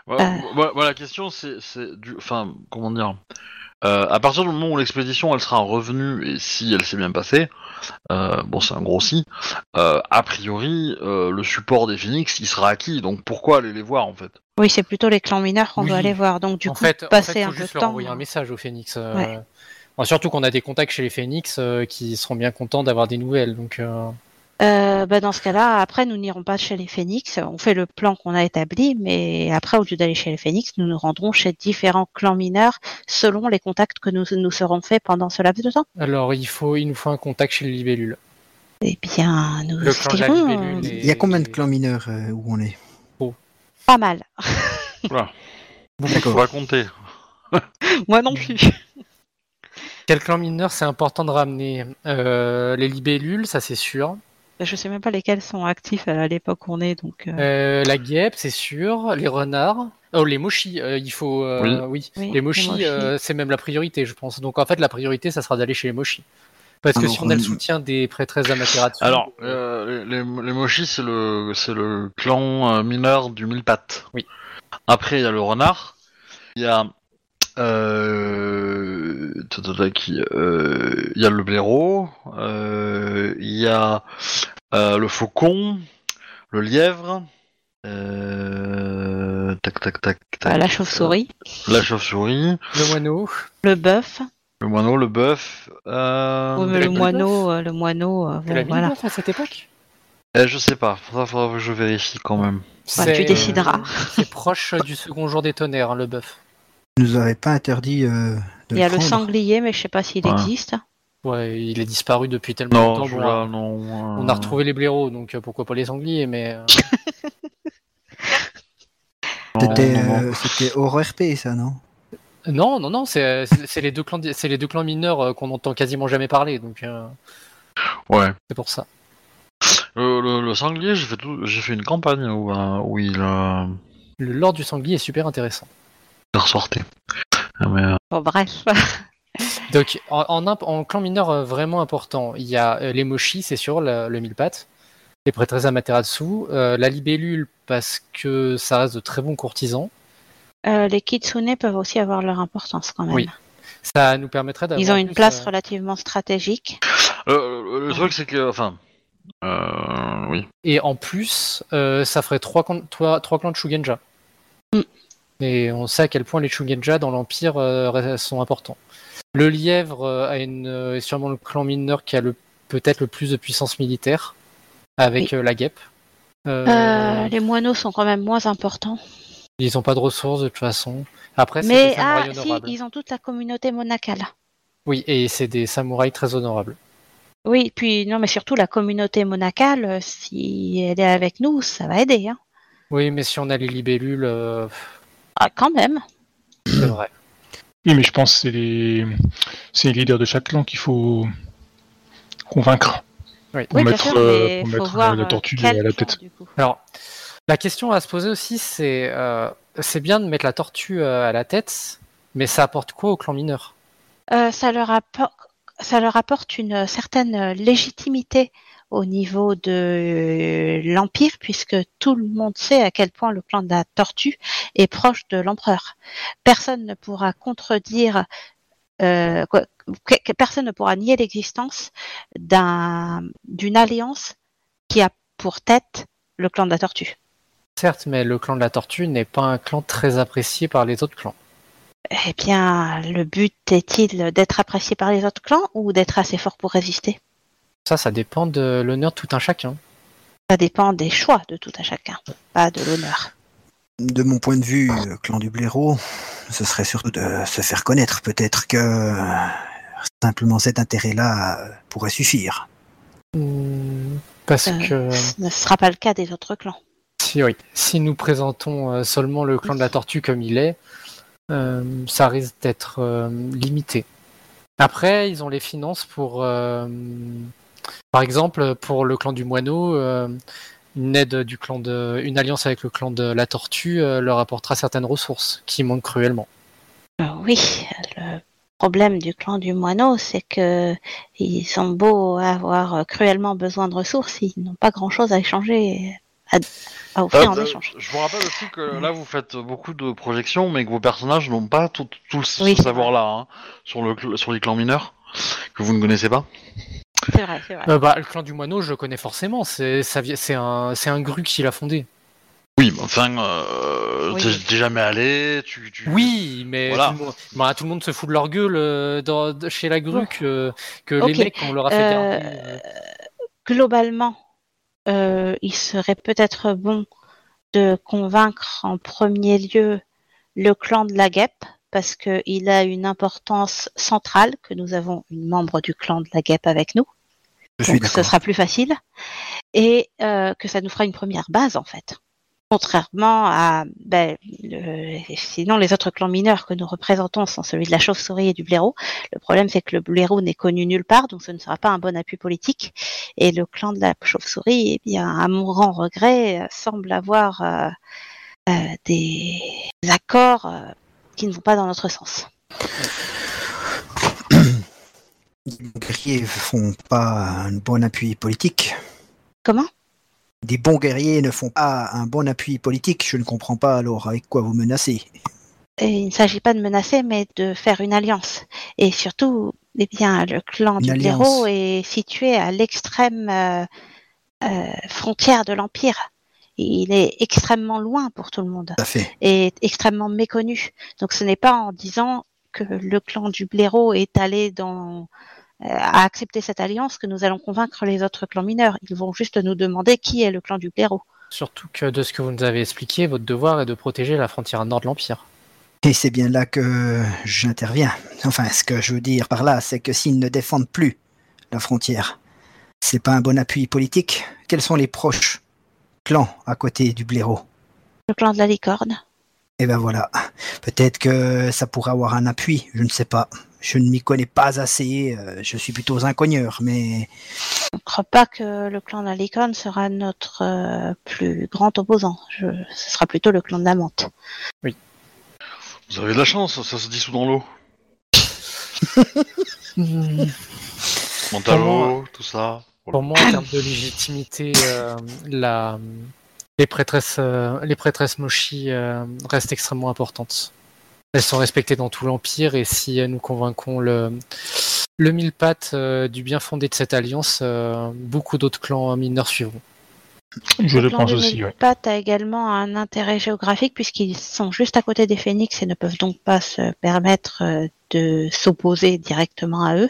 Speaker 1: Voilà, voilà, voilà, la question c'est, c'est du, enfin comment dire. Euh, à partir du moment où l'expédition elle sera revenue et si elle s'est bien passée, euh, bon c'est un gros si, euh, a priori euh, le support des Phoenix il sera acquis donc pourquoi aller les voir en fait
Speaker 4: Oui, c'est plutôt les clans mineurs qu'on
Speaker 3: Oui.
Speaker 4: doit aller voir. Donc, du
Speaker 3: en,
Speaker 4: coup,
Speaker 3: fait, en
Speaker 4: passer
Speaker 3: fait,
Speaker 4: un
Speaker 3: faut
Speaker 4: peu
Speaker 3: juste
Speaker 4: de
Speaker 3: leur
Speaker 4: temps. hein.
Speaker 3: envoyer un message aux phénix. euh,
Speaker 4: Ouais.
Speaker 3: bon, surtout qu'on a des contacts chez les phénix euh, qui seront bien contents d'avoir des nouvelles. Donc, euh,
Speaker 4: Euh, bah, dans ce cas-là, après, nous n'irons pas chez les phénix. On fait le plan qu'on a établi, mais après, au lieu d'aller chez les phénix, nous nous rendrons chez différents clans mineurs selon les contacts que nous nous serons faits pendant ce laps de temps.
Speaker 3: alors il faut, il nous faut un contact chez les libellules.
Speaker 4: Eh bien, nous
Speaker 3: Le clan de la
Speaker 4: irons,
Speaker 3: libellule
Speaker 4: euh,
Speaker 3: est-
Speaker 2: Il y a combien de
Speaker 3: et-
Speaker 2: clans mineurs euh, où on est
Speaker 4: pas mal.
Speaker 1: Faut raconter.
Speaker 4: Moi non plus.
Speaker 3: Quel clan mineur c'est important de ramener Euh, Les libellules, ça c'est sûr.
Speaker 4: Bah, Je sais même pas lesquels sont actifs euh, à l'époque où on est, donc. euh,
Speaker 3: Euh, la guêpe, c'est sûr. Les renards. Oh, les mochis, euh, il faut. euh, oui.
Speaker 4: Oui,
Speaker 3: Les
Speaker 4: les
Speaker 3: mochis,
Speaker 4: mochis.
Speaker 3: euh, c'est même la priorité, je pense. Donc en fait, la priorité, ça sera d'aller chez les mochis. Parce que
Speaker 2: Alors,
Speaker 3: si on a le
Speaker 2: euh,
Speaker 3: soutien des prêtresses d'Amaterasu,
Speaker 1: Ah, Alors, euh, les, les Moshi, c'est le, c'est le clan euh, mineur du mille pattes.
Speaker 3: Oui.
Speaker 1: Après, il y a le renard. Il y a. Euh, tatata qui, euh, il y a le blaireau. euh, Il y a euh, le faucon. Le lièvre. euh, tac, tac, tac, tac.
Speaker 4: Euh, la chauve-souris,
Speaker 1: La chauve-souris.
Speaker 3: le moineau,
Speaker 4: le bœuf,
Speaker 1: Le moineau, le bœuf. euh,
Speaker 4: Ouais, mais le
Speaker 3: la
Speaker 4: moineau, euh, le moineau, euh,
Speaker 3: tu
Speaker 4: bon,
Speaker 3: l'as mis
Speaker 4: voilà.
Speaker 3: bœuf, à cette époque
Speaker 1: eh, je sais pas. Faudra, faudra que je vérifie quand même.
Speaker 4: Voilà, Bah, tu
Speaker 3: C'est- euh,
Speaker 4: décideras.
Speaker 3: C'est proche du second jour des tonnerres, hein, le bœuf.
Speaker 2: Vous nous avait pas interdit euh, de
Speaker 4: Il y a le
Speaker 2: prendre.
Speaker 4: sanglier, mais je sais pas s'il
Speaker 1: Ouais.
Speaker 4: existe.
Speaker 3: Ouais, il est disparu depuis tellement
Speaker 1: Non,
Speaker 3: longtemps.
Speaker 1: je
Speaker 3: bon,
Speaker 1: vois,
Speaker 3: hein,
Speaker 1: non. euh,
Speaker 3: on a retrouvé les blaireaux, donc euh, pourquoi pas les sangliers, mais euh,
Speaker 1: non,
Speaker 2: C'était
Speaker 1: non, non.
Speaker 2: euh, c'était hors RP, ça, non
Speaker 3: non, non, non, c'est euh, c'est- c'est les deux clans, c'est les deux clans mineurs euh, qu'on n'entend quasiment jamais parler, donc euh,
Speaker 1: Ouais.
Speaker 3: c'est pour ça.
Speaker 1: Le, le- le sanglier, j'ai fait, tout- j'ai fait une campagne où, euh, où il euh,
Speaker 3: Le lore du sanglier est super intéressant.
Speaker 1: il ressortait. Ah, Mais, euh,
Speaker 4: Bon, bref.
Speaker 3: Donc, en, en imp- en clan mineur euh, vraiment important, il y a euh, les mochis, c'est sûr, la- le mille pattes, les prêtresses Amaterasu, euh, la libellule, parce que ça reste de très bons courtisans.
Speaker 4: Euh, les kitsune peuvent aussi avoir leur importance quand même.
Speaker 3: Oui. Ça nous permettrait d'avoir.
Speaker 4: Ils ont une
Speaker 3: plus,
Speaker 4: place
Speaker 3: euh,
Speaker 4: relativement stratégique.
Speaker 1: le- le- le truc, c'est que. Enfin. euh, oui.
Speaker 3: Et en plus, euh, ça ferait trois, clans- trois- trois clans de Shugenja.
Speaker 4: Mm.
Speaker 3: Et on sait à quel point les Shugenja dans l'Empire euh, restent- sont importants. Le lièvre euh, a une, euh, est sûrement le clan mineur qui a le peut-être le plus de puissance militaire avec euh, la guêpe. Euh,
Speaker 4: Euh, les moineaux sont quand même moins importants.
Speaker 3: Ils n'ont pas de ressources de toute façon. Après, c'est des
Speaker 4: Mais ah,
Speaker 3: samouraïs
Speaker 4: si,
Speaker 3: honorables.
Speaker 4: ils ont toute la communauté monacale.
Speaker 3: Oui, et c'est des samouraïs très honorables.
Speaker 4: Oui, puis non, mais surtout la communauté monacale, euh, si elle est avec nous, ça va aider. Hein.
Speaker 3: Oui, mais si on a les libellules, euh,
Speaker 4: Ah, quand même.
Speaker 3: c'est vrai.
Speaker 5: Oui, mais je pense que c'est les... c'est les leaders de chaque clan qu'il faut convaincre.
Speaker 3: Oui.
Speaker 5: Pour
Speaker 4: oui, bien
Speaker 5: mettre,
Speaker 4: sûr, mais
Speaker 5: euh, pour
Speaker 4: faut
Speaker 5: mettre,
Speaker 4: voir
Speaker 5: euh, la
Speaker 4: euh,
Speaker 5: tortue
Speaker 4: quel
Speaker 5: à la
Speaker 4: clan,
Speaker 5: tête.
Speaker 4: du coup.
Speaker 3: Alors, la question à se poser aussi, c'est euh, c'est bien de mettre la tortue euh, à la tête, mais ça apporte quoi au clan mineur
Speaker 4: Euh, ça, leur apporte, ça leur apporte une euh, certaine euh, légitimité au niveau de euh, l'Empire, puisque tout le monde sait à quel point le clan de la tortue est proche de l'empereur. Personne ne pourra contredire, euh, quoi- que- que personne ne pourra nier l'existence d'un- d'une alliance qui a pour tête le clan de la tortue.
Speaker 3: Certes, mais le clan de la tortue n'est pas un clan très apprécié par les autres clans.
Speaker 4: Eh bien, le but est-il d'être apprécié par les autres clans ou d'être assez fort pour résister
Speaker 3: Ça, ça dépend de l'honneur de tout un chacun.
Speaker 4: Ça dépend des choix de tout à chacun, pas de l'honneur.
Speaker 2: De mon point de vue, le clan du blaireau, ce serait surtout de se faire connaître. Peut-être que euh, simplement cet intérêt-là euh, pourrait suffire.
Speaker 3: Hmm, Parce
Speaker 4: Euh.
Speaker 3: que
Speaker 4: Ce ne sera pas le cas des autres clans.
Speaker 3: si, oui, si nous présentons euh, seulement le clan de la tortue comme il est, euh, ça risque d'être euh, limité. Après, ils ont les finances pour, euh, par exemple, pour le clan du moineau, euh, une aide du clan de, une alliance avec le clan de la tortue euh, leur apportera certaines ressources qui manquent cruellement.
Speaker 4: Euh, oui, le problème du clan du moineau, c'est que ils sont beaux à avoir euh, cruellement besoin de ressources, ils n'ont pas grand-chose à échanger, à, à offrir en
Speaker 1: Euh,
Speaker 4: Ah, échange.
Speaker 1: je vous rappelle aussi que là, vous faites beaucoup de projections, mais que vos personnages n'ont pas tout, tout ce
Speaker 4: Oui.
Speaker 1: ce savoir-là hein, sur, le, cl- sur les clans mineurs que vous ne connaissez pas.
Speaker 4: C'est vrai, c'est vrai.
Speaker 3: Euh, bah, le clan du moineau, je le connais forcément. C'est ça vi- c'est un, c'est un gru qui l'a fondé.
Speaker 1: Oui, mais enfin, euh,
Speaker 4: Oui.
Speaker 1: t'es t'es jamais allé, tu, tu-
Speaker 3: Oui, mais
Speaker 1: Voilà.
Speaker 3: tout, le monde, bah, tout le monde se fout de leur gueule euh, dans- de- chez la grue
Speaker 4: Ouais.
Speaker 3: que, que
Speaker 4: Ok.
Speaker 3: les mecs on leur a fait
Speaker 4: Euh,
Speaker 3: garder, euh,
Speaker 4: Globalement, euh, il serait peut-être bon de convaincre en premier lieu le clan de la guêpe parce qu'il a une importance centrale, que nous avons une membre du clan de la guêpe avec nous,
Speaker 2: Je suis
Speaker 4: donc ce
Speaker 2: d'accord.
Speaker 4: sera plus facile, et euh, que ça nous fera une première base en fait. Contrairement à... ben, le- sinon les autres clans mineurs que nous représentons sont celui de la chauve-souris et du blaireau. Le problème c'est que le blaireau n'est connu nulle part, donc ce ne sera pas un bon appui politique. Et le clan de la chauve-souris, eh bien, à mon grand regret, euh, semble avoir... euh, euh, des accords euh, qui ne vont pas dans notre sens.
Speaker 2: Les guerriers font pas un bon appui politique.
Speaker 4: Comment
Speaker 2: Des bons guerriers ne font pas un bon appui politique. Je ne comprends pas alors avec quoi vous menacez.
Speaker 4: Et il ne s'agit pas de menacer, mais de faire une alliance. Et surtout, eh bien, le clan
Speaker 2: Une
Speaker 4: du
Speaker 2: alliance.
Speaker 4: blaireau est situé à l'extrême euh, euh, frontière de l'Empire. Il est extrêmement loin pour tout le monde
Speaker 2: Tout à fait.
Speaker 4: est extrêmement méconnu. Donc ce n'est pas en disant que le clan du blaireau est allé dans euh, à accepter cette alliance que nous allons convaincre les autres clans mineurs. Ils vont juste nous demander qui est le clan du blaireau.
Speaker 3: Surtout que de ce que vous nous avez expliqué, votre devoir est de protéger la frontière nord de l'Empire.
Speaker 2: Et c'est bien là que j'interviens. Enfin, ce que je veux dire par là, c'est que s'ils ne défendent plus la frontière, c'est pas un bon appui politique. Quels sont les proches clans à côté du blaireau
Speaker 4: Le clan de la licorne.
Speaker 2: Eh ben voilà. Peut-être que ça pourrait avoir un appui, je ne sais pas. Je ne m'y connais pas assez, euh, je suis plutôt un cogneur, mais
Speaker 4: Je ne crois pas que le clan de la licorne sera notre euh, plus grand opposant. Je, ce sera plutôt le clan de la menthe.
Speaker 1: Vous avez de la chance, ça se dissout dans l'eau.
Speaker 4: Hmm.
Speaker 1: Mentalo, tout ça.
Speaker 3: Pour moi, en termes de légitimité, euh, la, les, prêtresses, euh, les prêtresses Moshi euh, restent extrêmement importantes. Elles sont respectées dans tout l'Empire et si euh, nous convainquons le, le mille pattes euh, du bien fondé de cette alliance, euh, beaucoup d'autres clans mineurs suivront.
Speaker 5: Je le
Speaker 4: clan
Speaker 5: pense
Speaker 4: des
Speaker 5: aussi, ouais.
Speaker 4: Millepattes a également un intérêt géographique puisqu'ils sont juste à côté des phénix et ne peuvent donc pas se permettre euh, de s'opposer directement à eux.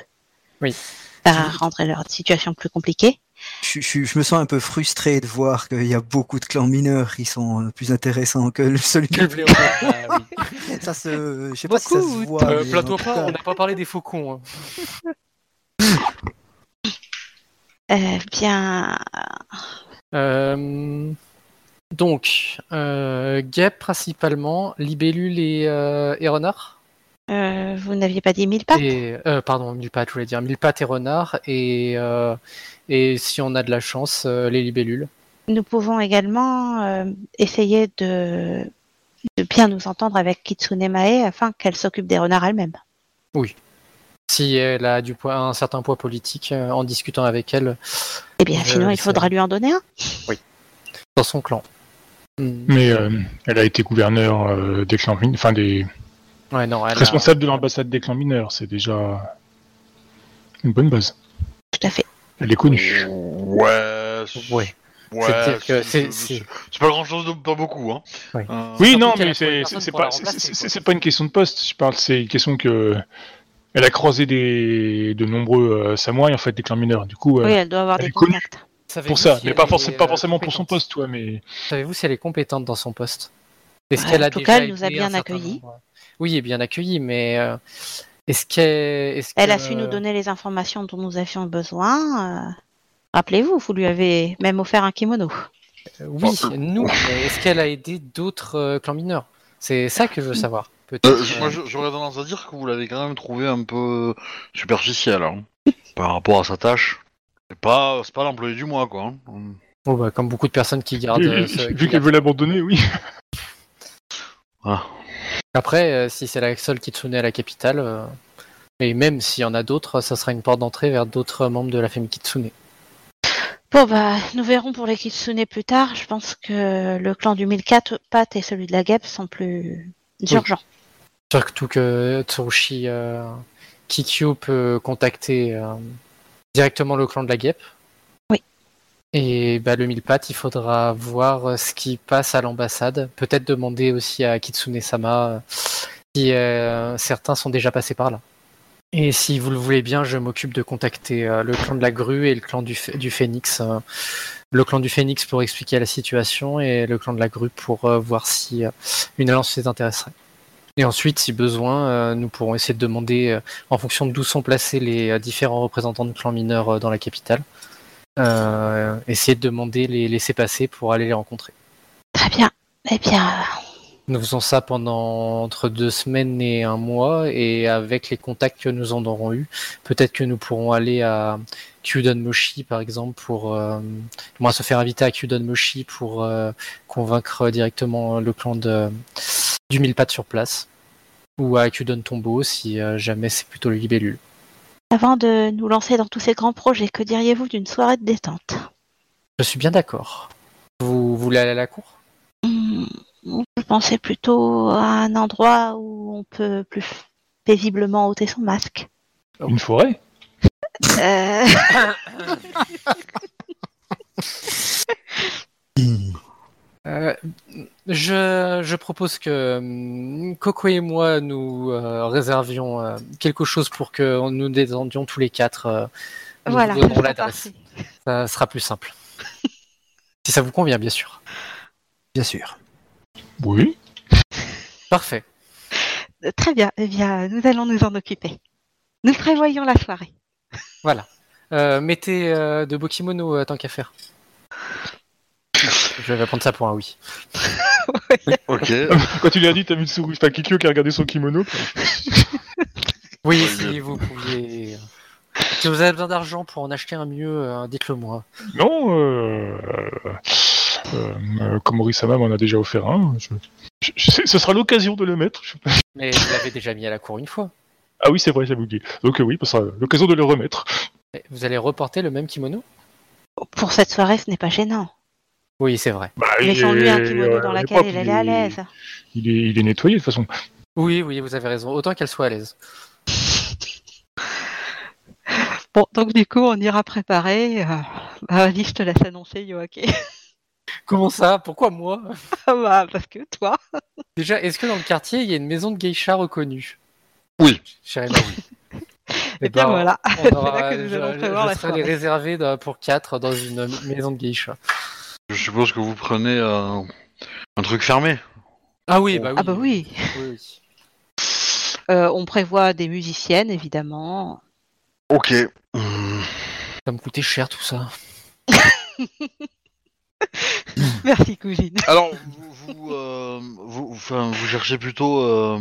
Speaker 3: Oui.
Speaker 4: Ça rendrait leur situation plus compliquée.
Speaker 2: je, je- je me sens un peu frustré de voir qu'il y a beaucoup de clans mineurs qui sont euh, plus intéressants que le- celui
Speaker 3: Que le
Speaker 2: qui...
Speaker 3: blaireau, ah oui.
Speaker 2: Ça se... Je sais pas si ça
Speaker 3: Beaucoup.
Speaker 2: se voit.
Speaker 3: euh,
Speaker 2: mais
Speaker 3: plateau
Speaker 2: en tout
Speaker 3: pas,
Speaker 2: cas-
Speaker 3: on n'a pas parlé des faucons. hein.
Speaker 4: Euh, bien,
Speaker 3: Euh, donc, euh, guêpes principalement, libellules et, euh, et renards.
Speaker 4: euh, vous n'aviez pas dit mille pattes
Speaker 3: Et, euh, pardon, mille pattes, je voulais dire. Mille pattes et renards. Et, euh, et si on a de la chance, euh, les libellules.
Speaker 4: Nous pouvons également euh, essayer de, de bien nous entendre avec Kitsune Mae afin qu'elle s'occupe des renards elle-même.
Speaker 3: Si elle a du poids, un certain poids politique, euh, en discutant avec elle
Speaker 4: Eh bien,
Speaker 5: Euh,
Speaker 3: Je
Speaker 4: sinon,
Speaker 3: le
Speaker 4: il faudra lui en donner un.
Speaker 3: dans son clan. Hmm.
Speaker 5: Mais euh, elle a été gouverneur euh, des clans mineurs, enfin des
Speaker 3: Ouais, non, elle a-
Speaker 5: responsables de l'ambassade des clans mineurs. C'est déjà une bonne base.
Speaker 4: Tout à fait.
Speaker 5: Elle est
Speaker 3: euh,
Speaker 5: connue.
Speaker 1: Ouais.
Speaker 3: Ouais.
Speaker 1: Ouais.
Speaker 3: C'est-à-dire que
Speaker 1: C'est
Speaker 3: c'est-
Speaker 1: c'est- c'est pas grand chose, de, pas beaucoup, hein.
Speaker 3: Ouais.
Speaker 1: Euh,
Speaker 5: Oui,
Speaker 3: Surtout
Speaker 5: non,
Speaker 3: qu'elle a trouvé
Speaker 5: mais c'est
Speaker 3: personne
Speaker 5: c'est
Speaker 3: pour la
Speaker 5: pas c'est-
Speaker 3: remplacer,
Speaker 5: c'est-
Speaker 3: quoi.
Speaker 5: c'est pas une question de poste. Je parle, c'est une question que elle a croisé des de nombreux euh, samouraïs en fait des clans mineurs. Du coup, euh,
Speaker 4: Oui, elle doit avoir
Speaker 5: Elle
Speaker 4: des
Speaker 5: est connue.
Speaker 4: contacts.
Speaker 3: Savez-vous
Speaker 5: pour ça,
Speaker 3: si
Speaker 5: mais
Speaker 3: elle
Speaker 5: pas,
Speaker 3: est,
Speaker 5: forcément pas
Speaker 3: euh,
Speaker 5: forcément pour son
Speaker 3: compétente
Speaker 5: poste, toi, mais
Speaker 3: Savez-vous si elle est compétente dans son poste Est-ce
Speaker 4: Ouais,
Speaker 3: qu'elle a
Speaker 4: en tout
Speaker 3: déjà
Speaker 4: cas, elle nous a
Speaker 3: aidé
Speaker 4: bien
Speaker 3: un certain
Speaker 4: accueillis.
Speaker 3: nombre Oui, elle est bien accueillie, mais euh, est-ce qu'elle. est-ce
Speaker 4: Elle a
Speaker 3: que-
Speaker 5: Euh.
Speaker 4: su nous donner les informations dont nous avions besoin. euh, Rappelez-vous, vous lui avez même offert un kimono.
Speaker 3: euh, Oui, nous, mais est-ce qu'elle a aidé d'autres euh, clans mineurs C'est ça que je veux savoir. Peut-être.
Speaker 1: Euh, je-
Speaker 3: euh,
Speaker 1: moi, je- j'aurais tendance à dire que vous l'avez quand même trouvé un peu superficiel hein, par rapport à sa tâche. C'est pas, c'est pas l'employé du mois, quoi. hein.
Speaker 3: bon, bah, comme beaucoup de personnes qui gardent. euh, ce- qui
Speaker 5: vu qu'elle
Speaker 3: gardent-
Speaker 5: veut l'abandonner, oui.
Speaker 1: Ah.
Speaker 3: Après, euh, si c'est la seule Kitsune à la capitale, euh, et même s'il y en a d'autres, ça sera une porte d'entrée vers d'autres membres de la famille Kitsune.
Speaker 4: Bon, bah, nous verrons pour les Kitsune plus tard. Je pense que le clan du 1004 Pat et celui de la guêpe sont plus urgents.
Speaker 3: Surtout que Tsurushi euh, Kikyo peut contacter euh, directement le clan de la guêpe.
Speaker 4: Oui.
Speaker 3: Et bah, le mille pattes, il faudra voir euh, ce qui passe à l'ambassade. Peut-être demander aussi à Kitsune-sama euh, si euh, certains sont déjà passés par là. Et si vous le voulez bien, je m'occupe de contacter euh, le clan de la grue et le clan du, ph- du phénix. euh, le clan du phénix pour expliquer la situation et le clan de la grue pour euh, voir si euh, une alliance les intéresserait. Et ensuite, si besoin, euh, nous pourrons essayer de demander, euh, en fonction de d'où sont placés les euh, différents représentants de clans mineurs euh, dans la capitale, euh, essayer de demander les laissés-passer pour aller les rencontrer.
Speaker 4: Très bien. Eh bien,
Speaker 3: Nous faisons ça pendant entre deux semaines et un mois, et avec les contacts que nous en aurons eus, peut-être que nous pourrons aller à Kyudon Moshi, par exemple, pour euh, du moins se faire inviter à Kyudon Moshi pour euh, convaincre directement le clan de, du mille pattes sur place, ou à Kyudon Tombo si euh, jamais c'est plutôt le libellule.
Speaker 4: Avant de nous lancer dans tous ces grands projets, que diriez-vous d'une soirée de détente
Speaker 3: Je suis bien d'accord. Vous, vous voulez aller à la cour
Speaker 4: Hmm, Je pensais plutôt à un endroit où on peut plus paisiblement ôter son masque.
Speaker 5: Une forêt
Speaker 4: Euh,
Speaker 3: Euh, je, je propose que hum, Coco et moi nous euh, réservions euh, quelque chose pour que nous descendions tous les quatre. euh, nous
Speaker 4: voilà.
Speaker 3: vous donnerons
Speaker 4: c'est
Speaker 3: l'adresse.
Speaker 4: parti.
Speaker 3: Ça sera plus simple. si ça vous convient, bien sûr.
Speaker 2: Bien sûr.
Speaker 5: Oui.
Speaker 3: Parfait.
Speaker 4: Euh, Très bien. Eh bien, nous allons nous en occuper. Nous prévoyons la soirée.
Speaker 3: Euh, mettez euh, de beaux kimonos euh, tant qu'à faire. Je vais prendre ça pour un oui.
Speaker 1: Ok.
Speaker 5: Quand tu lui as dit, t'as vu le sourire, t'as Kikyo qui a regardé son kimono.
Speaker 1: Ouais,
Speaker 3: Oui, si
Speaker 1: je-
Speaker 3: vous pouviez. Si vous avez besoin d'argent pour en acheter un mieux, euh, dites-le moi.
Speaker 5: Non, euh, euh, euh, Komori-sama m'en a déjà offert un. Je- je- je sais- ce sera l'occasion de le mettre. Je-
Speaker 3: Mais vous l'avez déjà mis à la cour une fois.
Speaker 5: Ah oui, c'est vrai, j'avais oublié. Donc euh, oui, ce sera l'occasion de le remettre.
Speaker 3: Mais Vous allez reporter le même kimono
Speaker 4: Pour cette soirée, ce n'est pas gênant.
Speaker 3: Oui, c'est vrai.
Speaker 5: Bah, il
Speaker 4: Laissons-lui
Speaker 5: est-
Speaker 4: un kimono dans lequel
Speaker 5: euh,
Speaker 4: il
Speaker 5: propre,
Speaker 4: est à l'aise.
Speaker 5: Il est, il est nettoyé de toute façon.
Speaker 3: Euh. Oui, oui, vous avez raison. Autant qu'elle soit à l'aise.
Speaker 4: Bon, donc du coup, on ira préparer. euh, bah, vas-y, je te laisse annoncer, Yoake.
Speaker 3: Comment ça Pourquoi moi
Speaker 4: Ah bah, parce que toi.
Speaker 3: Déjà, est-ce que dans le quartier, il y a une maison de geisha reconnue
Speaker 1: Oui.
Speaker 3: Chérie, bah oui.
Speaker 4: Et
Speaker 3: Eh
Speaker 4: bien voilà.
Speaker 3: on
Speaker 4: là
Speaker 3: aura-
Speaker 4: que nous
Speaker 3: je-
Speaker 4: allons
Speaker 3: je-
Speaker 4: prévoir
Speaker 3: je
Speaker 4: la
Speaker 3: serai
Speaker 4: soirée.
Speaker 3: les réservés d'un- pour quatre dans une euh, maison de geisha.
Speaker 1: Je suppose que vous prenez euh, un truc fermé.
Speaker 3: Ah oui, bah oui.
Speaker 4: Ah bah oui.
Speaker 3: Oui, oui.
Speaker 4: Euh, on prévoit des musiciennes, évidemment.
Speaker 1: Ok. Hum,
Speaker 3: Ça me coûtait cher tout ça.
Speaker 4: Merci, cousine.
Speaker 1: Alors, vous, vous, euh, vous, enfin, vous cherchez plutôt, euh,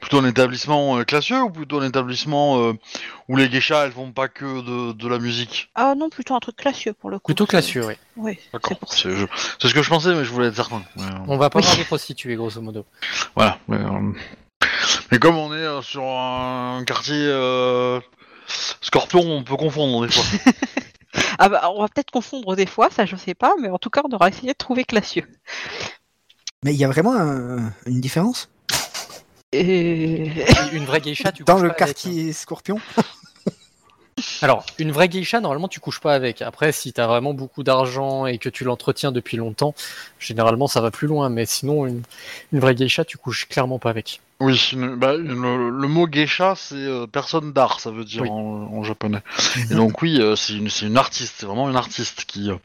Speaker 1: plutôt un établissement euh, classieux ou plutôt un établissement euh, où les geishas elles font pas que de, de la musique
Speaker 4: Ah non, plutôt un truc classieux pour le coup.
Speaker 3: Plutôt
Speaker 4: C'est-
Speaker 3: classieux, oui.
Speaker 4: Oui, c'est pour ça.
Speaker 1: C'est je- c'est ce que je pensais, mais je voulais être certain. Mais, euh,
Speaker 3: On va pas
Speaker 4: Oui.
Speaker 3: voir des prostituées, grosso modo.
Speaker 1: Voilà. Mais, euh, mais comme on est euh, sur un quartier euh, scorpion, on peut confondre des fois.
Speaker 4: Ah bah, on va peut-être confondre des fois, ça je sais pas, mais en tout cas, on aura essayé de trouver classieux.
Speaker 2: Mais il y a vraiment un- une différence
Speaker 4: Et...
Speaker 3: Une vraie geisha, tu
Speaker 2: dans
Speaker 3: couches
Speaker 2: le
Speaker 3: pas
Speaker 2: quartier scorpion.
Speaker 3: avec. Alors, une vraie geisha, normalement, tu couches pas avec. Après, si t'as vraiment beaucoup d'argent et que tu l'entretiens depuis longtemps, généralement, ça va plus loin. Mais sinon, une, une vraie geisha, tu couches clairement pas avec.
Speaker 1: Oui, une- bah, une- le, le mot geisha, c'est euh, personne d'art, ça veut dire
Speaker 3: Oui.
Speaker 1: en, en japonais. Et donc oui, euh, c'est une, c'est une artiste, c'est vraiment une artiste qui, euh,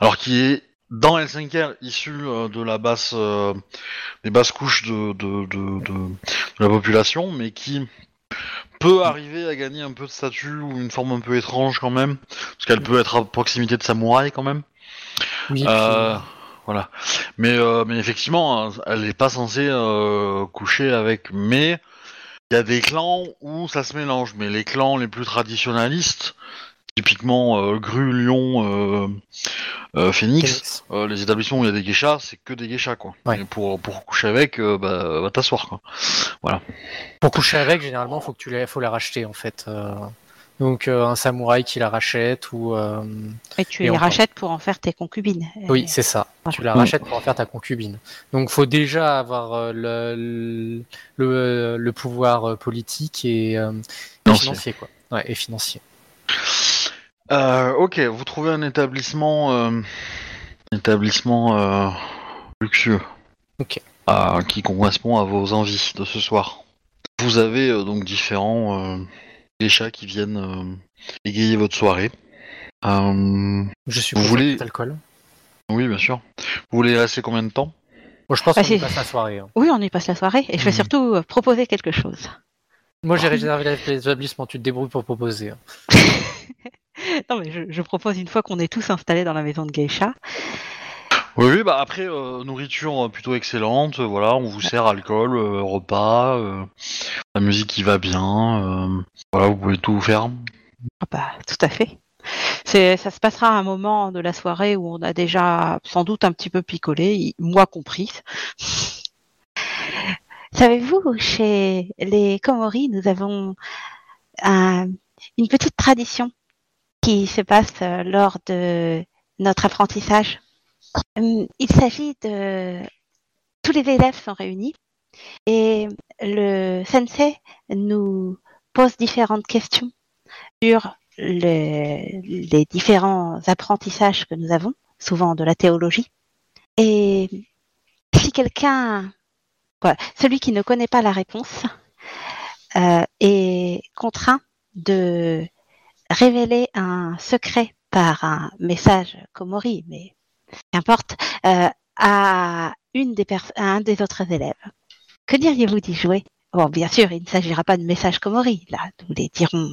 Speaker 1: alors qui est dans L5R issue euh, de la basse, euh, des basses couches de, de, de, de, de la population, mais qui peut arriver à gagner un peu de statut ou une forme un peu étrange quand même, parce qu'elle peut être à proximité de samouraï quand même.
Speaker 3: Oui, puis-
Speaker 1: Euh, voilà. Mais, euh, mais effectivement, hein, elle n'est pas censée euh, coucher avec. Mais il y a des clans où ça se mélange. Mais les clans les plus traditionnalistes, typiquement euh, Gru, Lyon, euh, euh, Phoenix,
Speaker 3: Phoenix.
Speaker 1: euh, les établissements où il y a des geishas, c'est que des geishas quoi.
Speaker 3: Ouais.
Speaker 1: Et pour, pour coucher avec, euh, bah, va t'asseoir quoi.
Speaker 3: Pour coucher avec, généralement, faut que tu la, faut la racheter en fait. Euh, donc euh, un samouraï qui la rachète ou euh,
Speaker 4: Et tu
Speaker 3: Et
Speaker 4: les
Speaker 3: encore.
Speaker 4: rachètes pour en faire tes concubines.
Speaker 3: oui, c'est ça.
Speaker 4: Voilà.
Speaker 3: Tu la rachètes pour en faire ta concubine. Donc faut déjà avoir euh, le, le, le pouvoir euh, politique et, euh, et
Speaker 1: Financier.
Speaker 3: financier quoi. Ouais, et financier.
Speaker 1: Euh, ok, vous trouvez un établissement, euh, un établissement euh, luxueux.
Speaker 3: Ok.
Speaker 1: Ah, qui correspond à vos envies de ce soir. Vous avez euh, donc différents euh, geishas qui viennent euh, égayer votre soirée. Euh,
Speaker 3: Je suppose
Speaker 1: Vous voulez-
Speaker 3: alcool.
Speaker 1: oui, bien sûr. Vous voulez rester combien de temps
Speaker 3: Moi, je pense
Speaker 4: Ah,
Speaker 3: qu'on y
Speaker 4: c'est-
Speaker 3: passe la soirée. hein.
Speaker 4: Oui, on y passe la soirée et je vais
Speaker 3: Mhm.
Speaker 4: surtout euh, proposer quelque chose.
Speaker 3: Moi, j'ai réservé l'établissement. Tu te débrouilles pour proposer. hein.
Speaker 4: Non, mais je, je propose une fois qu'on est tous installés dans la maison de Geisha.
Speaker 1: Oui, oui, bah après euh, nourriture euh, plutôt excellente. euh, Voilà, on vous sert alcool, euh, repas, euh, la musique qui va bien. euh, voilà, vous pouvez tout faire.
Speaker 4: Ah bah, tout à fait. C'est, ça se passera à un moment de la soirée où on a déjà sans doute un petit peu picolé, y- moi comprise.
Speaker 6: Savez-vous, chez les Comori, nous avons un
Speaker 4: une petite tradition qui se passe euh, lors de notre apprentissage. Hum, Il s'agit de... Tous les élèves sont réunis et le sensei nous pose différentes questions sur le- les différents apprentissages que nous avons, souvent de la théologie. Et si quelqu'un, quoi, celui qui ne connaît pas la réponse, euh, est contraint de révéler un secret par un message Komori, mais qu'importe, euh, à, une des pers- à un des autres élèves. Que diriez-vous d'y jouer Bon, bien sûr, il ne s'agira pas de message Komori, là, nous les dirons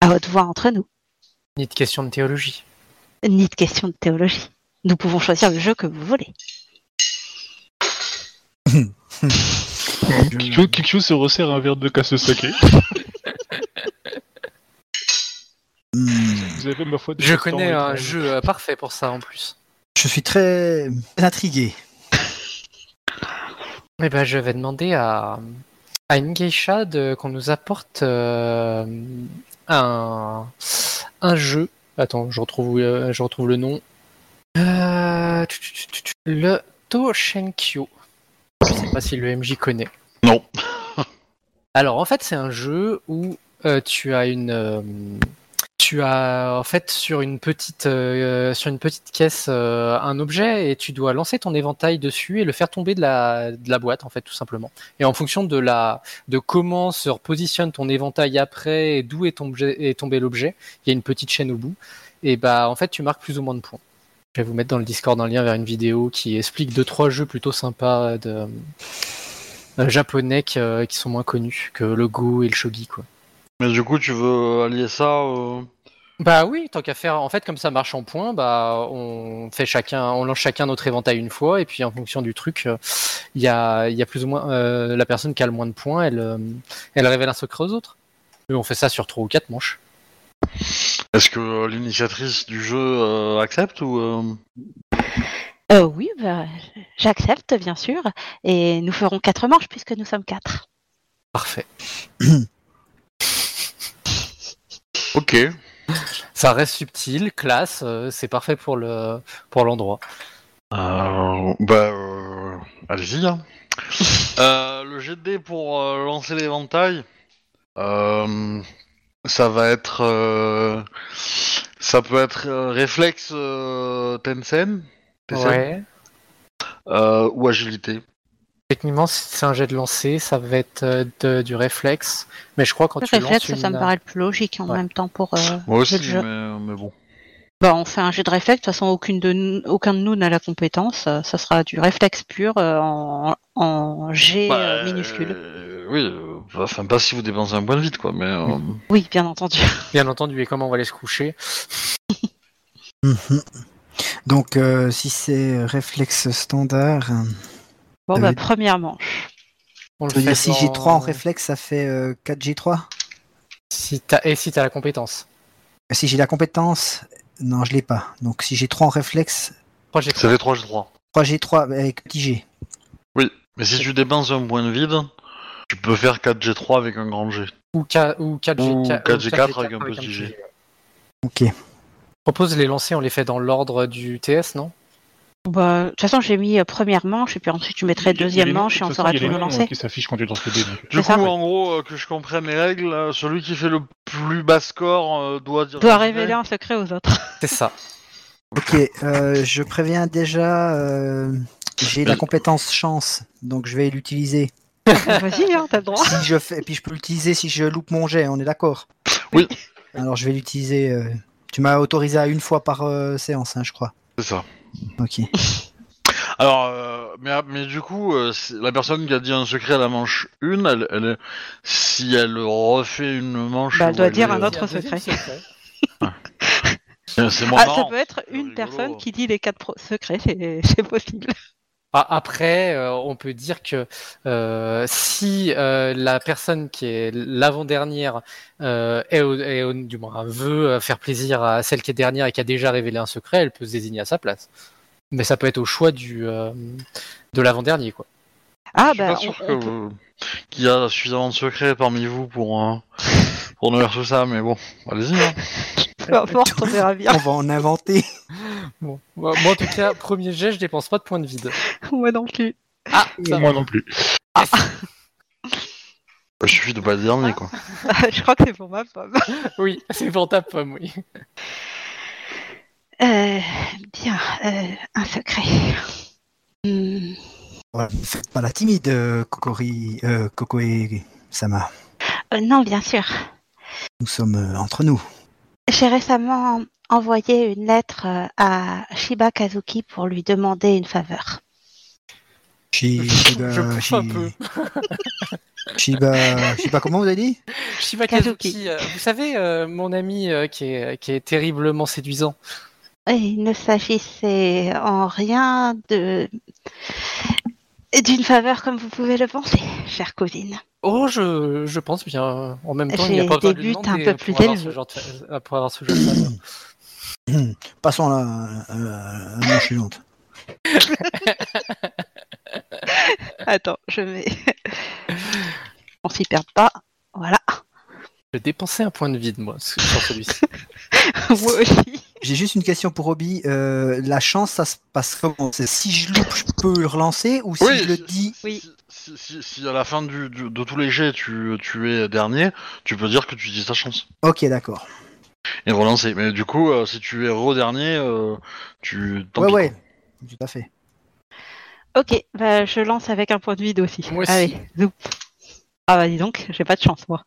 Speaker 4: à haute voix entre nous,
Speaker 3: Ni de question de théologie.
Speaker 4: ni de question de théologie. Nous pouvons choisir le jeu que vous voulez.
Speaker 5: Kikyo, Kikyo se resserre un verre de casse saké.
Speaker 2: Hmm.
Speaker 5: Vous avez ma foi des
Speaker 3: Je
Speaker 5: temps
Speaker 3: connais un
Speaker 5: étranges.
Speaker 3: jeu euh, parfait pour ça en plus.
Speaker 2: Je suis très intrigué.
Speaker 3: Eh ben, je vais demander à, à une geisha de- qu'on nous apporte euh, un, un jeu. Attends, je retrouve, euh, je retrouve le nom. Euh, tu- tu- tu- tu- tu- le Toshenkyo. Je sais pas si le MJ connaît.
Speaker 1: Non.
Speaker 3: Alors, en fait, c'est un jeu où euh, tu as une. euh, tu as en fait sur une petite euh, sur une petite caisse euh, un objet et tu dois lancer ton éventail dessus et le faire tomber de la, de la boîte en fait tout simplement. Et en fonction de la de comment se repositionne ton éventail après et d'où est, tombé- est tombé l'objet, il y a une petite chaîne au bout et bah en fait tu marques plus ou moins de points. Je vais vous mettre dans le Discord un lien vers une vidéo qui explique deux trois jeux plutôt sympas de euh, japonais qui, euh, qui sont moins connus que le Go et le Shogi quoi.
Speaker 1: Mais du coup, tu veux allier ça euh,
Speaker 3: Bah oui, tant qu'à faire. En fait, comme ça marche en points, bah on fait chacun, on lance chacun notre éventail une fois, et puis en fonction du truc, euh, il y a, il y a plus ou moins euh, la personne qui a le moins de points, elle, euh, elle révèle un secret aux autres. Et on fait ça sur trois ou quatre manches.
Speaker 1: Est-ce que euh, l'initiatrice du jeu euh, accepte ou euh,
Speaker 4: Euh, oui, bah, j'accepte, bien sûr. Et nous ferons quatre manches puisque nous sommes quatre.
Speaker 3: Parfait.
Speaker 1: Ok.
Speaker 3: Ça reste subtil, classe, euh, c'est parfait pour le pour l'endroit.
Speaker 1: Euh, bah, euh, allez-y. hein. Euh, le GD pour euh, lancer l'éventail, euh, ça va être, euh, ça peut être euh, réflexe euh, Tensen, Tensen, euh, ou agilité.
Speaker 3: Techniquement, si c'est un jet de lancer, ça va être euh, de- du réflexe, mais je crois quand
Speaker 4: Le
Speaker 3: Oh, tu
Speaker 4: réflexe,
Speaker 3: lances une...
Speaker 4: ça me paraît le plus logique en
Speaker 3: Ouais.
Speaker 4: même temps pour. euh,
Speaker 1: Moi aussi,
Speaker 4: Quel jeu
Speaker 1: mais, mais bon.
Speaker 4: Bah, on fait un jet de réflexe. De toute façon, aucune de nous- aucun de nous n'a la compétence. Euh, Ça sera du réflexe pur euh, en, en jet
Speaker 1: Bah,
Speaker 4: euh, minuscule.
Speaker 1: euh, oui, euh, bah, enfin pas si vous dépensez un point de vie, quoi, mais. euh,
Speaker 4: Oui, bien entendu.
Speaker 3: bien entendu, et comment on va aller se coucher
Speaker 2: Mhm. Donc, euh, si c'est réflexe standard, euh,
Speaker 4: Bon,
Speaker 2: Ah
Speaker 4: bah,
Speaker 2: oui.
Speaker 4: première manche.
Speaker 3: On le
Speaker 2: je veux dire,
Speaker 3: fait
Speaker 2: si j'ai 3 en
Speaker 3: dans-
Speaker 2: réflexe, ça fait euh, 4G3
Speaker 3: Si t'as- Et si t'as la compétence
Speaker 2: Si j'ai la compétence, non, je l'ai pas. Donc, si j'ai 3 en réflexe,
Speaker 3: Trois, j'ai
Speaker 1: Ça fait 3 3
Speaker 2: 3G3 avec petit G.
Speaker 1: Oui, mais si tu dépenses un point de vide, tu peux faire 4G3 avec un grand G.
Speaker 3: Ou, K- ou 4G4
Speaker 1: Ou
Speaker 3: ou
Speaker 1: 4G4 avec un petit G.
Speaker 2: Ok.
Speaker 3: Je propose les lancer, on les fait dans l'ordre du TS, non
Speaker 4: Bah, de toute façon, j'ai mis euh, première manche et puis ensuite tu mettrais deuxième manche et on saura
Speaker 5: tout
Speaker 4: tout le lancer.
Speaker 5: qui s'affiche quand tu lances le dé. donc.
Speaker 1: Du
Speaker 4: C'est
Speaker 1: coup,
Speaker 4: ça.
Speaker 1: en gros, euh, que je comprenne les règles, euh, celui qui fait le plus bas score euh, doit dire.
Speaker 4: Doit révéler un secret aux autres.
Speaker 3: C'est ça.
Speaker 2: Ok, euh, je préviens déjà, euh, j'ai la
Speaker 1: Euh.
Speaker 2: compétence chance, donc je vais l'utiliser.
Speaker 4: Vas-y, hein, t'as le droit.
Speaker 2: Si je fais, et puis je peux l'utiliser si je loupe mon jet, on est d'accord
Speaker 1: Oui.
Speaker 2: Alors je vais l'utiliser. euh, tu m'as autorisé à une fois par euh, séance, hein, je crois.
Speaker 1: C'est ça.
Speaker 2: Ok.
Speaker 1: Alors, euh, mais, mais du coup, euh, c'est- la personne qui a dit un secret à la manche 1, elle, elle est- si elle refait une manche.
Speaker 4: Bah, elle
Speaker 1: où
Speaker 4: doit dire
Speaker 1: est,
Speaker 4: un
Speaker 1: euh,
Speaker 4: autre secret.
Speaker 1: euh, C'est moins
Speaker 4: Ah, ça
Speaker 1: marrant.
Speaker 4: peut être
Speaker 1: C'est
Speaker 4: une
Speaker 1: rigolo.
Speaker 4: personne qui dit les quatre pro- secrets, c'est c'est possible.
Speaker 3: Ah, Après, euh, on peut dire que euh, si euh, la personne qui est l'avant-dernière euh, est, au- est au- du moins veut euh, faire plaisir à celle qui est dernière et qui a déjà révélé un secret, elle peut se désigner à sa place. Mais ça peut être au choix du euh, de l'avant-dernier, quoi.
Speaker 4: Ah
Speaker 1: je suis
Speaker 4: bah,
Speaker 1: pas sûr
Speaker 4: on-
Speaker 1: que
Speaker 4: on peut-
Speaker 1: vous- qu'il y a suffisamment de secrets parmi vous pour. euh, pour ne verser ça, mais bon, allez-y. hein.
Speaker 4: Peu importe, on verra bien.
Speaker 3: Ah.
Speaker 2: On va en inventer.
Speaker 3: Bon. Moi, moi, en tout cas, premier jet, je dépense pas de points de vide.
Speaker 4: Moi non plus.
Speaker 3: Ah, ça va.
Speaker 5: euh, Moi non plus.
Speaker 1: Bah, Il suffit de pas le dernier, quoi.
Speaker 4: Bah, je crois que c'est pour ma pomme.
Speaker 3: oui, c'est pour ta pomme, oui.
Speaker 4: Euh, bien, euh, un secret. Hmm.
Speaker 2: Voilà, ne faites pas la timide, euh, Kokori, euh, Coco et Sama.
Speaker 4: Euh, non, bien sûr.
Speaker 2: Nous sommes euh, entre nous.
Speaker 4: J'ai récemment envoyé une lettre euh, à Shiba Kazuki pour lui demander une faveur.
Speaker 2: Shi- Shiba,
Speaker 3: je bouffe un
Speaker 2: Shi-
Speaker 3: peu.
Speaker 2: Shiba, Shiba, comment vous avez dit
Speaker 3: Shiba
Speaker 4: Kazuki.
Speaker 3: Kazuki, euh, vous savez, euh, mon ami euh, qui, est, qui est terriblement séduisant.
Speaker 4: Et Il ne s'agissait en rien de d'une faveur comme vous pouvez le penser, chère cousine.
Speaker 3: Oh, je, je pense bien. En même temps, il n'y a
Speaker 4: J'ai
Speaker 3: pas besoin de
Speaker 4: des
Speaker 3: lui
Speaker 4: buts
Speaker 3: demander
Speaker 4: un peu plus
Speaker 3: pour avoir ce
Speaker 4: élevés.
Speaker 3: genre de fa- euh, pour avoir ce genre de faveur.
Speaker 2: Passons à la, à la- à la manche suivante.
Speaker 4: Attends, je vais. On s'y perd pas. Voilà.
Speaker 3: Je dépensais un point de vide, moi, sur sur celui-ci.
Speaker 4: Moi aussi.
Speaker 2: J'ai juste une question pour Roby. Euh, la chance, ça se passe comment C'est Si je loupe, je peux le relancer ou si
Speaker 1: Oui.
Speaker 2: je le dis
Speaker 4: Oui.
Speaker 1: Si, si- si à la fin du- du- de tous les jets, tu, tu es dernier, tu peux dire que tu dis ta chance.
Speaker 2: Ok, d'accord.
Speaker 1: Et relancer. Mais du coup, euh, si tu es re-dernier, euh, tu... tant
Speaker 2: Ouais,
Speaker 1: pis,
Speaker 2: ouais. Tout à fait.
Speaker 4: Ok, bah, je lance avec un point de vide aussi.
Speaker 3: Moi aussi.
Speaker 4: Allez, zoup. Ah bah dis donc, j'ai pas de chance moi.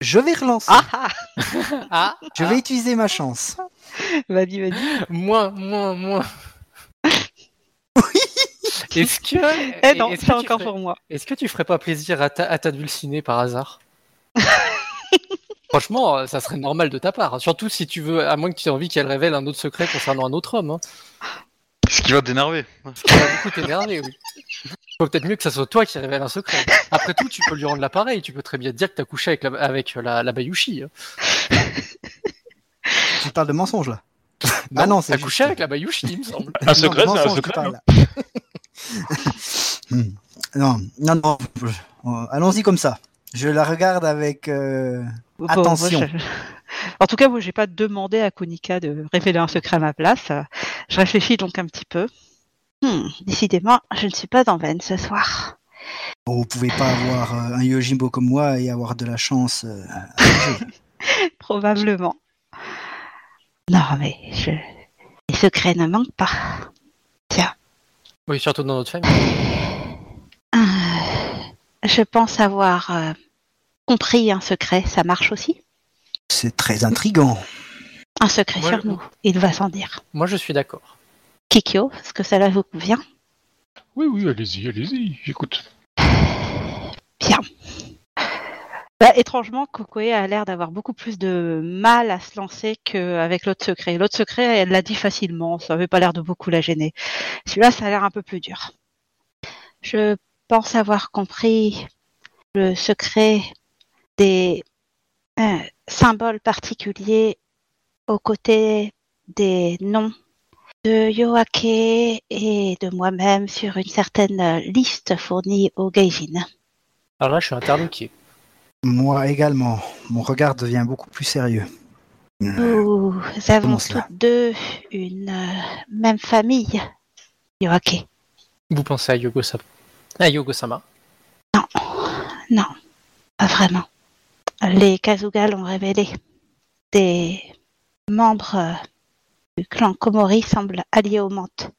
Speaker 2: Je vais relancer.
Speaker 4: Ah ah
Speaker 3: Ah,
Speaker 2: je vais utiliser ma chance.
Speaker 4: Vas-y, vas-y.
Speaker 3: moins, moins, moins. Est-ce que.
Speaker 4: Eh non,
Speaker 3: est-ce que tu
Speaker 4: c'est encore
Speaker 3: ferais-
Speaker 4: pour moi.
Speaker 3: Est-ce que tu ferais pas plaisir à ta, à ta dulcinée par hasard Franchement, euh, ça serait normal de ta part. Surtout si tu veux, à moins que tu aies envie qu'elle révèle un autre secret concernant un autre homme. Hein.
Speaker 1: quoi. Ce qui va t'énerver.
Speaker 3: Ce qui va beaucoup t'énerver, oui. Faut peut-être mieux que ça soit toi qui révèle un secret. Après tout, tu peux lui rendre l'appareil. Tu peux très bien dire que t'as couché avec la, avec la, la Bayushi. hein.
Speaker 2: Tu parles de mensonge là. Ah non, c'est
Speaker 3: T'as
Speaker 2: juste-
Speaker 3: couché avec la Bayushi, il me semble.
Speaker 5: Un secret,
Speaker 2: Non,
Speaker 5: c'est un
Speaker 2: mensonge, tu
Speaker 5: secret.
Speaker 2: parles, là. Hmm. non, non, non. Euh, Allons-y comme ça. Je la regarde avec. euh,
Speaker 4: Bon,
Speaker 2: Attention.
Speaker 4: moi, je- En tout cas, moi, j'ai pas demandé à Konika de révéler un secret à ma place. Euh, Je réfléchis donc un petit peu. Hmm, décidément, je ne suis pas en veine ce soir.
Speaker 2: bon, vous pouvez pas avoir euh, un Yojimbo comme moi et avoir de la chance. euh,
Speaker 4: Probablement. Non, mais je... les secrets ne manquent pas.
Speaker 3: Oui, surtout dans notre famille.
Speaker 4: Euh, Je pense avoir euh, compris un secret. Ça marche aussi
Speaker 2: C'est très intrigant.
Speaker 4: Un secret
Speaker 3: Moi,
Speaker 4: sur
Speaker 3: je-
Speaker 4: nous. Il va sans dire.
Speaker 3: Moi, je suis d'accord.
Speaker 4: Kikyo, est-ce que cela vous convient
Speaker 5: Oui, oui, allez-y, allez-y, j'écoute.
Speaker 4: Bah, étrangement, Kokoe a l'air d'avoir beaucoup plus de mal à se lancer qu'avec l'autre secret. L'autre secret, elle l'a dit facilement, ça avait pas l'air de beaucoup la gêner. Celui-là, ça a l'air un peu plus dur. Je pense avoir compris le secret des euh, symboles particuliers aux côtés des noms de Yoake et de moi-même sur une certaine euh, liste fournie au Gaijin.
Speaker 3: Alors là, je suis interloqué.
Speaker 2: Moi également. Mon regard devient beaucoup plus sérieux.
Speaker 4: Nous
Speaker 2: Comment
Speaker 4: avons
Speaker 2: cela
Speaker 4: toutes deux une euh, même famille. Yoake.
Speaker 3: Vous pensez à Yogo Sama À Yogo Sama.
Speaker 4: Non, non, pas vraiment. Les Kazuga l'ont révélé. Des membres euh, du clan Komori semblent alliés au Mante.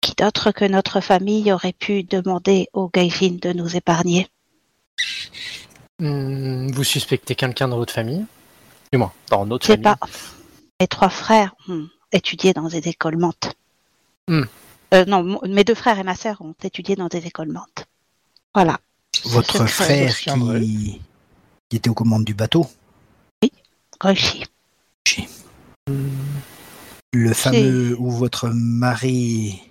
Speaker 4: Qui d'autre que notre famille aurait pu demander aux Gaijin de nous épargner
Speaker 3: Hmm, vous suspectez quelqu'un dans votre famille Du moins, dans notre
Speaker 4: Je sais
Speaker 3: famille.
Speaker 4: pas. Mes trois frères ont étudié dans des écoles Mante.
Speaker 3: Hmm.
Speaker 4: Euh, non, mon- mes deux frères et ma sœur ont étudié dans des écoles Mante. Voilà.
Speaker 2: Votre
Speaker 4: secret.
Speaker 2: frère
Speaker 5: C'est un vrai.
Speaker 2: qui... qui était aux commandes du bateau,
Speaker 4: Koichi.
Speaker 2: le fameux où votre mari.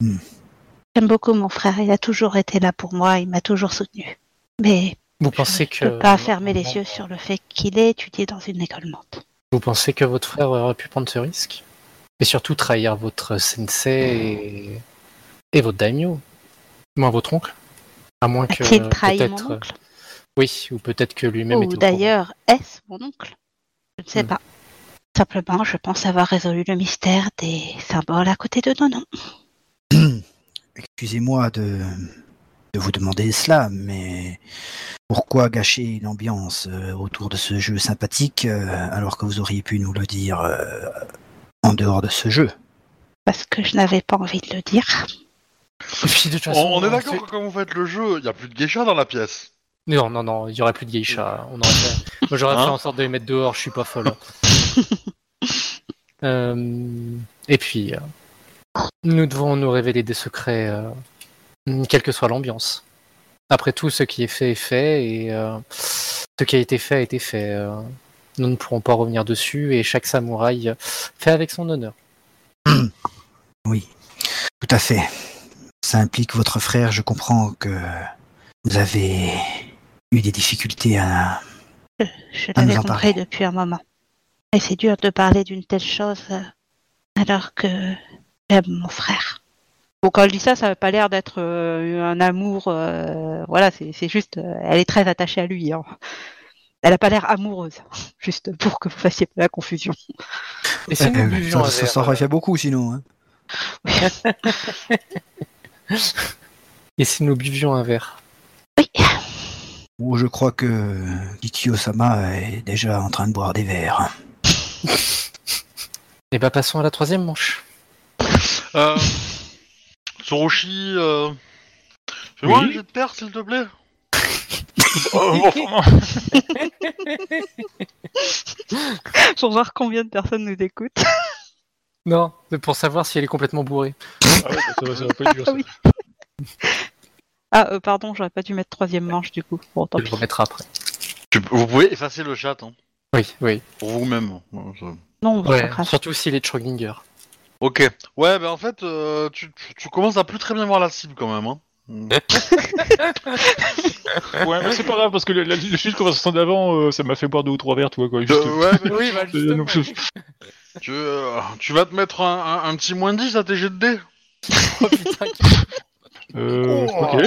Speaker 4: J'aime beaucoup mon frère, il a toujours été là pour moi, il m'a toujours soutenu. Mais
Speaker 3: Vous pensez
Speaker 4: je
Speaker 3: que.
Speaker 4: ne peux pas fermer les yeux sur le fait qu'il ait étudié dans une école mente.
Speaker 3: Vous pensez que votre frère aurait pu prendre ce risque Et surtout trahir votre sensei et, et votre daimyo Moins votre oncle À moins que.
Speaker 4: A-t-il trahi mon
Speaker 3: peut-être-
Speaker 4: oncle
Speaker 3: Oui, ou peut-être que lui-même
Speaker 4: Ou
Speaker 3: était au
Speaker 4: d'ailleurs, est-ce mon oncle Je ne sais
Speaker 3: Hmm.
Speaker 4: pas. Simplement, je pense avoir résolu le mystère des symboles à côté de nos noms.
Speaker 2: Excusez-moi de, de vous demander cela, mais pourquoi gâcher l'ambiance euh, autour de ce jeu sympathique euh, alors que vous auriez pu nous le dire euh, en dehors de ce jeu
Speaker 4: Parce que je n'avais pas envie de le dire.
Speaker 3: courant. Et puis, de toute
Speaker 1: On,
Speaker 3: façon,
Speaker 1: on est
Speaker 3: tu-
Speaker 1: d'accord que quand vous faites le jeu, il n'y a plus de geisha dans la pièce.
Speaker 3: Non, non, non, il y aurait plus de geisha. On aurait fait- Moi, j'aurais
Speaker 1: Hein
Speaker 3: fait en sorte de les mettre dehors, je suis pas folle. Euh, Et puis, euh, nous devons nous révéler des secrets, euh, quelle que soit l'ambiance. Après tout, ce qui est fait est fait, et euh, ce qui a été fait a été fait. euh, Nous ne pourrons pas revenir dessus, et chaque samouraï fait avec son honneur.
Speaker 2: Oui, tout à fait. Ça implique votre frère, je comprends que vous avez eu des difficultés à...
Speaker 4: Je
Speaker 2: Ah, nous
Speaker 4: l'avais
Speaker 2: en
Speaker 4: compris
Speaker 2: parlons.
Speaker 4: depuis un moment. Et c'est dur de parler d'une telle chose euh, alors que j'aime mon frère. Bon, quand elle dit ça, ça n'a pas l'air d'être euh, un amour. euh, voilà, c'est c'est juste, euh, elle est très attachée à lui. hein. Elle n'a pas l'air amoureuse, juste pour que vous fassiez pas la confusion.
Speaker 3: Et si nous
Speaker 2: Euh,
Speaker 3: buvions un
Speaker 2: ça, ça,
Speaker 3: verre,
Speaker 2: ça
Speaker 3: euh,
Speaker 2: revient beaucoup sinon. hein.
Speaker 3: euh, et si nous buvions un verre
Speaker 2: Ou je crois que Kikyo-sama est déjà en train de boire des verres. hein.
Speaker 3: Eh ben, passons à la troisième manche.
Speaker 1: Euh, Soroshi, euh... fais-moi
Speaker 5: Oui.
Speaker 1: un jet de terre, s'il te plaît.
Speaker 5: Oh, bon, franchement,
Speaker 4: Pour voir combien de personnes nous écoutent.
Speaker 3: Non, mais pour savoir si elle est complètement bourrée.
Speaker 5: ah ouais, ça, va, ça va pas être dur. ça.
Speaker 4: Ah oui. Ah, euh, pardon, j'aurais pas dû mettre troisième manche du coup. Bon, tant
Speaker 3: On le
Speaker 4: pis.
Speaker 3: remettra après.
Speaker 1: Tu- vous pouvez effacer le chat, hein,
Speaker 3: Oui, oui.
Speaker 1: pour vous-même. Ouais, ça-
Speaker 4: Non, c'est pas grave.
Speaker 3: Surtout s'il est de Schrödinger.
Speaker 1: Ok. Ouais, bah en fait, euh, tu, tu- tu commences à plus très bien voir la cible quand même. Hein.
Speaker 2: Eh,
Speaker 5: Ouais, mais c'est pas grave parce que le, la- le sujet de conversation d'avant, euh, ça m'a fait boire deux ou trois verres, tu vois quoi. juste-
Speaker 1: Euh, ouais, mais
Speaker 3: Oui, bah
Speaker 5: Euh, donc, je-
Speaker 1: tu, euh, tu vas te mettre un, un- un petit moins 10 à tes jets de dés.
Speaker 2: Oh,
Speaker 1: Oh.
Speaker 5: euh, ok.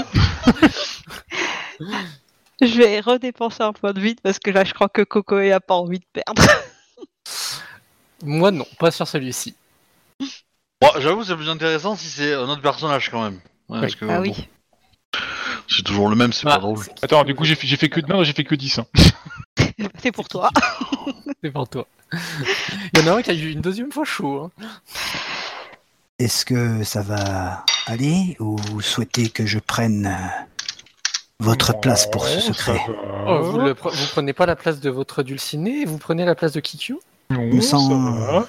Speaker 4: Je vais redépenser un point de vide parce que là, je crois que Cocoé a pas envie de perdre.
Speaker 3: Moi non, pas sur celui-ci.
Speaker 1: Bon, j'avoue, c'est plus intéressant si c'est un autre personnage quand même. Ouais, parce que,
Speaker 4: ah
Speaker 1: bon,
Speaker 4: oui.
Speaker 1: c'est toujours le même, c'est
Speaker 3: Ah,
Speaker 1: pas drôle.
Speaker 5: Attends, du coup, j'ai fait, j'ai fait que non, j'ai fait que 10. hein.
Speaker 4: C'est pour toi.
Speaker 3: C'est pour toi. Il y en a un qui a eu une deuxième fois chaud. hein.
Speaker 2: Est-ce que ça va aller ou vous souhaitez que je prenne euh, votre place pour ce
Speaker 5: Oh,
Speaker 2: secret
Speaker 5: ça va.
Speaker 3: Oh, vous, le pre- vous prenez pas la place de votre dulciné, vous prenez la place de Kikyo
Speaker 5: Non, ça
Speaker 2: semble-
Speaker 5: va.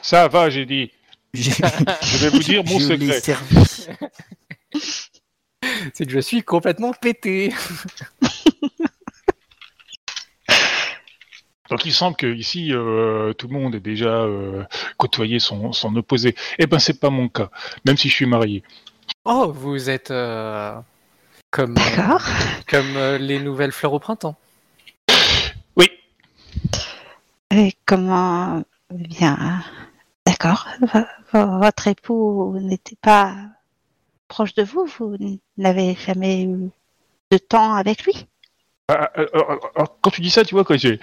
Speaker 5: Ça va, j'ai dit.
Speaker 2: J'ai-
Speaker 5: Je vais vous dire mon
Speaker 2: je l'ai
Speaker 5: secret.
Speaker 2: servi.
Speaker 3: C'est que je suis complètement pété.
Speaker 5: Donc il semble que ici euh, tout le monde ait déjà euh, côtoyé son, son opposé. Eh ben c'est pas mon cas, même si je suis marié.
Speaker 3: Oh, vous êtes euh, comme euh,
Speaker 4: D'accord.
Speaker 3: comme euh, les nouvelles fleurs au printemps.
Speaker 4: Et comment Bien. D'accord. V- v- Votre époux n'était pas proche de vous. Vous n'avez jamais eu de temps avec lui.
Speaker 5: Ah, ah, ah, ah, ah, quand tu dis ça, tu vois quoi, j'ai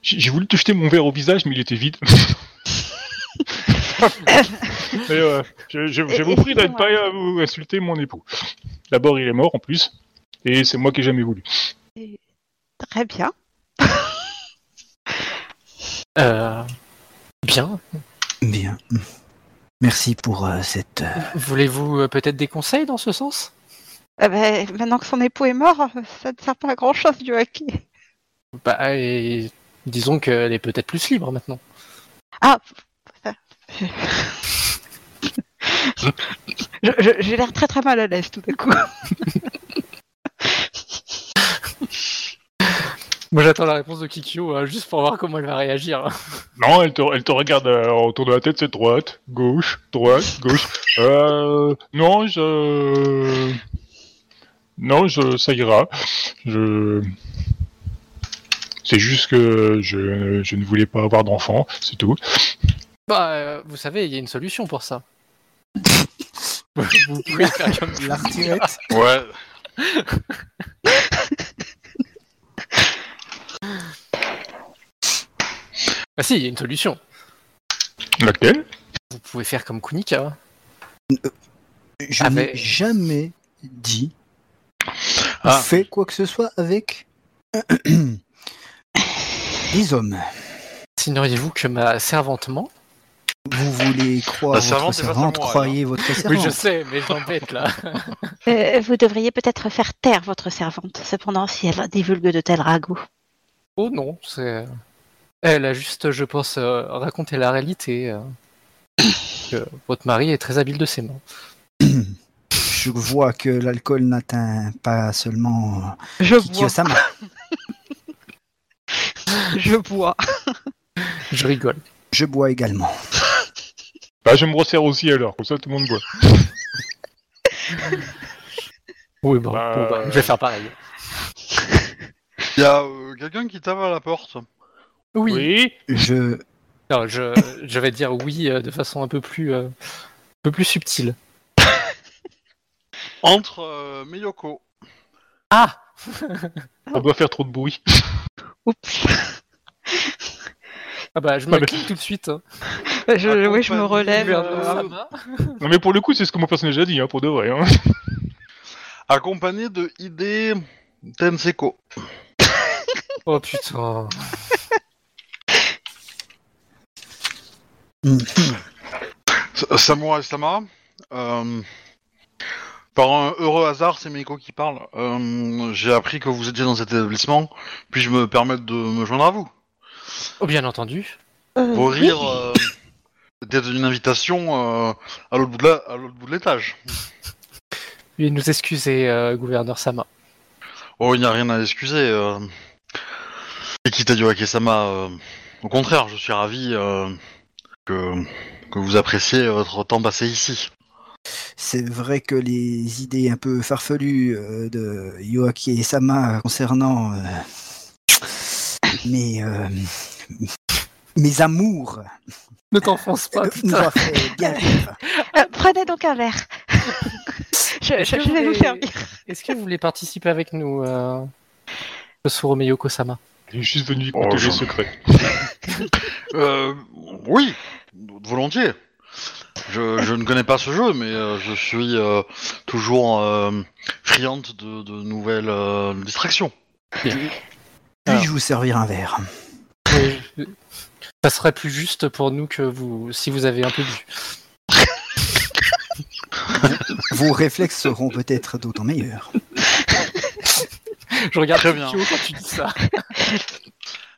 Speaker 5: j'ai j'ai voulu te jeter mon verre au visage, mais il était vide. mais euh, je, je- je vous prie de ne pas euh, vous insulter mon époux. D'abord il est mort en plus, et c'est moi qui ai jamais voulu.
Speaker 4: Très bien.
Speaker 3: Euh, bien.
Speaker 2: Bien. Merci pour euh, cette. euh,
Speaker 3: Voulez-vous euh, peut-être des conseils dans ce sens
Speaker 4: Eh ben, maintenant que son époux est mort, ça ne sert pas à grand chose du hockey.
Speaker 3: Bah, et disons qu'elle est peut-être plus libre maintenant.
Speaker 4: Ah ça. Je- je- J'ai l'air très très mal à l'aise tout d'un coup.
Speaker 3: Moi, j'attends la réponse de Kikyo hein, juste pour voir comment elle va réagir.
Speaker 5: Non, elle te, elle te regarde euh, autour de la tête, c'est droite, gauche, droite, gauche. Euh, non, je... Non, je, ça ira. Je... C'est juste que je, je ne voulais pas avoir d'enfant, c'est tout.
Speaker 3: Bah, euh, vous savez, il y a une solution pour ça. vous pouvez faire comme
Speaker 2: La retirette.
Speaker 1: Ouais.
Speaker 3: Ah si, il y a une solution.
Speaker 5: Laquelle
Speaker 3: Vous pouvez faire comme Kunika. hein.
Speaker 2: Je
Speaker 3: Ah,
Speaker 2: n'ai
Speaker 3: mais-
Speaker 2: jamais dit
Speaker 1: Ah.
Speaker 2: fait quoi que ce soit avec des hommes.
Speaker 3: Signeriez-vous que ma servante ment
Speaker 2: Vous voulez croire
Speaker 5: Bah,
Speaker 1: La
Speaker 2: votre
Speaker 1: servante
Speaker 2: servante,
Speaker 1: est face à moi,
Speaker 2: croyez votre servante.
Speaker 3: Oui, je sais, mais je m'embête là.
Speaker 4: Euh, vous devriez peut-être faire taire votre servante, cependant, si elle divulgue de tels ragots.
Speaker 3: Oh non, c'est. Elle a juste, je pense, euh, raconté la réalité. euh, que votre mari est très habile de ses mains.
Speaker 2: Je vois que l'alcool n'atteint pas seulement
Speaker 4: Je
Speaker 2: Kikyo-sama.
Speaker 4: je bois.
Speaker 3: Je rigole.
Speaker 2: Je bois également.
Speaker 5: Bah, je me resserre aussi alors, comme ça tout le monde boit.
Speaker 3: Oui, bon,
Speaker 5: Bah,
Speaker 3: bon, bah, je vais faire pareil.
Speaker 1: Il y a euh, quelqu'un qui tape à la porte.
Speaker 3: Oui.
Speaker 2: Je,
Speaker 3: Non, je, je vais dire oui euh, de façon un peu plus, euh, un peu plus subtile.
Speaker 1: Entre euh, Miyoko.
Speaker 3: Ah
Speaker 5: on doit faire trop de bruit.
Speaker 4: Oups.
Speaker 3: Ah bah je
Speaker 5: Ah,
Speaker 3: me
Speaker 5: mais-
Speaker 3: clique tout de suite. hein.
Speaker 4: Je, oui, je
Speaker 1: Accompagné
Speaker 4: me
Speaker 3: Eh
Speaker 4: relève.
Speaker 3: ben,
Speaker 1: vers-
Speaker 4: euh,
Speaker 1: Ah,
Speaker 5: Non mais pour le coup, c'est ce que mon personnage a dit, hein, pour de vrai. hein.
Speaker 1: Accompagné de Ide Tenseko.
Speaker 3: Oh putain.
Speaker 1: S- Samurai Sama. euh, par un heureux hasard, c'est Miyoko qui parle. Euh, J'ai appris que vous étiez dans cet établissement. Puis-je me permettre de me joindre à vous
Speaker 3: Oh bien entendu.
Speaker 4: euh,
Speaker 1: Vos
Speaker 4: oui.
Speaker 1: rires euh, étaient une invitation euh, à l'autre bout de la- à l'autre bout de l'étage.
Speaker 3: Veuillez nous excuser, euh, gouverneur Sama.
Speaker 1: Oh, il n'y a rien à excuser. Euh... Ikitadio Akesama, euh, au contraire, je suis ravi euh, que, que vous appréciez votre temps passé ici.
Speaker 2: C'est vrai que les idées un peu farfelues euh, de Yoaki et Sama concernant euh, mes, euh, mes amours
Speaker 3: Ne t'enfonce pas,
Speaker 2: euh, nous
Speaker 3: putain.
Speaker 2: a fait bien rire.
Speaker 4: Euh, prenez donc un verre. je, je- je vais vous servir.
Speaker 3: Est-ce que vous voulez participer avec nous euh, le Surome Yoko Sama
Speaker 5: Il est juste venu
Speaker 1: Oh,
Speaker 5: conter
Speaker 1: je-
Speaker 5: les secrets.
Speaker 1: Euh, oui, volontiers. Je, je ne connais pas ce jeu, mais euh, je suis euh, toujours euh, friande de, de nouvelles euh, distractions.
Speaker 2: Puis-je vous servir un verre
Speaker 3: Ça serait plus juste pour nous que vous si vous avez un peu bu.
Speaker 2: Vos réflexes seront peut-être d'autant meilleurs.
Speaker 3: Je regarde
Speaker 1: Très bien.
Speaker 3: Kikyo quand tu dis ça.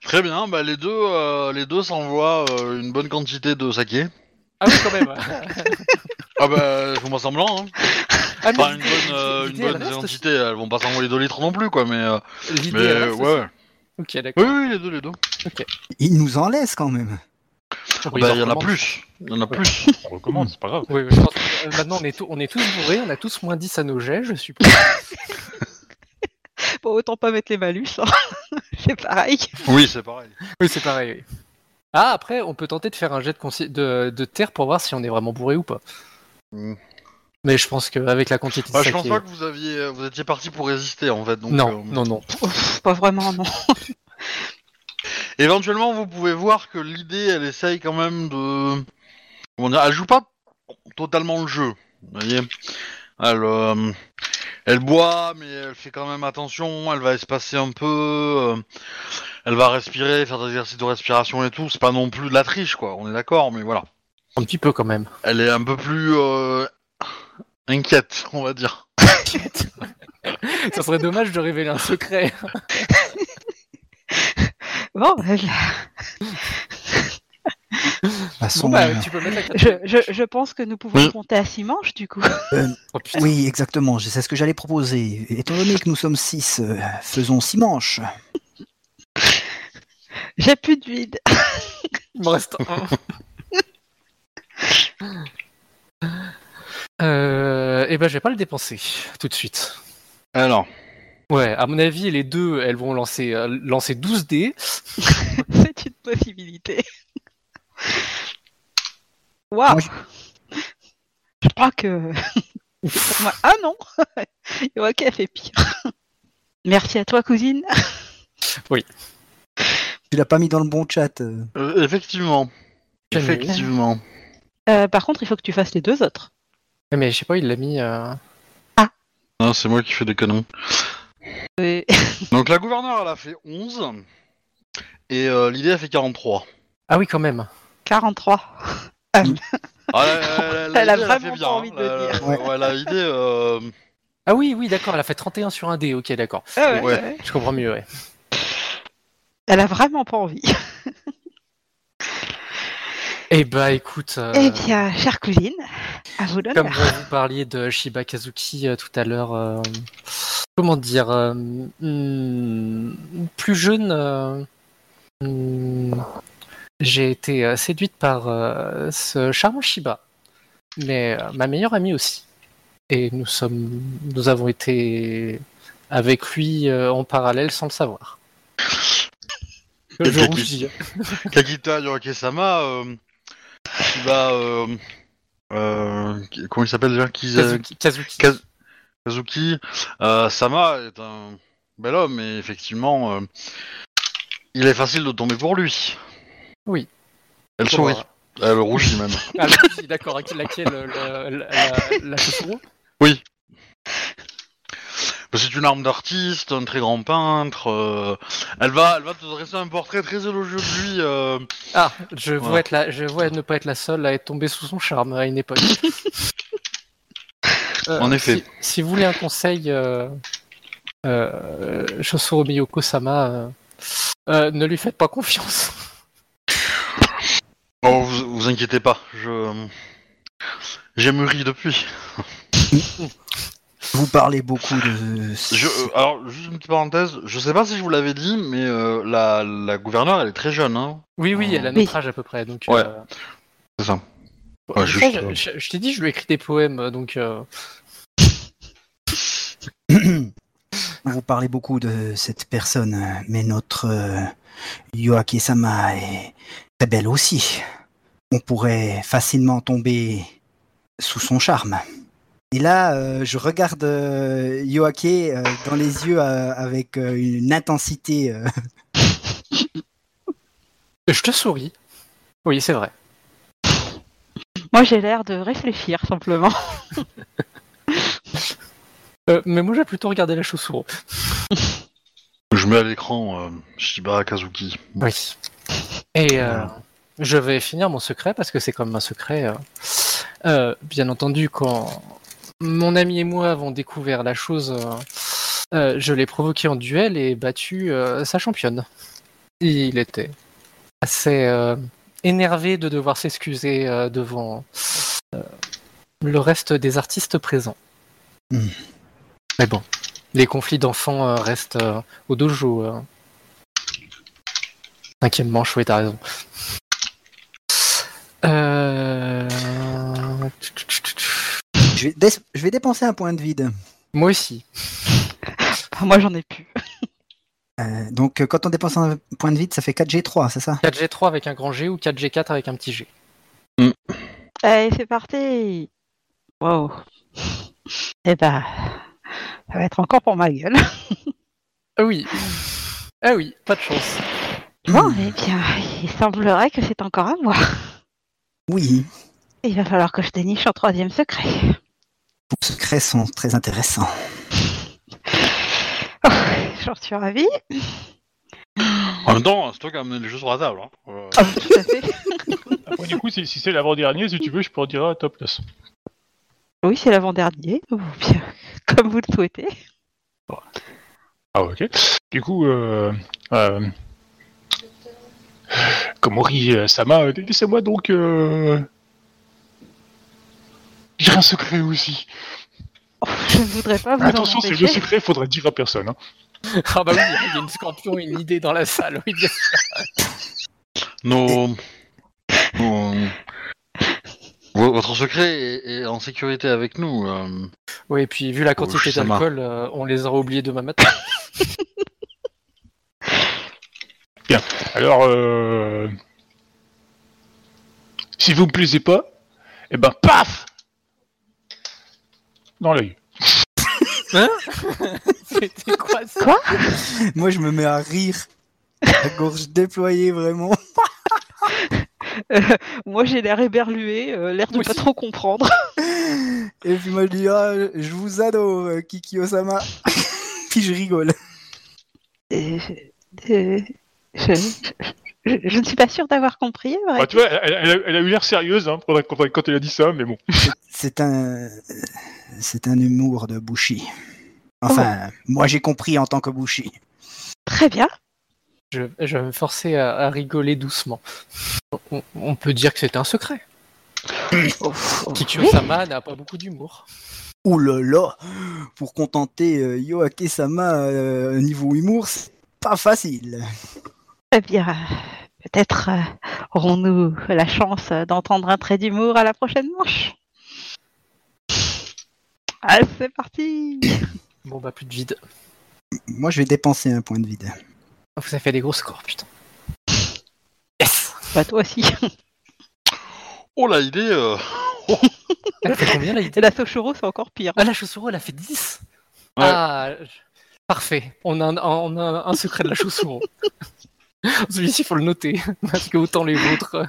Speaker 1: Très bien, bah les deux, euh, les deux s'envoient euh, une bonne quantité de saké.
Speaker 3: Ah oui quand même.
Speaker 1: Ah bah, fais-moi semblant. Hein.
Speaker 3: Ah, mais
Speaker 1: Enfin, une
Speaker 3: l'idée-
Speaker 1: bonne, euh, une
Speaker 3: l'idée, elle
Speaker 1: bonne
Speaker 3: reste aussi.
Speaker 1: identité. Elles vont pas s'envoyer 2 litres non plus, quoi. Mais, euh,
Speaker 3: L'idée,
Speaker 1: mais
Speaker 3: elle reste
Speaker 1: ouais,
Speaker 3: aussi.
Speaker 1: ouais.
Speaker 3: Ok d'accord.
Speaker 1: Oui, oui, les deux, les deux.
Speaker 2: Ils nous en laissent quand même.
Speaker 3: Oui,
Speaker 1: bah,
Speaker 3: leur
Speaker 1: il y en a
Speaker 3: commande.
Speaker 1: plus. Il y en a
Speaker 3: Ouais.
Speaker 1: plus.
Speaker 5: On recommande, c'est pas grave.
Speaker 3: Oui, oui, je pense que, euh, maintenant on est, tous- on est tous bourrés, on a tous moins 10 à nos jets, je suppose.
Speaker 4: Bon, autant pas mettre les malus. hein. C'est pareil.
Speaker 1: Oui, c'est pareil.
Speaker 3: Oui, c'est pareil. oui. Ah, après, on peut tenter de faire un jet de, consi- de, de terre pour voir si on est vraiment bourré ou pas.
Speaker 1: Mm.
Speaker 3: Mais je pense qu'avec la quantité de
Speaker 1: Bah, je
Speaker 3: saké-
Speaker 1: pense pas que vous aviez, vous étiez parti pour résister, en fait. Donc,
Speaker 3: non,
Speaker 1: euh,
Speaker 3: non, non.
Speaker 4: Pff, pas vraiment, non.
Speaker 1: Éventuellement, vous pouvez voir que l'idée, elle essaye quand même de. Comment dire Elle joue pas totalement le jeu. Vous voyez Elle. euh, Elle boit, mais elle fait quand même attention, elle va espacer un peu, euh, elle va respirer, faire des exercices de respiration et tout, c'est pas non plus de la triche quoi, on est d'accord, mais voilà.
Speaker 3: Un petit peu quand même.
Speaker 1: Elle est un peu plus euh, inquiète, on va dire.
Speaker 3: Ça serait dommage de révéler un secret.
Speaker 4: Bon, bah, je,
Speaker 2: Façon,
Speaker 3: Bon, bah,
Speaker 2: euh,
Speaker 3: tu peux mettre la carte.
Speaker 4: je- je- je pense que nous pouvons
Speaker 1: Oui.
Speaker 4: compter à six manches, du coup.
Speaker 3: Oh, putain.
Speaker 2: Oui, exactement, c'est ce que j'allais proposer. Étant donné que nous sommes six, euh, faisons six manches.
Speaker 4: J'ai plus de vide.
Speaker 3: Il me reste un. euh, eh ben, je vais pas le dépenser tout de suite.
Speaker 1: Alors,
Speaker 3: Ouais, à mon avis, les deux, elles vont lancer, euh, lancer 12 dés.
Speaker 4: C'est une possibilité. Waouh
Speaker 2: Moi,
Speaker 4: Je crois que. c'est pour moi. Ah non Yoaka a fait pire. Merci à toi, cousine.
Speaker 2: Tu l'as pas mis dans le bon chat. euh.
Speaker 1: Euh, effectivement.
Speaker 3: Jamais.
Speaker 1: Effectivement.
Speaker 4: Euh, par contre, il faut que tu fasses les deux autres.
Speaker 3: Ouais, Mais je sais pas, il l'a mis. euh,
Speaker 1: Non, c'est moi qui fais des canons.
Speaker 4: Euh,
Speaker 1: Donc la gouverneure, elle a fait 11. Et euh, l'idée, elle fait 43.
Speaker 3: Ah oui, quand même.
Speaker 4: 43.
Speaker 1: Ah, la- la- la- la
Speaker 4: Elle a
Speaker 1: idée,
Speaker 4: vraiment
Speaker 1: fait
Speaker 4: pas
Speaker 1: bien,
Speaker 4: envie de
Speaker 1: hein.
Speaker 4: le
Speaker 1: La-
Speaker 4: dire.
Speaker 1: la- Ouais, la idée, euh,
Speaker 3: Ah oui, oui, d'accord, elle a fait 31 sur un dé, ok, d'accord.
Speaker 4: Ah ouais,
Speaker 1: Ouais.
Speaker 4: ouais.
Speaker 3: Je comprends mieux, ouais.
Speaker 4: Elle a vraiment pas envie.
Speaker 3: Eh bah écoute, euh,
Speaker 4: Eh bien, chère cousine, à vous
Speaker 3: comme
Speaker 4: l'honneur.
Speaker 3: vous parliez de Shiba Kazuki euh, tout à l'heure, euh, comment dire, euh, hmm, plus jeune, euh, hmm, j'ai été euh, séduite par euh, ce charmant Shiba, mais euh, ma meilleure amie aussi. Et nous sommes, nous avons été avec lui euh, en parallèle sans le savoir.
Speaker 1: Et
Speaker 3: Je
Speaker 1: t'as
Speaker 3: rougis.
Speaker 1: Kakita Yorake-sama, euh, qui va... euh, euh, qui- comment il s'appelle déjà Kiz-
Speaker 3: Kazuki. Euh, Kazuki.
Speaker 1: Kaz- Kazuki. euh, Sama est un bel homme, et effectivement, euh, il est facile de tomber pour lui.
Speaker 3: Oui.
Speaker 1: Elle sourit.
Speaker 3: Pour,
Speaker 4: euh,
Speaker 1: Elle rougit même.
Speaker 3: Ah, la fille, d'accord, avec laquelle euh, la, la, la, la Chosuro
Speaker 1: Bah, C'est une arme d'artiste, un très grand peintre. euh, elle va, elle va te dresser un portrait très élogieux de lui. euh,
Speaker 3: Ah, je vois,
Speaker 1: Voilà.
Speaker 3: être la, je vois ne pas être la seule à être tombée sous son charme à une époque. Euh,
Speaker 1: En effet.
Speaker 3: Si, si vous voulez un conseil, euh, euh, Chosuro Miyoko-sama, euh, euh, ne lui faites pas confiance.
Speaker 1: Oh, vous, vous inquiétez pas, je j'ai mûri depuis.
Speaker 2: Vous parlez beaucoup de.
Speaker 1: Je, euh, alors juste une petite parenthèse, je sais pas si je vous l'avais dit, mais euh, la, la gouverneure elle est très jeune, hein.
Speaker 3: Oui, oui, elle a notre
Speaker 4: Oui.
Speaker 3: âge à peu près. Donc,
Speaker 1: Ouais.
Speaker 3: euh,
Speaker 1: C'est ça.
Speaker 3: bon,
Speaker 1: Ouais,
Speaker 3: je,
Speaker 1: juste,
Speaker 3: je-
Speaker 1: euh.
Speaker 3: je- je t'ai dit, je lui ai écrit des poèmes, donc euh,
Speaker 2: Vous parlez beaucoup de cette personne, mais notre euh, Yoake-sama est très belle aussi. On pourrait facilement tomber sous son charme. Et là, euh, je regarde euh, Yoake euh, dans les yeux euh, avec euh, une intensité. euh.
Speaker 3: je te souris. Oui, c'est vrai.
Speaker 4: Moi, j'ai l'air de réfléchir simplement.
Speaker 3: Euh, mais moi, j'ai plutôt regardé la Chosuro.
Speaker 1: Je mets à l'écran euh, Shiba Kazuki.
Speaker 3: Oui. Et euh, je vais finir mon secret parce que c'est quand même un secret. euh. Euh, bien entendu, quand mon ami et moi avons découvert la chose, euh, euh, je l'ai provoqué en duel et battu euh, sa championne. Il était assez euh, énervé de devoir s'excuser euh, devant euh, le reste des artistes présents.
Speaker 2: Hmm.
Speaker 3: Mais bon, les conflits d'enfants euh, restent euh, au dojo. euh. Cinquième manche, oui, t'as raison. Euh...
Speaker 2: Je, vais dé- je vais dépenser un point de vide.
Speaker 3: Moi aussi.
Speaker 4: Enfin, moi, j'en ai plus.
Speaker 2: Euh, donc, euh, quand on dépense un point de vide, ça fait 4G3, c'est ça
Speaker 3: 4G3 avec un grand G ou 4G4 avec un petit G.
Speaker 4: Allez, c'est parti. Wow. Eh ben, ça va être encore pour ma gueule.
Speaker 3: Ah oui. Ah oui, pas de chance.
Speaker 4: Bon, eh bien, il semblerait que c'est encore à moi.
Speaker 2: Oui.
Speaker 4: Il va falloir que je déniche un troisième secret.
Speaker 2: Vos secrets sont très intéressants.
Speaker 4: Oh, J'en suis ravie.
Speaker 1: En même temps, c'est toi qui as amené les jeux sur la table. hein. Euh,
Speaker 4: Ah, tout à fait.
Speaker 5: Après, du coup, si, si c'est l'avant-dernier, si tu veux, je peux en dire à ta place.
Speaker 4: Oui, c'est l'avant-dernier. Ou bien, comme vous le souhaitez.
Speaker 5: Ah, ok. Du coup, euh, euh, Komori euh, Sama, euh, laissez-moi donc. Euh... J'ai un secret aussi.
Speaker 4: Oh, je ne voudrais pas vous
Speaker 5: Attention,
Speaker 4: en
Speaker 5: c'est le
Speaker 4: empêcher.
Speaker 5: secret, faudrait dire à personne. hein.
Speaker 3: Ah bah oui, il y a une scorpion et une idée dans la salle. Oui, bien sûr.
Speaker 1: nos, nos- vo- votre secret est, est en sécurité avec nous. euh.
Speaker 3: Oui, et puis vu la quantité
Speaker 1: ça marche.
Speaker 3: d'alcool, euh, on les aura oubliés demain matin.
Speaker 5: Alors, euh... si vous me plaisez pas, eh ben, paf Dans l'œil.
Speaker 3: C'était quoi ça
Speaker 2: Moi, je me mets à rire. La gorge déployée, vraiment.
Speaker 4: Moi, j'ai l'air éberlué, euh, l'air de
Speaker 3: Moi
Speaker 4: pas
Speaker 3: aussi.
Speaker 4: trop comprendre.
Speaker 2: Et puis moi je dis ah, je vous adore euh, Kiki Osama. puis je rigole.
Speaker 4: Et- et- je, je- je ne suis pas sûre d'avoir compris. à vrai
Speaker 5: Bah, tu vois, elle, elle a- elle a eu l'air sérieuse hein, pendant- quand, quand elle a dit ça, mais bon.
Speaker 2: C'est un c'est un humour de Bushi. Enfin, moi j'ai compris en tant que Bushi.
Speaker 4: Très bien.
Speaker 3: Je, je vais me forcer à, à rigoler doucement. On, on peut dire que c'est un secret. Kikyo Sama n'a pas beaucoup d'humour.
Speaker 2: Ouh là là, pour contenter euh, Yoake Sama euh, niveau humour, c'est pas facile.
Speaker 4: Eh bien, euh, peut-être euh, aurons-nous la chance euh, d'entendre un trait d'humour à la prochaine manche. Ah, c'est parti
Speaker 3: Bon, bah, plus de vide.
Speaker 2: Moi je vais dépenser un point de vide.
Speaker 3: Ah, Vous avez fait des gros scores, putain. Yes
Speaker 4: Bah toi aussi.
Speaker 1: Oh là, il est. euh,
Speaker 3: Elle a fait combien, là
Speaker 4: Et la Sochoro, c'est encore pire.
Speaker 3: Ah, la chaussure, elle a fait 10
Speaker 1: Ouais.
Speaker 3: Ah, je- parfait. On a un, on a un secret de la chaussure. Celui-ci, il faut le noter. Parce que autant les vôtres. euh,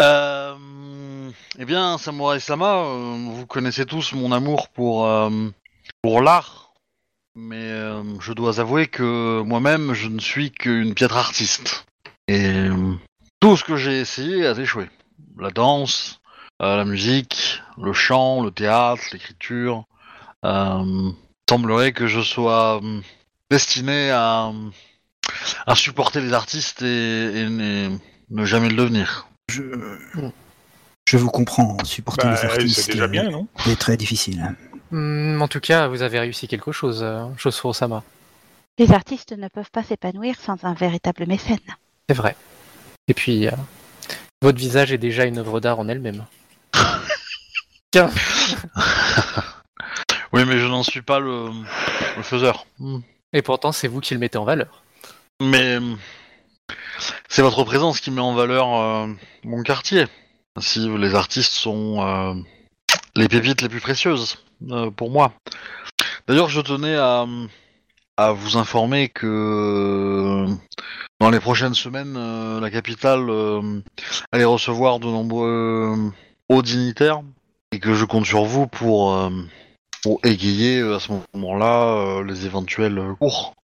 Speaker 1: Euh, eh bien, Samurai Sama, euh, vous connaissez tous mon amour pour, euh, pour l'art, mais euh, je dois avouer que moi-même, je ne suis qu'une piètre artiste. Et euh, tout ce que j'ai essayé a échoué. La danse, euh, la musique, le chant, le théâtre, l'écriture. Euh, semblerait que je sois euh, destiné à, à supporter les artistes et, et ne- ne jamais le devenir.
Speaker 2: Je je vous comprends, supporter
Speaker 5: Bah,
Speaker 2: les artistes
Speaker 5: c'est déjà
Speaker 2: euh,
Speaker 5: bien, non
Speaker 2: est très difficile.
Speaker 3: hmm, en tout cas, vous avez réussi quelque chose, euh, chaussure Sama.
Speaker 4: Les artistes ne peuvent pas s'épanouir sans un véritable mécène.
Speaker 3: C'est vrai. Et puis, euh, votre visage est déjà une œuvre d'art en elle-même.
Speaker 1: Oui, mais je n'en suis pas le, le faiseur.
Speaker 3: Et pourtant, c'est vous qui le mettez en valeur.
Speaker 1: Mais euh, c'est votre présence qui met en valeur euh, mon quartier. Si les artistes sont euh, les pépites les plus précieuses euh, pour moi. D'ailleurs, je tenais à, à vous informer que euh, dans les prochaines semaines, euh, la capitale euh, allait recevoir de nombreux euh, hauts dignitaires et que je compte sur vous pour, euh, pour égayer euh, à ce moment-là euh, les éventuels euh, cours.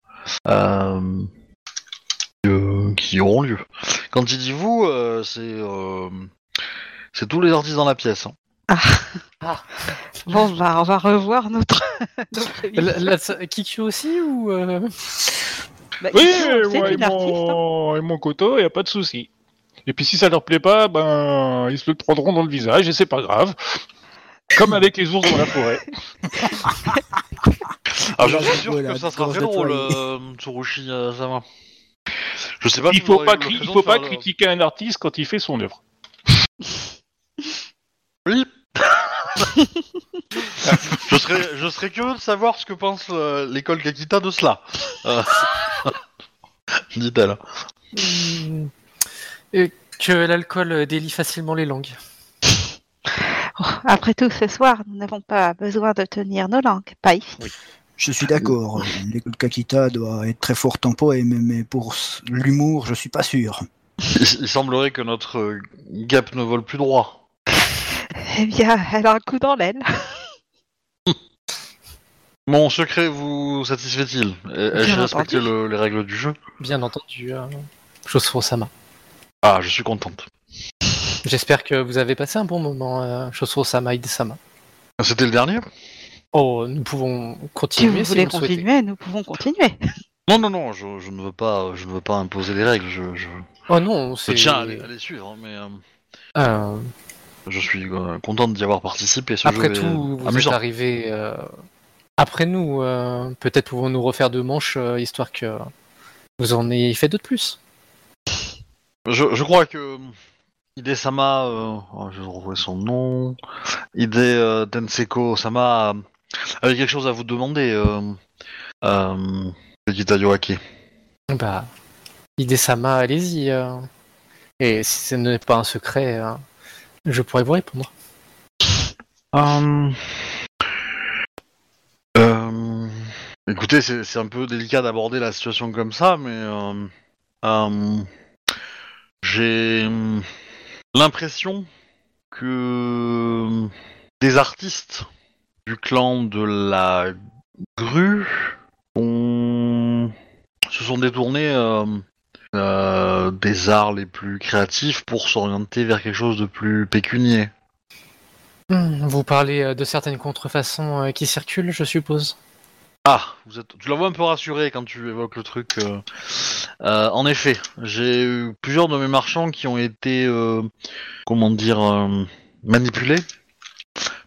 Speaker 1: Euh, euh, qui auront lieu. Quand il dit vous, euh, c'est euh, c'est tous les artistes dans la pièce. hein.
Speaker 4: Bon, bah, on va revoir notre...
Speaker 3: La- la- sa- Kikyo aussi ou euh,
Speaker 4: Bah,
Speaker 5: Oui,
Speaker 4: c'est
Speaker 5: moi et
Speaker 4: une artiste. hein.
Speaker 5: mon, et mon coteau, y a pas de souci. Et puis si ça leur plaît pas, ben ils se le prendront dans le visage et c'est pas grave. Comme avec les ours dans la forêt.
Speaker 1: Ah, je suis
Speaker 2: Gorge
Speaker 1: sûr que
Speaker 2: rigolade,
Speaker 1: ça sera
Speaker 2: gorge
Speaker 1: très drôle,
Speaker 2: déployée.
Speaker 1: euh, Tsurushi euh, Sama. Je sais pas.
Speaker 5: Il
Speaker 1: si
Speaker 5: faut
Speaker 1: vous aurez
Speaker 5: pas,
Speaker 1: eu
Speaker 5: cri- il
Speaker 1: l'occasion
Speaker 5: faut
Speaker 1: de
Speaker 5: pas
Speaker 1: faire, euh,
Speaker 5: critiquer un artiste quand il fait son œuvre.
Speaker 1: Oui. euh, je serais je serais curieux de savoir ce que pense euh, l'école Kakita de cela. Euh, Dit-elle.
Speaker 3: hmm, euh, que l'alcool délie facilement les langues
Speaker 4: Oh, Après tout, ce soir, nous n'avons pas besoin de tenir nos langues, pas ici.
Speaker 2: Je suis d'accord, l'école Kakita doit être très forte en poème, mais pour s- l'humour, je suis pas sûr.
Speaker 1: Il, il semblerait que notre euh, gap ne vole plus droit.
Speaker 4: Eh bien, elle a un coup dans l'aile.
Speaker 1: Mon secret vous satisfait-il J'ai
Speaker 4: Bien
Speaker 1: respecté
Speaker 4: entendu.
Speaker 1: le- les règles du jeu
Speaker 3: Bien entendu, euh, Chaussure Sama.
Speaker 1: Ah, je suis contente.
Speaker 3: J'espère que vous avez passé un bon moment, euh, Chaussure Sama et Sama.
Speaker 1: C'était le dernier
Speaker 3: Oh, nous pouvons
Speaker 4: Si
Speaker 3: continuer
Speaker 4: vous
Speaker 3: si vous
Speaker 4: voulez
Speaker 3: le souhaitez.
Speaker 4: continuer, nous pouvons continuer.
Speaker 1: Non, non, non, je, je ne veux pas, je ne veux pas imposer les règles. Je, je,
Speaker 3: Oh non,
Speaker 1: je
Speaker 3: c'est.
Speaker 1: tiens à les, à les suivre, mais euh,
Speaker 3: Euh,
Speaker 1: je suis euh, contente d'y avoir participé. Ce
Speaker 3: Après
Speaker 1: jeu est
Speaker 3: tout, vous
Speaker 1: euh, amusant.
Speaker 3: êtes arrivé euh, après nous. euh, Peut-être pouvons-nous refaire deux manches, euh, histoire que vous en ayez fait deux de plus.
Speaker 1: Je, je crois que Ide Sama, euh, oh, je retrouver son nom, Ide euh, Tenseko Sama euh, avait quelque chose à vous demander, euh, euh, Yukita Yoaki.
Speaker 3: Bah, Hidesama, allez-y. euh, Et si ce n'est pas un secret, euh, je pourrais vous répondre.
Speaker 1: Euh, euh, Écoutez, c'est c'est un peu délicat d'aborder la situation comme ça, mais euh, euh, j'ai euh, l'impression que des artistes du clan de la grue ont- se sont détournés euh, euh, des arts les plus créatifs pour s'orienter vers quelque chose de plus pécunier.
Speaker 3: Hmm, Vous parlez euh, de certaines contrefaçons euh, qui circulent, je suppose.
Speaker 1: Ah, vous êtes... tu la vois un peu rassurée quand tu évoques le truc. euh. Euh, en effet, j'ai eu plusieurs de mes marchands qui ont été, euh, comment dire, euh, manipulés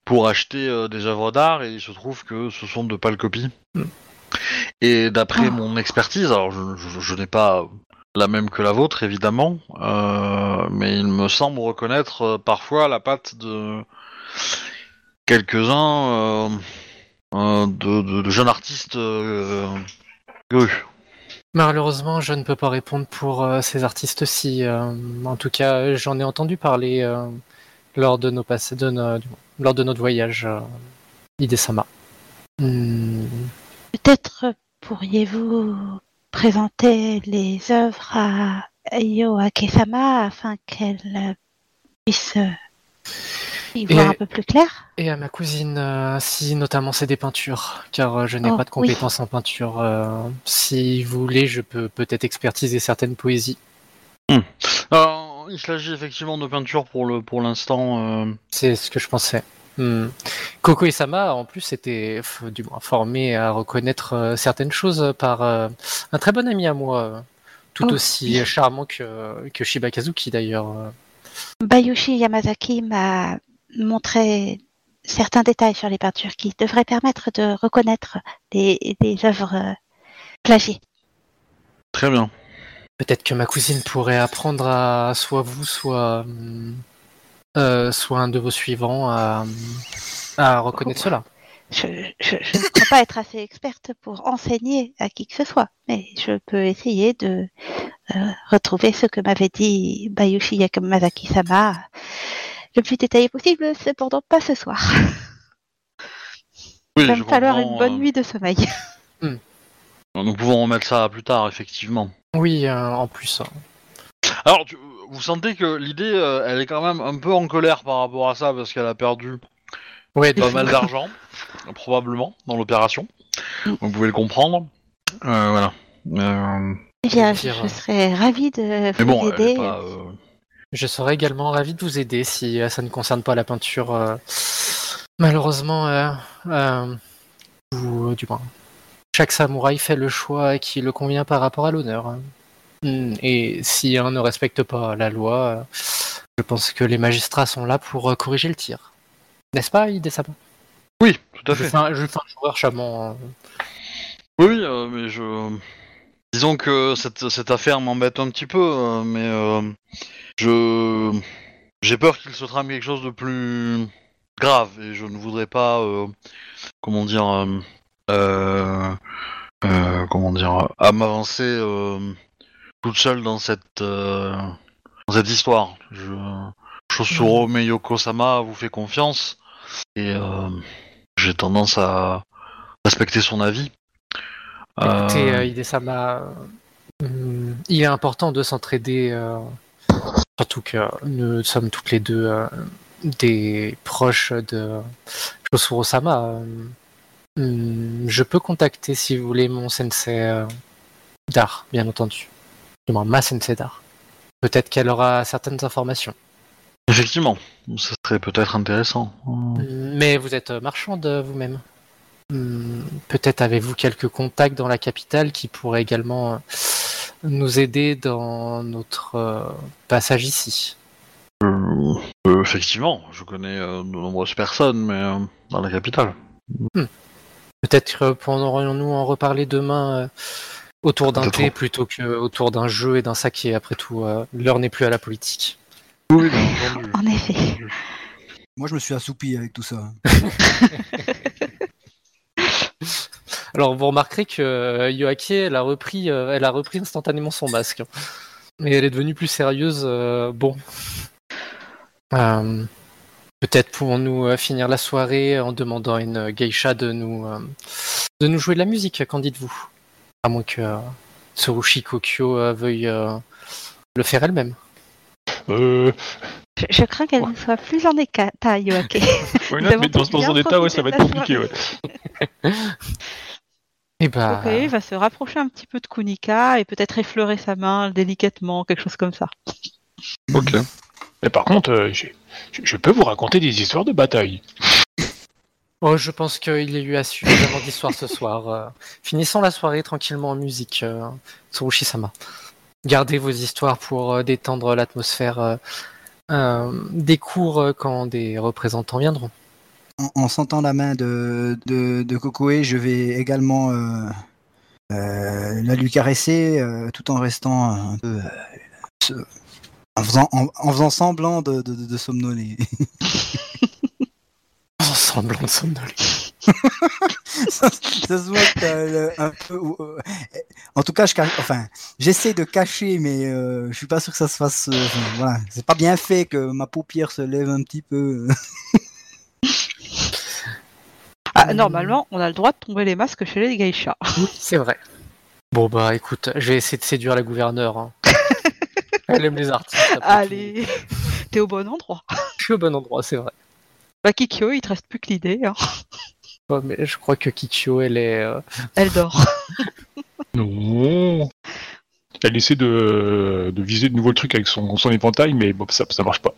Speaker 1: pour acheter euh, des œuvres d'art et il se trouve que ce sont de pâles copies. Et d'après
Speaker 4: Ah.
Speaker 1: mon expertise, alors je, je- je n'ai pas la même que la vôtre évidemment, euh, mais il me semble reconnaître euh, parfois la patte de quelques-uns. euh, euh, de, de- de jeunes artistes euh, grues.
Speaker 3: Malheureusement, je ne peux pas répondre pour euh, ces artistes-ci. euh, en tout cas, euh, j'en ai entendu parler euh, lors de nos passe- de no- du- lors de notre voyage euh, Idesama. Hmm,
Speaker 4: Peut-être pourriez-vous présenter les œuvres à Ayo Akesama afin qu'elle euh, puisse euh, y
Speaker 3: Et-
Speaker 4: voir un peu plus clair
Speaker 3: Et à ma cousine, euh, si notamment c'est des peintures, car euh, je n'ai
Speaker 4: Oh,
Speaker 3: pas de
Speaker 4: oui.
Speaker 3: compétences en peinture. euh, si vous voulez, je peux peut-être expertiser certaines poésies.
Speaker 1: Alors, il s'agit effectivement de peinture pour le pour l'instant. euh,
Speaker 3: C'est ce que je pensais. Hmm. Coco et Sama, en plus, étaient f- du moins formés à reconnaître euh, certaines choses par euh, un très bon ami à moi, euh, tout
Speaker 4: Oh.
Speaker 3: aussi charmant que, que Shiba Kazuki d'ailleurs. euh.
Speaker 4: Bayushi Yamazaki m'a montré certains détails sur les peintures qui devraient permettre de reconnaître des, des œuvres euh, plagiées.
Speaker 1: Très bien.
Speaker 3: Peut-être que ma cousine pourrait apprendre à soit vous, soit, hum, euh, soit un de vos suivants à, hmm, à reconnaître cela.
Speaker 4: Je, je- je ne crois pas être assez experte pour enseigner à qui que ce soit, mais je peux essayer de euh, retrouver ce que m'avait dit Bayushi Yakamazaki-sama le plus détaillé possible, cependant pas ce soir.
Speaker 1: Oui,
Speaker 4: Il va
Speaker 1: je
Speaker 4: me falloir
Speaker 1: comprends,
Speaker 4: une bonne
Speaker 1: euh,
Speaker 4: nuit de sommeil.
Speaker 1: Nous pouvons remettre ça à plus tard, effectivement.
Speaker 3: Oui, euh, en plus. hein.
Speaker 1: Alors, tu- vous sentez que l'idée, euh, elle est quand même un peu en colère par rapport à ça parce qu'elle a perdu
Speaker 3: Ouais,
Speaker 1: pas
Speaker 3: donc-
Speaker 1: mal d'argent, probablement dans l'opération. Vous pouvez le comprendre. Euh, voilà. Euh,
Speaker 4: Eh bien, je,
Speaker 3: Dire,
Speaker 4: je
Speaker 3: euh,
Speaker 4: serais ravie de vous
Speaker 1: mais bon, elle est
Speaker 4: aider.
Speaker 1: pas. euh,
Speaker 3: Je serais également ravi de vous aider si euh, ça ne concerne pas la peinture. euh, Malheureusement, euh, euh, ou euh, du moins, chaque samouraï fait le choix qui le convient par rapport à l'honneur. hein. Mm, Et si un ne respecte pas la loi, euh, je pense que les magistrats sont là pour euh, corriger le tir. N'est-ce pas, Idesama
Speaker 1: Oui, tout à
Speaker 3: Je
Speaker 1: fait.
Speaker 3: fais un, je fais un joueur chaman. hein.
Speaker 1: Oui, oui, euh, mais je. Disons que cette, cette affaire m'embête un petit peu, euh, mais euh, je. J'ai peur qu'il se trame quelque chose de plus grave et je ne voudrais pas. euh, comment dire. euh, euh, euh, comment dire. À m'avancer euh, toute seule dans cette. euh, dans cette histoire. Je. Chosuro Meyoko-sama vous fait confiance et euh, j'ai tendance à respecter son avis.
Speaker 3: Écoutez,
Speaker 1: Euh,
Speaker 3: euh, Hidesama, euh, hum, il est important de s'entraider, euh, surtout que nous sommes toutes les deux euh, des proches de Chosuro-sama. Euh, hum, je peux contacter, si vous voulez, mon sensei euh, d'art, bien entendu. Du moins, ma sensei d'art. Peut-être qu'elle aura certaines informations.
Speaker 1: Effectivement, ce serait peut-être intéressant.
Speaker 3: Mais vous êtes euh, marchande euh, vous-même. Hum, Peut-être avez-vous quelques contacts dans la capitale qui pourraient également euh, nous aider dans notre euh, passage ici.
Speaker 1: Euh, euh, effectivement, je connais euh, de nombreuses personnes, mais euh, dans la capitale.
Speaker 3: Peut-être euh, pourrions-nous en reparler demain euh, autour d'un
Speaker 1: Peut-être
Speaker 3: thé
Speaker 1: on-
Speaker 3: plutôt que autour d'un jeu et d'un saké. Après tout, euh, l'heure n'est plus à la politique.
Speaker 1: Oui, bien entendu.
Speaker 4: En effet.
Speaker 2: Moi, je me suis assoupi avec tout ça.
Speaker 3: Alors vous remarquerez que euh, Yoake, elle a repris, euh, elle a repris instantanément son masque. Et elle est devenue plus sérieuse. euh, bon. Euh, Peut-être pourrons-nous euh, finir la soirée en demandant à une geisha de nous, euh, de nous jouer de la musique, qu'en dites-vous À moins que euh, Tsurushi Kokyo euh, veuille euh, le faire elle-même.
Speaker 5: Euh,
Speaker 4: Je, je crains qu'elle ne soit plus en état, Yoake.
Speaker 6: Ouais,
Speaker 4: Nous avons
Speaker 6: mais dans,
Speaker 4: tous
Speaker 6: dans
Speaker 4: bien
Speaker 6: un état, ouais,
Speaker 4: profité
Speaker 6: ça va
Speaker 4: de
Speaker 6: être
Speaker 4: la
Speaker 6: compliqué. Ouais.
Speaker 4: soirée.
Speaker 3: Eh bah,
Speaker 4: Donc, euh, il va se rapprocher un petit peu de Kunika et peut-être effleurer sa main délicatement, quelque chose comme ça.
Speaker 1: Ok.
Speaker 5: Mais par contre, euh, j'ai- je je peux vous raconter des histoires de bataille.
Speaker 3: oh, je pense qu'il y a eu à suffisamment d'histoires ce soir. euh. finissons la soirée tranquillement en musique, euh, Tsurushi-sama. Gardez vos histoires pour euh, détendre l'atmosphère euh, euh, des cours euh, quand des représentants viendront.
Speaker 2: En, en sentant la main de, de, de Kokoe, je vais également euh, euh, la lui caresser euh, tout en restant un peu. euh, se- en, faisant, en, en faisant semblant de, de, de- de somnoler.
Speaker 3: En Oh, semblant de somnoler.
Speaker 2: ça, ça se voit que t'as le- un peu. euh, En tout cas, je cache- enfin, j'essaie de cacher, mais euh, je suis pas sûr que ça se fasse. euh, enfin, voilà, c'est pas bien fait que ma paupière se lève un petit peu.
Speaker 4: Ah, Normalement, on a le droit de tomber les masques chez les geishas.
Speaker 3: Oui, c'est vrai. Bon bah écoute, je vais essayer de séduire la gouverneure. hein. Elle aime les artistes. après tout.
Speaker 4: Allez, t'es au bon endroit.
Speaker 3: Je suis au bon endroit, c'est vrai.
Speaker 4: Bah, Kikyo, il te reste plus que l'idée. hein.
Speaker 3: Ouais, Oh, mais je crois que Kikyo, elle est. euh,
Speaker 4: Elle dort.
Speaker 5: Non. Elle essaie de, de viser de nouveau le truc avec son, son éventail, mais bon, ça, ça marche pas.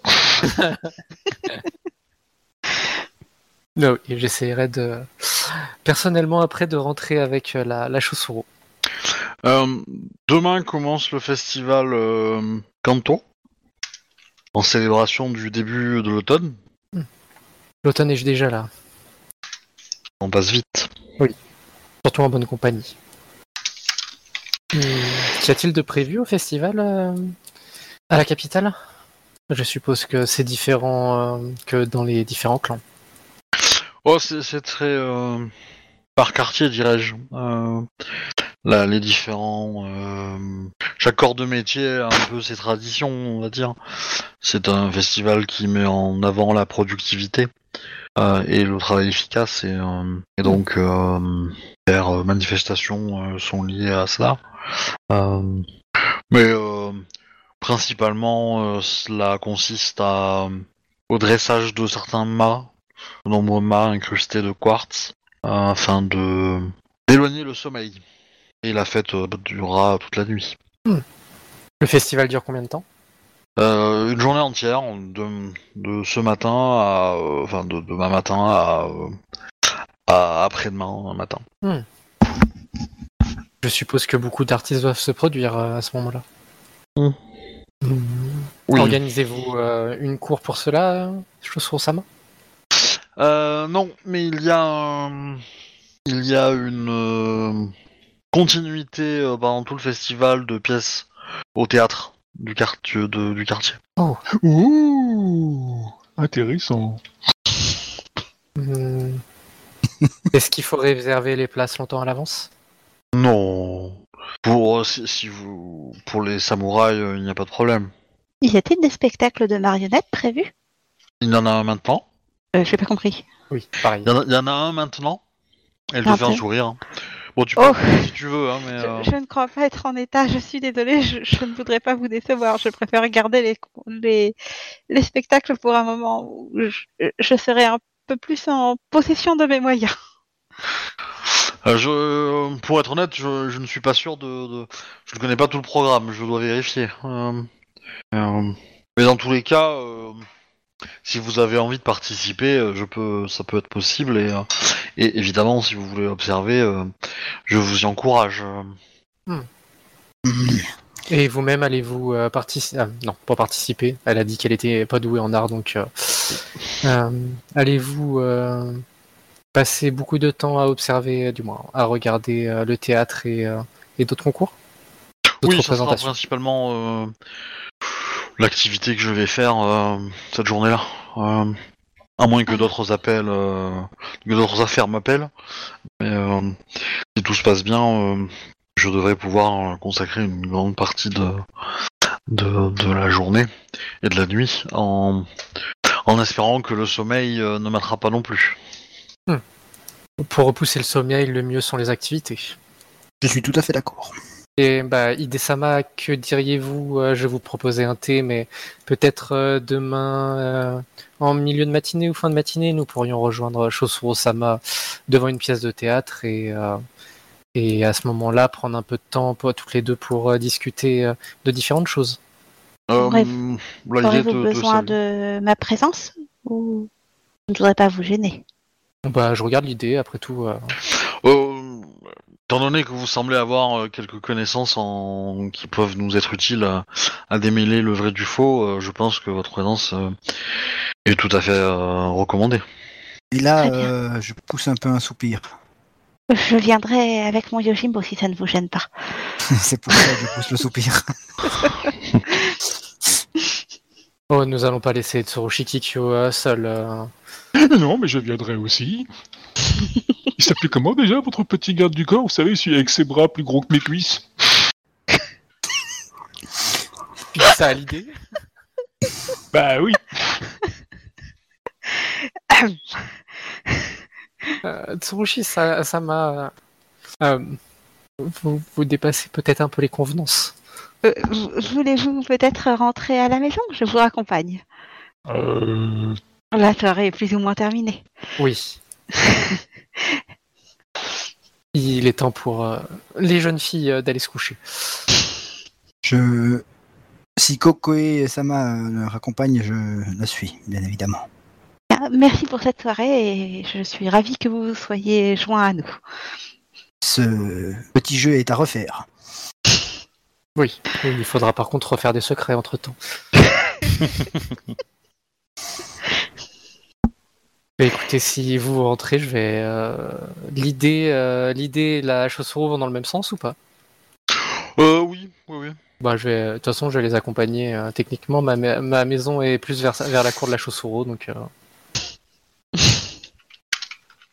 Speaker 3: Non, oui, j'essaierai de. Personnellement, après, de rentrer avec euh, la, la Chosuro.
Speaker 1: Euh, demain commence le festival euh, Kanto, en célébration du début de l'automne.
Speaker 3: L'automne est déjà là,
Speaker 1: On passe vite.
Speaker 3: surtout en bonne compagnie. Hum, Qu'y a-t-il de prévu au festival euh, à la capitale Je suppose que c'est différent euh, que dans les différents clans.
Speaker 1: Oh, c'est c'est très... euh, par quartier, dirais-je. Euh, là, les différents... euh, chaque corps de métier a un peu ses traditions, on va dire. C'est un festival qui met en avant la productivité euh, et le travail efficace. Et, euh, et donc, euh, les manifestations euh, sont liées à cela. Euh, mais euh, principalement, euh, cela consiste à, au dressage de certains mâts, de nombreux mâts incrustés de quartz, euh, afin de d'éloigner le sommeil. Et la fête euh, durera toute la nuit.
Speaker 3: Le festival dure combien de temps
Speaker 1: Euh, une journée entière, de, de ce matin à. euh, Enfin, de demain matin à. euh, à après-demain matin.
Speaker 3: Je suppose que beaucoup d'artistes doivent se produire euh, à ce moment-là.
Speaker 1: Hmm.
Speaker 3: Hum. Organisez-vous euh, une cour pour cela, euh, Chosuro-sama
Speaker 1: Euh, non, mais il y a un- il y a une euh, continuité euh, pendant tout le festival de pièces au théâtre du quartier de- du quartier.
Speaker 5: Ouh Intéressant.
Speaker 3: Hmm. Est-ce qu'il faut réserver les places longtemps à l'avance
Speaker 1: Non. Pour euh, si, si vous pour les samouraïs, euh, il n'y a pas de problème.
Speaker 4: Il y a-t-il des spectacles de marionnettes prévus
Speaker 1: Il y en a un maintenant.
Speaker 4: euh, J'ai pas compris.
Speaker 3: Oui, pareil.
Speaker 1: Il y en a, il y en a un maintenant. Elle te fait un
Speaker 4: Parfait.
Speaker 1: sourire. hein. Bon, tu peux
Speaker 4: Ah, Oh.
Speaker 1: si tu veux, hein, mais euh,
Speaker 4: Je, je ne crois pas être en état, je suis désolée, je, je ne voudrais pas vous décevoir. Je préfère regarder les, les, les spectacles pour un moment où je, je serai un peu plus en possession de mes moyens.
Speaker 1: euh, je, pour être honnête, je, je ne suis pas sûr de, de- je ne connais pas tout le programme. Je dois vérifier. Euh, euh, mais dans tous les cas, euh, si vous avez envie de participer, euh, je peux, ça peut être possible. Et, euh, et évidemment, si vous voulez observer, euh, je vous y encourage. euh.
Speaker 3: Et vous-même, allez-vous participer Non, pas participer. Elle a dit qu'elle était pas douée en art, donc euh, euh, allez-vous euh, passer beaucoup de temps à observer, euh, du moins à regarder euh, le théâtre et, euh, et d'autres concours D'autres
Speaker 1: Oui, ça sera
Speaker 3: représentations
Speaker 1: principalement euh, l'activité que je vais faire euh, cette journée-là. Euh, à moins que d'autres appels, euh, que d'autres affaires m'appellent. Mais euh, si tout se passe bien, euh, je devrais pouvoir euh, consacrer une grande partie de, de, de la journée et de la nuit en, en espérant que le sommeil euh, ne m'attrape pas non plus.
Speaker 3: Pour repousser le sommeil, le mieux sont les activités.
Speaker 2: Je suis tout à fait d'accord.
Speaker 3: Et bah, Idesama, que diriez-vous Euh, Je vous proposais un thé, mais peut-être euh, demain, euh, en milieu de matinée ou fin de matinée, nous pourrions rejoindre Shosuro-sama devant une pièce de théâtre et, euh, et à ce moment-là, prendre un peu de temps pour, toutes les deux pour euh, discuter euh, de différentes choses.
Speaker 1: Euh, là,
Speaker 4: Bref.
Speaker 1: il est
Speaker 4: Aurez-vous
Speaker 1: de- de
Speaker 4: besoin
Speaker 1: salut.
Speaker 4: de ma présence ou je ne voudrais pas vous gêner
Speaker 3: Bah, je regarde l'idée, après tout. euh,
Speaker 1: Euh, étant donné que vous semblez avoir euh, quelques connaissances en... qui peuvent nous être utiles à, à démêler le vrai du faux, euh, je pense que votre présence euh, est tout à fait euh, recommandée.
Speaker 2: Et là,
Speaker 4: Très bien.
Speaker 2: euh, je pousse un peu un soupir.
Speaker 4: Je viendrai avec mon Yojimbo si ça ne vous gêne pas.
Speaker 2: C'est pour ça que je pousse le soupir.
Speaker 3: Oh, nous allons pas laisser Tsurushi Kikyo euh, seul. euh.
Speaker 5: Mais non, mais je viendrai aussi. Il s'appelait comment déjà, votre petit garde du corps Vous savez, celui avec ses bras plus gros que mes cuisses
Speaker 3: Puis ça à l'idée.
Speaker 5: Bah oui
Speaker 3: Euh, Tsurushi ça- Sama, euh, vous, vous dépassez peut-être un peu les convenances.
Speaker 4: Euh, v- Voulez-vous peut-être rentrer à la maison Je vous raccompagne.
Speaker 5: Euh.
Speaker 4: La soirée est plus ou moins terminée.
Speaker 3: Oui. Il est temps pour euh, les jeunes filles euh, d'aller se coucher.
Speaker 2: Je... Si Kokoe et Sama euh, le raccompagnent, je la suis, bien évidemment.
Speaker 4: Bien, Merci pour cette soirée et je suis ravie que vous soyez joints à nous.
Speaker 2: Ce petit jeu est à refaire.
Speaker 3: Oui. Il faudra par contre refaire des secrets entre temps. Bah, écoutez, si vous rentrez, je vais. euh, L'idée, euh, l'idée, et la chaussure vont dans le même sens ou pas
Speaker 1: Euh, oui, oui, oui.
Speaker 3: Bah, je vais, de toute façon, je vais les accompagner. euh, techniquement, ma, ma- ma maison est plus vers, vers la cour de la Chaussoureau, donc. euh.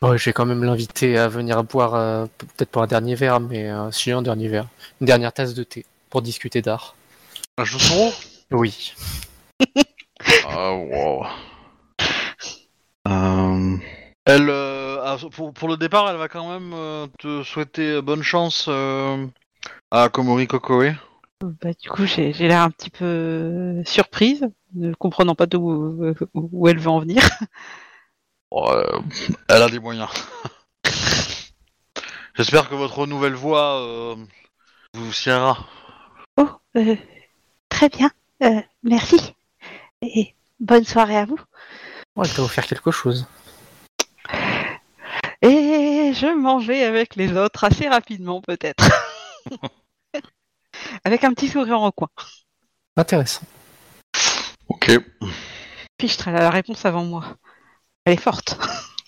Speaker 3: Ouais, je vais quand même l'inviter à venir boire, euh, p- peut-être pour un dernier verre, mais euh, si un dernier verre, une dernière tasse de thé pour discuter d'art.
Speaker 1: La chausson
Speaker 3: Oui.
Speaker 1: Ah, wow. Euh, Elle, euh, ah, pour, pour le départ, elle va quand même euh, te souhaiter bonne chance euh, à Komori Kokoe.
Speaker 6: Bah, du coup, j'ai j'ai l'air un petit peu surprise, ne comprenant pas d'où où elle veut en venir.
Speaker 1: Oh, euh, elle a des moyens. J'espère que votre nouvelle voix euh, vous siera.
Speaker 4: Oh, euh, très bien. Euh, merci. Et bonne soirée à vous.
Speaker 3: Ouais, elle t'a offert quelque chose.
Speaker 6: Et je m'en vais avec les autres assez rapidement, peut-être. avec un petit sourire en coin.
Speaker 3: Intéressant.
Speaker 1: Ok.
Speaker 6: Fichtre, elle a la réponse avant moi. Elle est forte.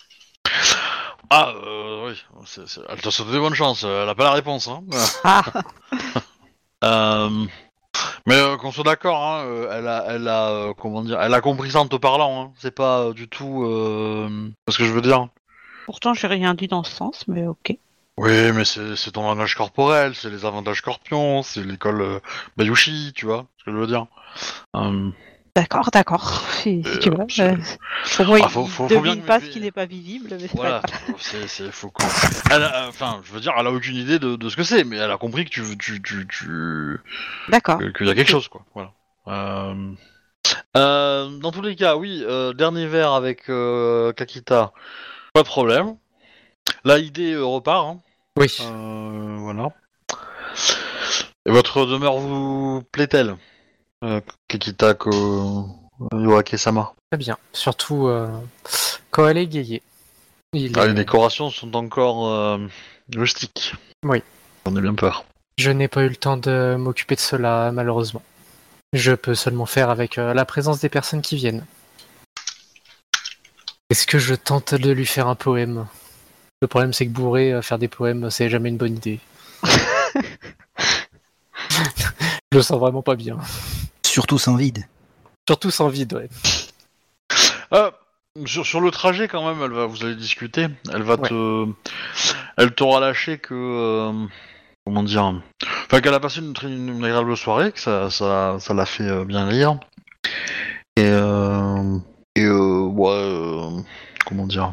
Speaker 1: Ah, euh, oui. C'est- c'est- Elle te souhaite de bonnes chances. Elle a pas la réponse. Hein.
Speaker 6: Ah,
Speaker 1: Euh, Mais euh, qu'on soit d'accord, hein, euh, elle a, elle a, euh, comment dire, elle a compris ça en te parlant. Hein. C'est pas euh, du tout euh, ce que je veux dire.
Speaker 6: pourtant, j'ai rien dit dans ce sens, mais ok.
Speaker 1: Oui, mais c'est c'est ton langage corporel, c'est les avantages scorpions, c'est l'école euh, Bayushi, tu vois ce que je veux dire. Euh,
Speaker 6: D'accord, d'accord. Si, si
Speaker 1: Euh,
Speaker 6: tu veux.
Speaker 1: c'est-
Speaker 6: Euh, Pour moi,
Speaker 1: Ah,
Speaker 6: il-
Speaker 1: faut-
Speaker 6: il
Speaker 1: faut- faut bien
Speaker 6: devine
Speaker 1: que
Speaker 6: pas
Speaker 1: mes-
Speaker 6: ce qui n'est pas visible. Mais c'est pas
Speaker 1: voilà,
Speaker 6: grave.
Speaker 1: c'est c'est- faut qu'on. elle a- euh, Enfin, je veux dire, elle a aucune idée de, de ce que c'est, mais elle a compris que tu, veux- tu, tu, tu,
Speaker 6: D'accord.
Speaker 1: que- qu'il y a quelque chose, quoi. Voilà. Euh, euh, dans tous les cas, oui, euh, dernier verre avec euh, Kakita, pas de problème. La idée euh, repart, hein.
Speaker 3: Oui.
Speaker 1: Euh, voilà. Et votre demeure vous plaît-elle euh, Kakita Ko... Yoake-sama.
Speaker 3: Très bien. Surtout euh, quand elle est gayée. Il
Speaker 1: Ah, les
Speaker 3: est-
Speaker 1: décorations sont encore euh, rustiques.
Speaker 3: Oui.
Speaker 1: J'en ai bien peur.
Speaker 3: Je n'ai pas eu le temps de m'occuper de cela, malheureusement. Je peux seulement faire avec euh, la présence des personnes qui viennent. Est-ce que je tente de lui faire un poème Le problème, c'est que bourré, euh, faire des poèmes, c'est jamais une bonne idée. je le sens vraiment pas bien.
Speaker 2: Surtout sans vide.
Speaker 3: Surtout sans vide, ouais.
Speaker 1: Ah, sur, sur le trajet quand même, elle va, vous allez discuter. Elle va
Speaker 3: Ouais.
Speaker 1: te, elle t'aura lâché que, euh, comment dire, enfin qu'elle a passé une, très- une agréable soirée, que ça, ça, ça l'a fait euh, bien rire. Et, euh, et euh, ouais, euh, comment dire,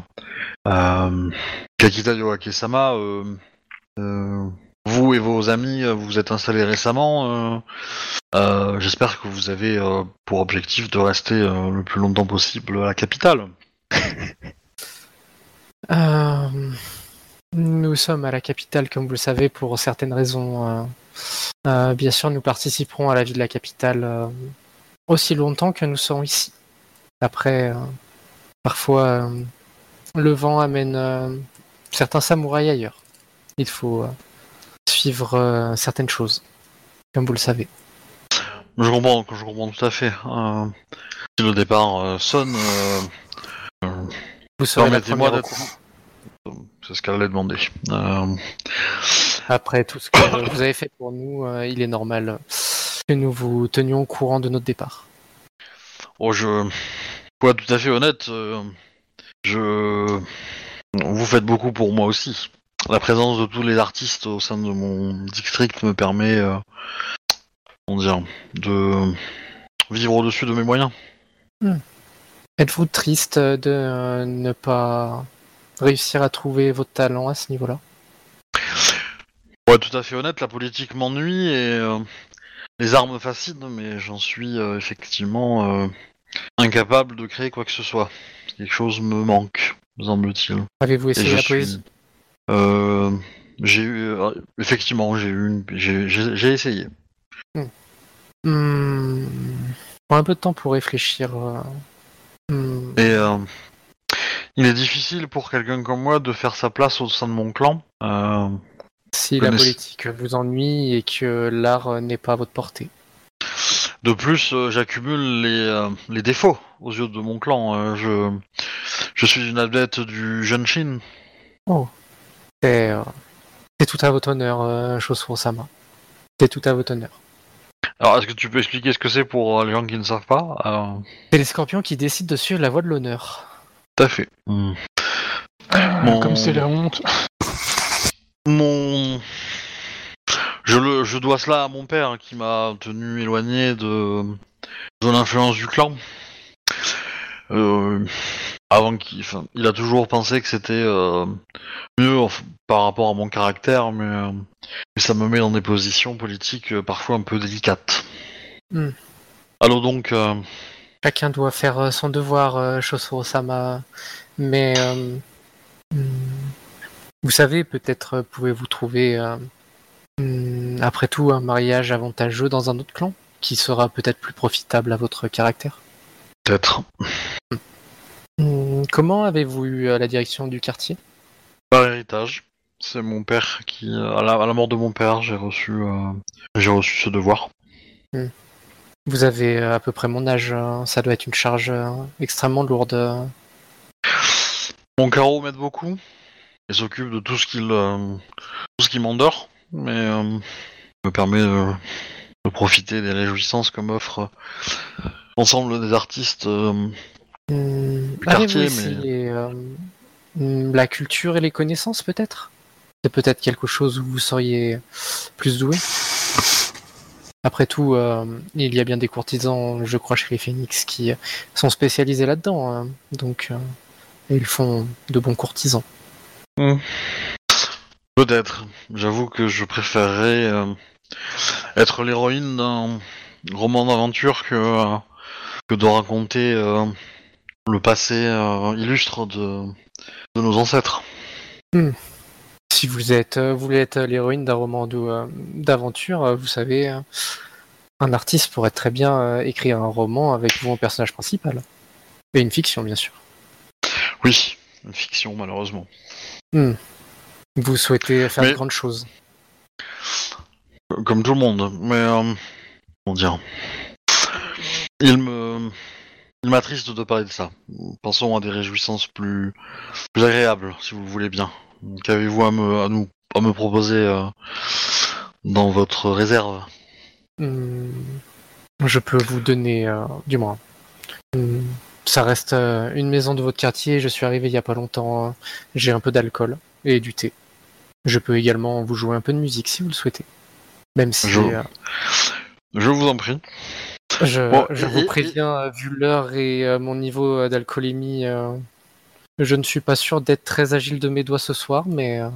Speaker 1: Euh, Kakita Yoake-sama, euh, euh, vous et vos amis, euh, vous vous êtes installés récemment. euh, euh, J'espère que vous avez euh, pour objectif de rester euh, le plus longtemps possible à la capitale.
Speaker 3: Euh, nous sommes à la capitale, comme vous le savez, pour certaines raisons. euh. Euh, bien sûr, nous participerons à la vie de la capitale euh, aussi longtemps que nous serons ici. Après, euh, parfois, euh, le vent amène euh, certains samouraïs ailleurs. Il faut euh, suivre euh, certaines choses, comme vous le savez.
Speaker 1: Je comprends, je comprends tout à fait. Euh, si le départ euh, sonne, euh,
Speaker 3: Vous serez la
Speaker 1: permettez-moi
Speaker 3: première au
Speaker 1: d'être.
Speaker 3: courant.
Speaker 1: C'est ce qu'elle allait demander. Euh,
Speaker 3: Après tout ce que euh, vous avez fait pour nous, euh, il est normal euh, que nous vous tenions au courant de notre départ.
Speaker 1: Bon, oh, je. Pour être tout à fait honnête, euh, je. Vous faites beaucoup pour moi aussi. La présence de tous les artistes au sein de mon district me permet. euh, comment dire De vivre au-dessus de mes moyens.
Speaker 3: Êtes-vous triste euh, de euh, ne pas réussir à trouver votre talent à ce niveau-là
Speaker 1: Pour être tout à fait honnête, la politique m'ennuie et. euh, les armes me fascinent, mais j'en suis euh, effectivement euh, incapable de créer quoi que ce soit. Quelque chose me manque, me semble-t-il.
Speaker 3: Avez-vous
Speaker 1: Et
Speaker 3: essayé
Speaker 1: je
Speaker 3: la
Speaker 1: suis-
Speaker 3: poésie
Speaker 1: Euh, j'ai eu euh, effectivement j'ai eu une- j'ai- j'ai j'ai essayé.
Speaker 3: Hmm, Prends un peu de temps pour réfléchir. euh. Hmm,
Speaker 1: Et euh, il est difficile pour quelqu'un comme moi de faire sa place au sein de mon clan. Euh,
Speaker 3: si la
Speaker 1: Connaisse-
Speaker 3: politique vous ennuie et que l'art euh, n'est pas à votre portée.
Speaker 1: de plus, euh, j'accumule les, euh, les défauts aux yeux de mon clan. Euh, je je suis une adepte du Genshin.
Speaker 3: C'est euh, c'est tout à votre honneur, euh, Chosuro-sama. C'est tout à votre honneur.
Speaker 1: Alors est-ce que tu peux expliquer ce que c'est pour euh, les gens qui ne savent pas Euh,
Speaker 3: C'est les scorpions qui décident de suivre la voie de l'honneur.
Speaker 1: Tout à fait. Mon-
Speaker 5: Comme c'est la honte.
Speaker 1: Mon. Je, le, je dois cela à mon père hein, qui m'a tenu éloigné de, de l'influence du clan. Euh, avant qu'il. enfin, il a toujours pensé que c'était euh, mieux enf- par rapport à mon caractère, mais, euh, mais ça me met dans des positions politiques euh, parfois un peu délicates.
Speaker 3: Hmm.
Speaker 1: Alors donc, euh,
Speaker 3: Chacun doit faire euh, son devoir, euh, Shosuro-sama. Mais euh, hmm, vous savez, peut-être euh, pouvez-vous trouver, euh, hmm, après tout, un mariage avantageux dans un autre clan qui sera peut-être plus profitable à votre caractère.
Speaker 1: peut-être.
Speaker 3: Hmm, comment avez-vous eu euh, la direction du quartier
Speaker 1: Par héritage, c'est mon père qui. euh, À la, à la mort de mon père, j'ai reçu, euh, j'ai reçu ce devoir.
Speaker 3: Vous avez euh, à peu près mon âge. hein, Ça doit être une charge euh, extrêmement lourde. euh.
Speaker 1: Mon carreau m'aide beaucoup. Il s'occupe de tout ce qu'il euh, tout ce qui m'endort, mais euh, me permet de, de profiter des réjouissances que m'offre euh, l'ensemble des artistes. euh.
Speaker 3: Hmm,
Speaker 1: Du
Speaker 3: avez-vous
Speaker 1: quartier,
Speaker 3: essayé, euh, hmm, la culture et les connaissances peut-être C'est peut-être quelque chose où vous seriez plus doué. Après tout, euh, il y a bien des courtisans, je crois, chez les Phoenix qui euh, sont spécialisés là-dedans. hein. donc, euh, et ils font de bons courtisans.
Speaker 1: Peut-être. J'avoue que je préférerais euh, être l'héroïne d'un roman d'aventure que euh, que de raconter euh, le passé euh, illustre de de nos ancêtres.
Speaker 3: Si vous êtes, euh, vous voulez être l'héroïne d'un roman d'ou- euh, d'aventure, euh, vous savez, euh, un artiste pourrait très bien euh, écrire un roman avec vous en personnage principal. Et une fiction, bien sûr.
Speaker 1: Oui, une fiction malheureusement.
Speaker 3: Vous souhaitez faire
Speaker 1: Mais-
Speaker 3: de grandes choses.
Speaker 1: comme tout le monde, mais euh, comment dire Il me, il m'attriste de parler de ça. Pensons à des réjouissances plus, plus agréables, si vous voulez bien. Qu'avez-vous à me, à nous, à me proposer euh, dans votre réserve
Speaker 3: Hmm, Je peux vous donner, euh, du moins. hmm, Ça reste euh, une maison de votre quartier. Je suis arrivé il y a pas longtemps. euh, J'ai un peu d'alcool et du thé. Je peux également vous jouer un peu de musique si vous le souhaitez. Même si
Speaker 1: Je-
Speaker 3: euh,
Speaker 1: Je vous en prie.
Speaker 3: je,
Speaker 1: Bon,
Speaker 3: je
Speaker 1: et-
Speaker 3: vous
Speaker 1: et-
Speaker 3: préviens, euh, vu l'heure et euh, mon niveau euh, d'alcoolémie, euh, Je ne suis pas sûr d'être très agile de mes doigts ce soir, mais. euh,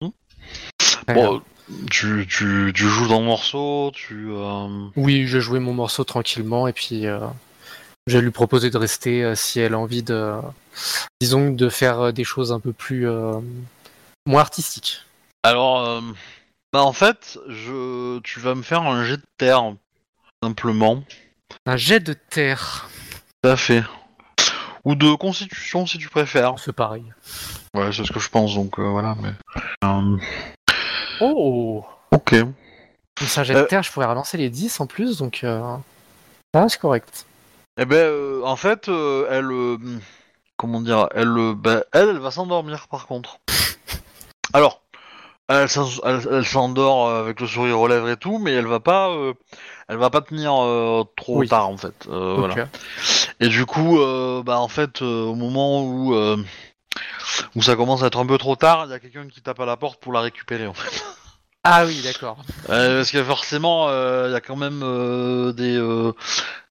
Speaker 1: Hmm.
Speaker 3: ouais.
Speaker 1: Bon, tu, tu, tu joues dans le morceau, tu. euh,
Speaker 3: Oui, je jouais mon morceau tranquillement et puis euh, je vais lui proposer de rester euh, si elle a envie de, disons, de faire euh, des choses un peu plus euh, moins artistiques.
Speaker 1: Alors, euh, bah en fait, je, tu vas me faire un jet de terre, simplement.
Speaker 3: Un jet de terre,
Speaker 1: Tout à fait. Ou de constitution, si tu préfères.
Speaker 3: c'est pareil.
Speaker 1: Ouais, c'est ce que je pense, donc euh, voilà. Mais... Euh,
Speaker 3: Oh,
Speaker 1: ok. Eh
Speaker 3: c'est un jet de
Speaker 1: Euh.
Speaker 3: terre, je pourrais relancer les 10 en plus, donc euh, ah, c'est correct.
Speaker 1: Eh ben, euh, en fait, euh, elle, euh, comment dire, elle, euh, bah, elle, elle va s'endormir par contre. Alors, elle, s'en- elle- elle s'endort euh, avec le sourire aux lèvres et tout, mais elle va pas, euh, elle va pas tenir euh, trop
Speaker 3: Oui.
Speaker 1: tard en fait. Euh,
Speaker 3: Ok.
Speaker 1: voilà. Et du coup, euh, bah en fait, euh, au moment où euh, où ça commence à être un peu trop tard, il y a quelqu'un qui tape à la porte pour la récupérer. En fait.
Speaker 3: Ah oui, d'accord.
Speaker 1: Euh, parce que forcément, euh, il y a quand même euh, des, euh,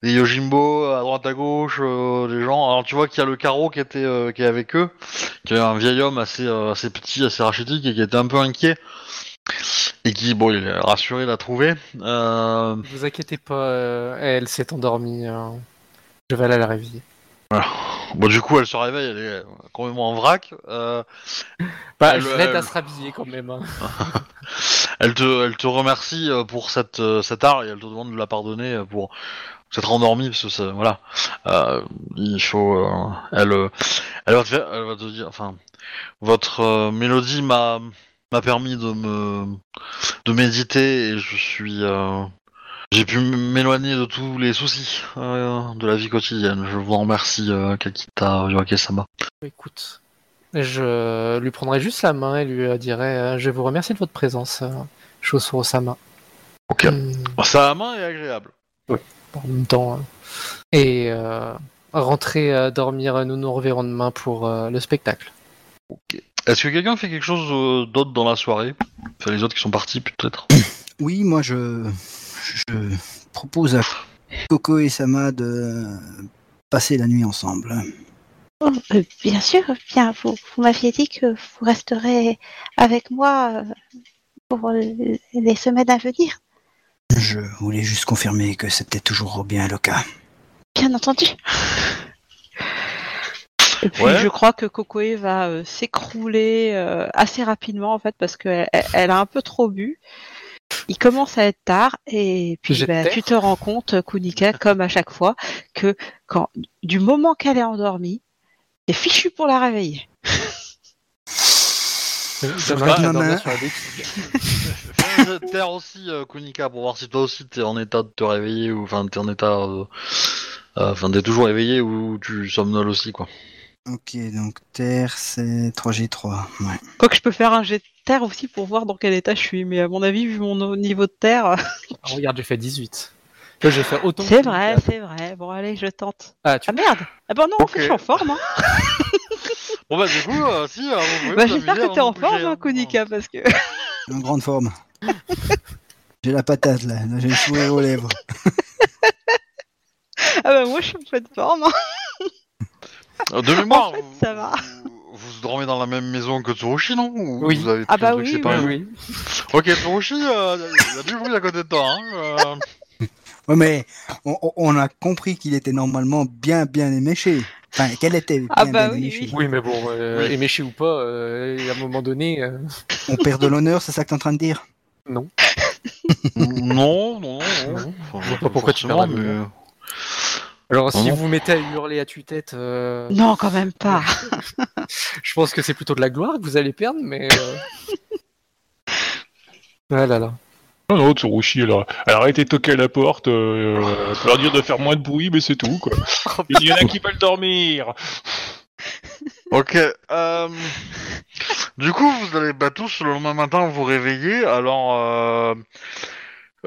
Speaker 1: des Yojimbo à droite à gauche, euh, des gens. Alors tu vois qu'il y a le carreau qui était euh, qui est avec eux, qui est un vieil homme assez euh, assez petit, assez rachitique et qui était un peu inquiet et qui bon, il est rassuré de la trouver. Euh,
Speaker 3: Ne vous inquiétez pas, euh, elle s'est endormie. euh, je vais aller la réveiller.
Speaker 1: voilà. Bon du coup, elle se réveille, elle est complètement en vrac. Euh,
Speaker 3: Bah,
Speaker 1: Elle, euh,
Speaker 3: je l'aide
Speaker 1: elle-
Speaker 3: à se rhabiller quand même. hein.
Speaker 1: Elle te, elle te remercie euh, pour cette, euh, cet art et elle te demande de la pardonner euh, pour s'être endormie parce que ça- voilà, Euh, il faut, euh, elle, euh, elle va te faire- elle va te dire, enfin, votre euh, mélodie m'a, m'a permis de me, de méditer et je suis, euh, j'ai pu m'éloigner de tous les soucis euh, de la vie quotidienne. Je vous remercie, euh, Kakita Yurake-sama.
Speaker 3: Écoute, je lui prendrai juste la main et lui euh, dirai euh, Je vous remercie de votre présence, euh, Chaussure Osama.
Speaker 1: Ok.
Speaker 3: Hmm,
Speaker 1: Sa main est agréable.
Speaker 3: en même temps. euh, Et euh, rentrer euh, dormir, nous nous reverrons demain pour euh, le spectacle.
Speaker 1: Est-ce que quelqu'un fait quelque chose euh, d'autre dans la soirée Enfin, les autres qui sont partis, peut-être.
Speaker 2: Oui, moi je, je propose à Coco et Sama de passer la nuit ensemble.
Speaker 4: Oh, euh, bien sûr, bien. Vous, vous m'aviez dit que vous resterez avec moi euh, pour euh, les semaines à venir,
Speaker 2: Je voulais juste confirmer que c'était toujours bien le cas.
Speaker 4: bien entendu.
Speaker 6: Et puis
Speaker 1: Ouais.
Speaker 6: je crois que Cocoé va euh, s'écrouler euh, assez rapidement en fait parce qu'elle elle a un peu trop bu. Il commence à être tard et puis
Speaker 3: J'ai
Speaker 6: bah,
Speaker 3: peur.
Speaker 6: tu te rends compte, Kunika, comme à chaque fois, que quand du moment qu'elle est endormie, c'est fichu pour la réveiller.
Speaker 3: Ça
Speaker 1: vrai que
Speaker 2: ma main-
Speaker 3: sur la béquille.
Speaker 1: Fais un jeu de terre aussi, euh, Kunika, pour voir si toi aussi t'es en état de te réveiller ou enfin t'es en état, euh, euh, enfin t'es toujours éveillé ou tu somnoles aussi quoi.
Speaker 2: Ok, donc Terre, c'est 3G3. Ouais.
Speaker 6: Quoique je peux faire un jet de terre aussi pour voir dans quel état je suis, mais à mon avis, vu mon au- niveau de terre, euh,
Speaker 3: Ah, regarde, j'ai fait 18. Là, j'ai fait autant.
Speaker 6: c'est
Speaker 3: que-
Speaker 6: vrai, c'est vrai. Bon allez, je tente.
Speaker 3: Ah, tu
Speaker 6: Ah merde Ah ben non, en fait,
Speaker 1: Ok.
Speaker 6: je suis en forme. Hein.
Speaker 1: Bon bah du coup, euh, si. euh, vous pouvez
Speaker 6: Bah,
Speaker 1: vous
Speaker 6: J'espère
Speaker 1: amuser
Speaker 6: que
Speaker 1: avant
Speaker 6: t'es en
Speaker 1: de bouger,
Speaker 6: forme,
Speaker 1: hein.
Speaker 6: hein, Kunika, parce que...
Speaker 2: En grande forme. j'ai la patate là, Là, j'ai le sourire aux lèvres.
Speaker 6: Ah bah moi, je suis en pleine forme. hein.
Speaker 1: Euh, De mémoire.
Speaker 6: En fait,
Speaker 1: vous-
Speaker 6: ça va.
Speaker 1: Vous, vous dormez dans la même maison que Tsurushi, non Ou
Speaker 3: Oui.
Speaker 1: Vous avez
Speaker 6: Ah
Speaker 1: pris
Speaker 6: bah
Speaker 1: un truc
Speaker 6: oui,
Speaker 1: séparé
Speaker 3: oui.
Speaker 1: Ok, Tsurushi, euh, y a du bruit à côté de toi. Hein, euh.
Speaker 2: Ouais, mais on, on- on a compris qu'il était normalement bien, bien éméché. Enfin, qu'elle était bien,
Speaker 6: Ah bah
Speaker 2: bien
Speaker 6: oui,
Speaker 2: éméchée.
Speaker 6: oui.
Speaker 3: Oui, mais bon, euh,
Speaker 1: Oui.
Speaker 3: éméché ou pas, euh, à un moment donné, euh,
Speaker 2: On perd de l'honneur, c'est ça que t'es en train de dire
Speaker 1: non, non, non. non. Enfin,
Speaker 3: Je vois pas pourquoi tu parles de
Speaker 1: forcément, mais- euh,
Speaker 3: Alors, si
Speaker 1: Vraiment
Speaker 3: vous vous mettez à hurler à tue-tête, euh,
Speaker 6: Non, quand même pas.
Speaker 3: je pense que c'est plutôt de la gloire que vous allez perdre, mais. euh, ah là là.
Speaker 5: Non, non, Tsurushi, elle a, elle a arrêté de toquer à la porte euh, pour leur dire de faire moins de bruit, mais c'est tout, quoi. Il y en a qui veulent dormir
Speaker 1: Ok. euh, Du coup, vous allez bah, tous le lendemain matin vous réveiller. Alors, euh...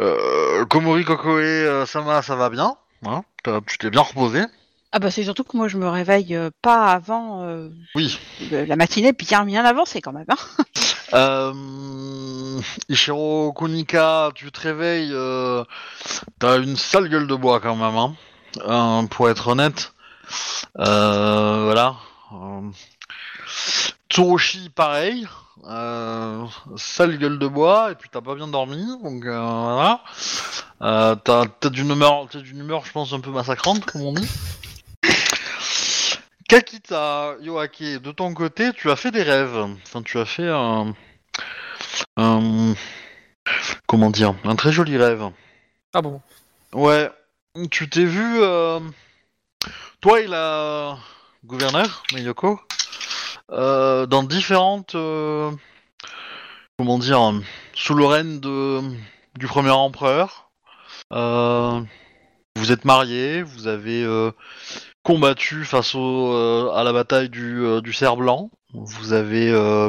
Speaker 1: euh, Komori, Kokoe, euh, Sama, ça va bien. hein T'as- tu t'es bien reposé.
Speaker 6: Ah bah c'est surtout que moi je me réveille euh, pas avant euh,
Speaker 1: Oui.
Speaker 6: euh, la matinée bien bien avancée quand même. Hein
Speaker 1: Euh... Ishiro Kunika, tu te réveilles. euh, T'as une sale gueule de bois quand même. hein, euh, pour être honnête. Euh, voilà. Euh, Tsuroshi, pareil. Euh, sale gueule de bois, et puis t'as pas bien dormi, donc euh, voilà. Euh, t'as t'as d'une humeur, t'as d'une humeur, je pense, un peu massacrante, comme on dit. Kakita, Yoake, de ton côté, tu as fait des rêves. Enfin, tu as fait un... un- Euh, Comment dire Un très joli rêve.
Speaker 3: Ah bon
Speaker 1: Ouais, tu t'es vu. euh, Toi et la gouverneur, Miyoko, euh, dans différentes. euh, Comment dire Sous le règne de... du premier empereur. Euh, Vous êtes mariés, vous avez euh, combattu face au, euh, à la bataille du, euh, du cerf blanc. Vous avez. euh,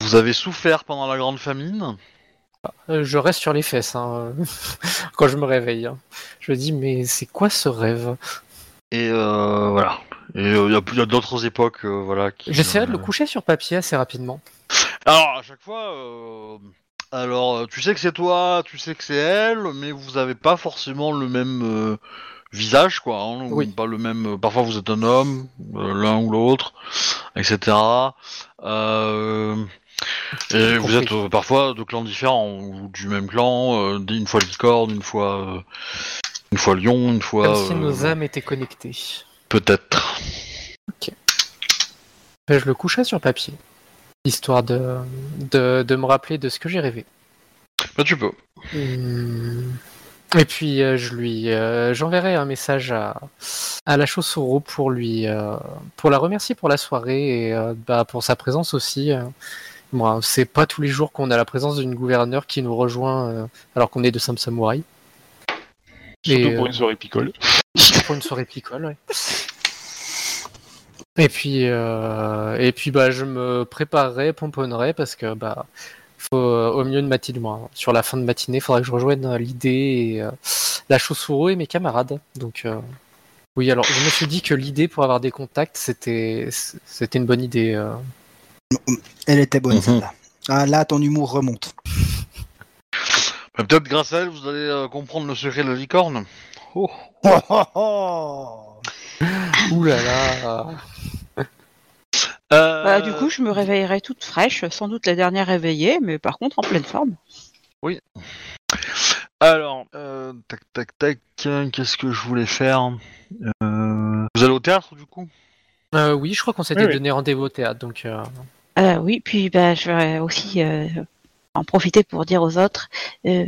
Speaker 1: Vous avez souffert pendant la grande famine.
Speaker 3: Euh, Je reste sur les fesses hein, quand je me réveille. hein. Je me dis, mais c'est quoi ce rêve
Speaker 1: Et euh, voilà. Et il y a, y a d'autres époques, euh, voilà. qui,
Speaker 3: J'essaierai
Speaker 1: euh,
Speaker 3: de le coucher sur papier assez rapidement.
Speaker 1: Alors à chaque fois, euh, alors euh, tu sais que c'est toi, tu sais que c'est elle, mais vous avez pas forcément le même euh, visage, quoi. hein, ou
Speaker 3: Oui.
Speaker 1: Pas le même. Parfois vous êtes un homme, euh, l'un ou l'autre, etc. Euh, et vous
Speaker 3: Compris.
Speaker 1: êtes euh, parfois de clans différents ou du même clan. euh, une fois licorne, une fois, euh, une fois lion, une fois
Speaker 3: Comme si
Speaker 1: euh,
Speaker 3: nos âmes étaient connectées.
Speaker 1: peut-être.
Speaker 3: Ben, je le couchais sur papier, histoire de, de, de me rappeler de ce que j'ai rêvé.
Speaker 1: Bah, tu peux.
Speaker 3: Hum. Et puis euh, je lui, euh, j'enverrai un message à, à la Chaussuro pour lui, euh, pour la remercier pour la soirée et euh, bah, pour sa présence aussi. euh. Moi, c'est pas tous les jours qu'on a la présence d'une gouverneure qui nous rejoint euh, alors qu'on est de Sam Samurai
Speaker 5: Surtout
Speaker 3: Et,
Speaker 5: pour
Speaker 3: euh,
Speaker 5: une soirée picole.
Speaker 3: pour une soirée picole. ouais. Et puis, euh, et puis bah, je me préparerai, pomponnerai, parce que bah, faut, euh, au milieu de matinée, moi, sur la fin de matinée, il faudra que je rejoigne euh, l'idée, et, euh, la chaussoureau et mes camarades. Donc, euh, oui, alors je me suis dit que l'idée pour avoir des contacts, c'était c'était une bonne idée. euh.
Speaker 2: Elle était bonne,
Speaker 1: Mhm.
Speaker 2: celle-là. Ah, là, ton humour remonte.
Speaker 1: Bah, Peut-être grâce à elle, vous allez euh, comprendre le secret de la licorne. Oh.
Speaker 2: Oh, oh, oh.
Speaker 3: Ouh là là
Speaker 1: Euh,
Speaker 6: Bah, du coup, je me réveillerai toute fraîche, sans doute la dernière réveillée, mais par contre en pleine forme.
Speaker 1: Alors, euh, tac, tac, tac, euh, qu'est-ce que je voulais faire Euh, Vous allez au théâtre, du coup
Speaker 3: Euh, Oui, je crois qu'on s'était
Speaker 5: Oui, oui.
Speaker 3: donné rendez-vous au théâtre, donc euh,
Speaker 4: Euh, oui, puis bah, je vais aussi euh, en profiter pour dire aux autres, euh,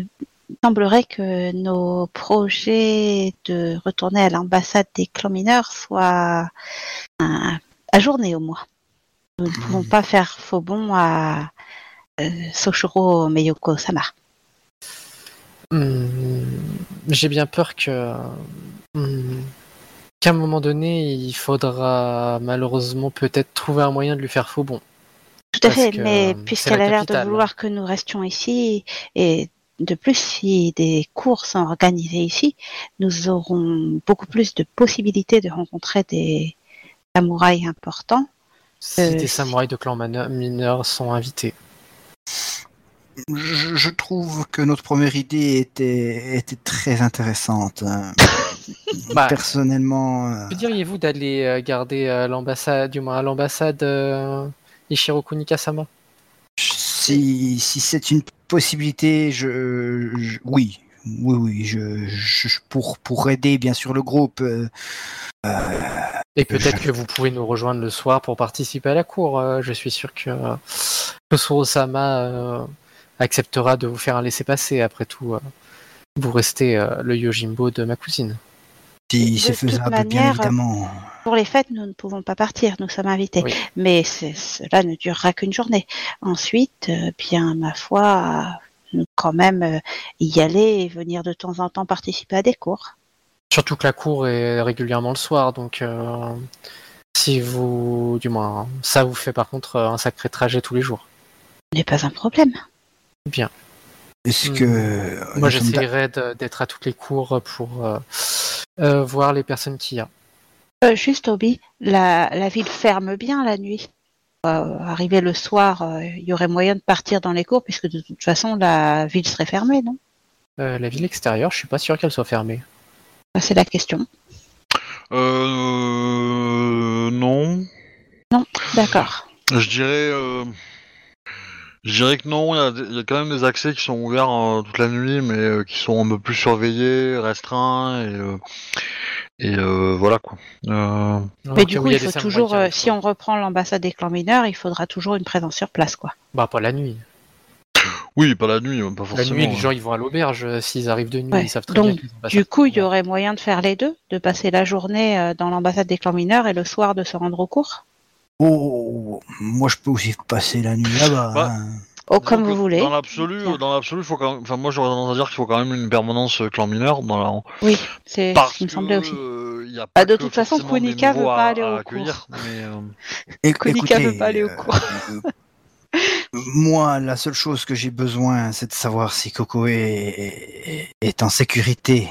Speaker 4: il semblerait que nos projets de retourner à l'ambassade des clans mineurs soient euh, ajournés au moins. Nous ne pouvons pas faire faux bon à euh, Soshiro Meyoko-sama.
Speaker 3: Hmm, J'ai bien peur que hmm, qu'à un moment donné, il faudra malheureusement peut-être trouver un moyen de lui faire faux bon.
Speaker 4: Tout à
Speaker 3: Parce
Speaker 4: fait,
Speaker 3: que, euh,
Speaker 4: mais
Speaker 3: c'est la
Speaker 4: puisqu'elle a l'air de
Speaker 3: capitale.
Speaker 4: vouloir que nous restions ici, et de plus, si des cours sont organisés ici, nous aurons beaucoup plus de possibilités de rencontrer des samouraïs importants.
Speaker 3: Si
Speaker 4: Euh,
Speaker 3: des
Speaker 4: si.
Speaker 3: samouraïs de clan mano- mineur sont invités.
Speaker 2: Je, je trouve que notre première idée était, était très intéressante. Euh,
Speaker 3: Bah,
Speaker 2: Personnellement, euh,
Speaker 3: que diriez-vous d'aller euh, garder euh, l'ambassade, du moins à l'ambassade euh, Ishiroku Nikasama
Speaker 2: si, si c'est une possibilité, je, je- oui, oui, oui, je, je- je- pour pour aider bien sûr le groupe. euh,
Speaker 3: Et peut-être que vous pouvez nous rejoindre le soir pour participer à la cour. euh, je suis sûr que euh, Kosuro-sama euh, acceptera de vous faire un laissez-passer. Après tout, euh, vous restez euh, le Yojimbo de ma cousine.
Speaker 2: si
Speaker 4: De
Speaker 2: c'est
Speaker 4: toute
Speaker 2: faisable, bien
Speaker 4: manière,
Speaker 2: évidemment.
Speaker 4: Pour les fêtes, nous ne pouvons pas partir, nous sommes invités,
Speaker 3: Oui.
Speaker 4: mais c'est- cela ne durera qu'une journée. Ensuite, euh, bien ma foi, nous quand même euh, y aller et venir de temps en temps participer à des cours.
Speaker 3: Surtout que la cour est régulièrement le soir, donc euh, si vous, du moins, ça vous fait par contre euh, un sacré trajet tous les jours.
Speaker 4: Ce n'est pas un problème.
Speaker 2: Est-ce
Speaker 3: Hmm.
Speaker 2: que euh, nous sommes
Speaker 3: Moi, j'essaierai de- d'être à toutes les cours pour euh, euh, voir les personnes qu'il y a.
Speaker 4: Euh, juste, Obi, la, la ville ferme bien la nuit. Euh, arrivé le soir, euh, il y aurait moyen de partir dans les cours, puisque de toute façon, la ville serait fermée, non
Speaker 3: Euh, la ville extérieure, je suis pas sûr qu'elle soit fermée.
Speaker 4: Ça, C'est la question.
Speaker 1: Euh... Non.
Speaker 4: D'accord.
Speaker 1: Je dirais, euh, je dirais que non, il y a des- il y, a quand même des accès qui sont ouverts euh, toute la nuit, mais euh, qui sont un peu plus surveillés, restreints, et, euh, et euh, voilà quoi. Euh,
Speaker 4: Mais du coup, il faut toujours, euh, si on reprend l'ambassade des clans mineurs, il faudra toujours une présence sur place, quoi.
Speaker 3: Bah, pas la nuit.
Speaker 1: oui, pas la nuit, pas
Speaker 3: La
Speaker 1: forcément. hein.
Speaker 3: nuit, les gens, ils vont à l'auberge. euh, S'ils arrivent de nuit,
Speaker 4: Ouais.
Speaker 3: ils savent très
Speaker 4: Donc,
Speaker 3: bien qu'ils vont pas
Speaker 4: Du
Speaker 3: sortir.
Speaker 4: coup, il y aurait moyen de faire les deux, de passer la journée euh, dans l'ambassade des clans mineurs et le soir de se rendre au cours.
Speaker 2: Oh, moi je peux aussi passer la nuit là-bas.
Speaker 1: Bah,
Speaker 2: hein.
Speaker 4: Oh,
Speaker 1: Disons
Speaker 4: comme
Speaker 1: que
Speaker 4: vous voulez.
Speaker 1: Dans l'absolu, euh, dans l'absolu, faut quand même- enfin moi j'aurais tendance à dire qu'il faut quand même une permanence euh, clan mineur dans la.
Speaker 4: Oui, c'est
Speaker 1: Parce
Speaker 4: ce qui me
Speaker 1: que,
Speaker 4: semblait aussi.
Speaker 1: euh, y a
Speaker 4: Ah,
Speaker 1: pas
Speaker 4: de
Speaker 1: que
Speaker 4: toute façon,
Speaker 1: forcément des
Speaker 4: Kunika veut
Speaker 1: nouveaux
Speaker 4: pas
Speaker 1: à-
Speaker 4: aller
Speaker 1: à
Speaker 4: au
Speaker 1: accueillir, mais, euh,
Speaker 2: Et-
Speaker 4: Konica veut pas aller au
Speaker 2: euh,
Speaker 4: cours.
Speaker 2: euh, moi, la seule chose que j'ai besoin, c'est de savoir si Coco est, est- est en sécurité.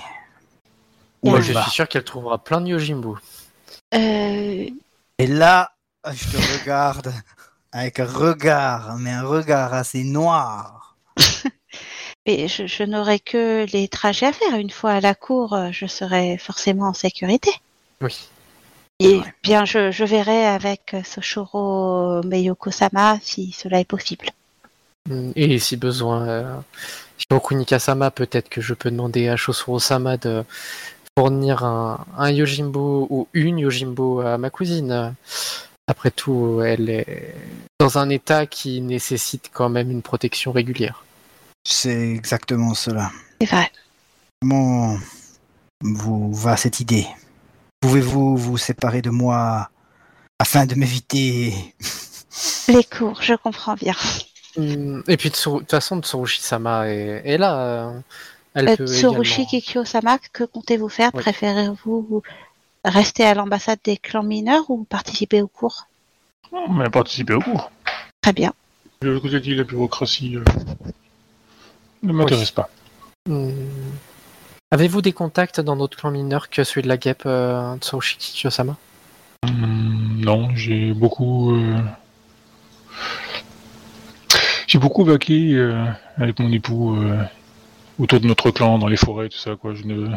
Speaker 2: Où
Speaker 3: Moi,
Speaker 2: elle
Speaker 3: je
Speaker 2: va.
Speaker 3: suis sûr qu'elle trouvera plein de Yojimbo.
Speaker 4: Euh,
Speaker 2: Et là, je te regarde avec un regard, mais un regard assez noir.
Speaker 4: mais je, je n'aurai que les trajets à faire. Une fois à la cour, euh, je serai forcément en sécurité.
Speaker 3: Oui.
Speaker 4: Et bien, je, je verrai avec euh, Soshoro Meyoko-sama si cela est possible.
Speaker 3: Mm. Et si besoin, euh, Kunika-sama, peut-être que je peux demander à Shosuro-sama de fournir un, un Yojimbo ou une Yojimbo à ma cousine. Après tout, elle est dans un état qui nécessite quand même une protection régulière.
Speaker 2: C'est exactement cela.
Speaker 4: C'est vrai.
Speaker 2: Comment vous va cette idée Pouvez-vous vous séparer de moi afin de m'éviter
Speaker 4: Les cours, je comprends bien.
Speaker 3: Hum, Et puis, Tsuru- de toute façon, Tsurushi-sama est, est là. euh, Elle
Speaker 4: Euh,
Speaker 3: peut
Speaker 4: Tsurushi
Speaker 3: également-
Speaker 4: Kikyo-sama, que comptez-vous faire
Speaker 3: Oui.
Speaker 4: Préférez-vous rester à l'ambassade des clans mineurs ou participer au cours
Speaker 5: On a participé au cours.
Speaker 4: Très bien.
Speaker 5: Le côté dit, Euh, la bureaucratie euh, ne m'intéresse pas.
Speaker 3: Hmm. Avez-vous des contacts dans notre clan mineur que celui de la guêpe euh, Tsurushi Kiyosama
Speaker 5: Hmm, non, j'ai beaucoup. euh, J'ai beaucoup vaqué euh, avec mon époux euh, autour de notre clan, dans les forêts, tout ça, quoi. Je ne.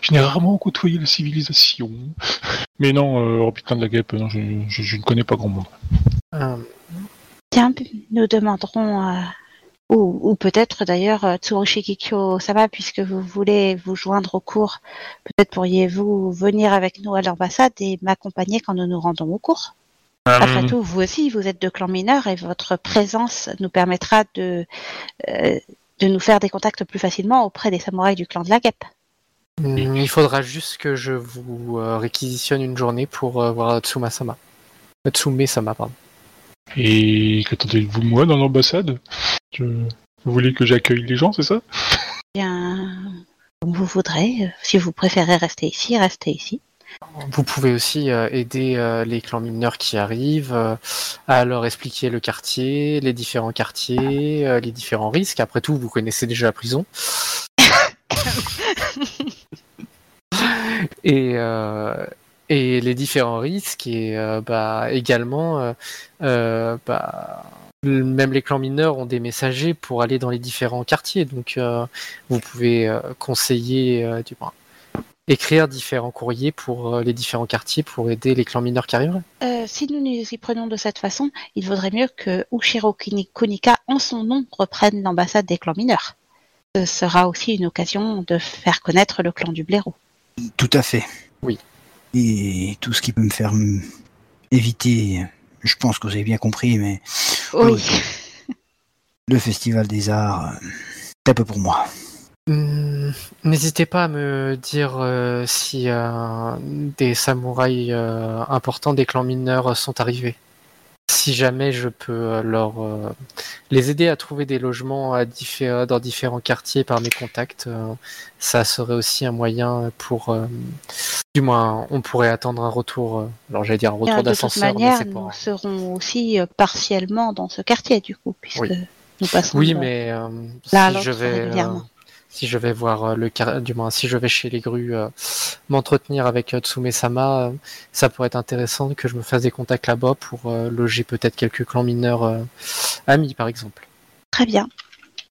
Speaker 5: Je n'ai rarement côtoyé la civilisation. Mais non, euh, hors putain de la guêpe, non, je, je- je ne connais pas grand monde.
Speaker 3: Hum,
Speaker 4: Tiens, nous demanderons, euh, ou, ou peut-être d'ailleurs euh, Tsurushi Kikyo-sama, puisque vous voulez vous joindre au cours, peut-être pourriez-vous venir avec nous à l'ambassade et m'accompagner quand nous nous rendons au cours
Speaker 5: Hum.
Speaker 4: Après
Speaker 5: Euh,
Speaker 4: tout, vous aussi, vous êtes de clan mineur et votre présence nous permettra de, euh, de nous faire des contacts plus facilement auprès des samouraïs du clan de la guêpe.
Speaker 3: hum, Il faudra juste que je vous euh, réquisitionne une journée pour euh, voir Tsuma-sama. Euh, Tsume-sama, pardon.
Speaker 5: Et qu'attendez-vous de moi dans l'ambassade Je- Vous voulez que j'accueille les gens, c'est ça
Speaker 4: Eh Bien, comme vous voudrez. Euh, Si vous préférez rester ici, restez ici.
Speaker 3: Vous pouvez aussi euh, aider euh, les clans mineurs qui arrivent euh, à leur expliquer le quartier, les différents quartiers, euh, les différents risques. Après tout, vous connaissez déjà la prison. et, euh, et les différents risques et euh, bah, également euh, euh, bah, l- même les clans mineurs ont des messagers pour aller dans les différents quartiers. Donc euh, vous pouvez euh, conseiller euh, du moins écrire différents courriers pour euh, les différents quartiers pour aider les clans mineurs qui arriveraient.
Speaker 4: Euh, si nous nous y prenons de cette façon, il vaudrait mieux que Ushiro Kuni- Kunika, en son nom, reprenne l'ambassade des clans mineurs. Ce sera aussi une occasion de faire connaître le clan du blaireau.
Speaker 2: Tout à fait.
Speaker 3: Oui.
Speaker 2: Et tout ce qui peut me faire me- éviter, je pense que vous avez bien compris, mais Oui. le Festival des Arts, euh, c'est un peu pour moi.
Speaker 3: Hmm, N'hésitez pas à me dire euh, si euh, des samouraïs euh, importants des clans mineurs euh, sont arrivés. Si jamais je peux euh, leur euh, les aider à trouver des logements à diffé- euh, dans différents quartiers par mes contacts, euh, ça serait aussi un moyen pour euh, du moins on pourrait attendre un retour. euh, alors j'allais dire un
Speaker 4: Bien,
Speaker 3: retour
Speaker 4: de toute
Speaker 3: d'ascenseur, mais
Speaker 4: manière,
Speaker 3: c'est pas.
Speaker 4: nous serons aussi euh, partiellement dans ce quartier, du coup, puisque nous passons.
Speaker 3: Oui,
Speaker 4: de-
Speaker 3: mais euh,
Speaker 4: Là, à
Speaker 3: si je
Speaker 4: l'autre,
Speaker 3: vais,
Speaker 4: régulièrement.
Speaker 3: euh, si je vais voir euh, le car- du moins si je vais chez les grues euh, m'entretenir avec euh, Tsume-sama, euh, ça pourrait être intéressant que je me fasse des contacts là-bas pour euh, loger peut-être quelques clans mineurs euh, amis, par exemple.
Speaker 4: Très bien.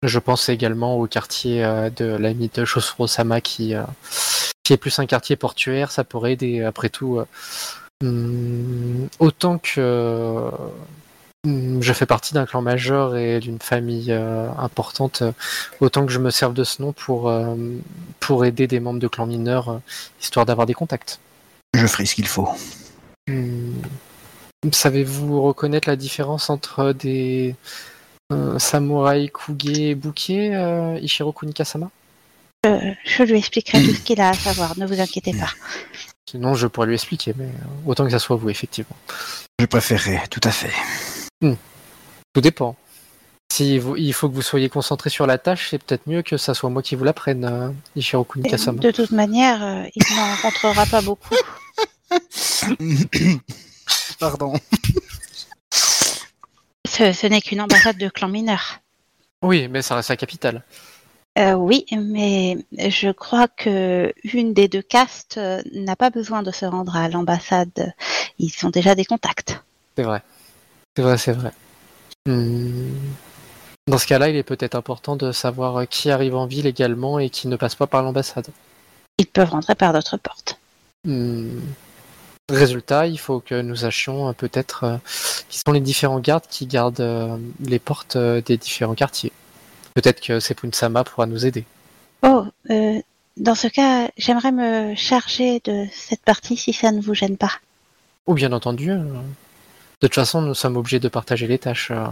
Speaker 3: Je pense également au quartier euh, de l'ami de Shosuro-sama qui euh, qui est plus un quartier portuaire, ça pourrait aider. Après tout, euh, hum, euh, autant que euh, hmm, je fais partie d'un clan majeur et d'une famille euh, importante, euh, autant que je me serve de ce nom pour, euh, pour aider des membres de clans mineurs, euh, histoire d'avoir des contacts.
Speaker 2: Je ferai ce qu'il faut.
Speaker 3: Hmm. Savez-vous reconnaître la différence entre des euh, samouraïs kuge et bouquet, euh, Ichiro Kunikasama
Speaker 4: Euh, Je lui expliquerai tout ce qu'il a à savoir, ne vous inquiétez pas.
Speaker 3: Sinon, je pourrais lui expliquer, mais euh, autant que ça soit vous, effectivement.
Speaker 2: Je préférerais, tout à fait.
Speaker 3: Tout dépend. Si vous- il faut que vous soyez concentré sur la tâche, c'est peut-être mieux que ça soit moi qui vous l'apprenne, euh, Ichiro
Speaker 4: Et
Speaker 3: Kunikasama.
Speaker 4: de toute manière, euh, il n'en rencontrera pas beaucoup.
Speaker 2: Pardon.
Speaker 4: Ce, ce n'est qu'une ambassade de clan mineur.
Speaker 3: Oui, mais ça reste la capitale.
Speaker 4: Euh, oui, mais je crois que une des deux castes euh, n'a pas besoin de se rendre à l'ambassade. Ils ont déjà des contacts.
Speaker 3: C'est vrai. C'est vrai, c'est vrai. Hmm. Dans ce cas-là, il est peut-être important de savoir euh, qui arrive en ville également et qui ne passe pas par l'ambassade.
Speaker 4: Ils peuvent rentrer par d'autres portes.
Speaker 3: Hmm. Résultat, il faut que nous sachions euh, peut-être euh, qui sont les différents gardes qui gardent euh, les portes euh, des différents quartiers. Peut-être que Sepunsama pourra nous aider.
Speaker 4: Oh, euh, dans ce cas, j'aimerais me charger de cette partie si ça ne vous gêne pas.
Speaker 3: Ou bien entendu, euh, de toute façon, nous sommes obligés de partager les tâches. euh.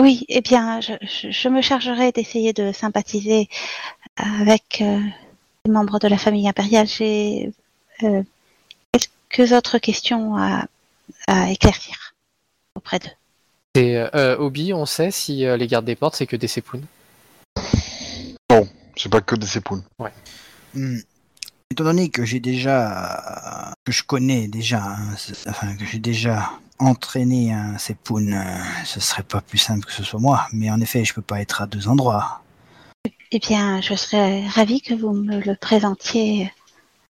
Speaker 4: Oui, eh bien, je, je- je me chargerai d'essayer de sympathiser avec euh, les membres de la famille impériale. J'ai euh, quelques autres questions à, à éclaircir auprès d'eux.
Speaker 3: Et euh, Obi, on sait si euh, les gardes des portes, c'est que des Sepun.
Speaker 1: C'est pas que des sépoules.
Speaker 2: Hmm. Étant donné que j'ai déjà, que je connais déjà, hein, c'est- enfin que j'ai déjà entraîné un Sepoun, euh, ce serait pas plus simple que ce soit moi. Mais en effet, je peux pas être à deux endroits.
Speaker 4: Eh bien, je serais ravie que vous me le présentiez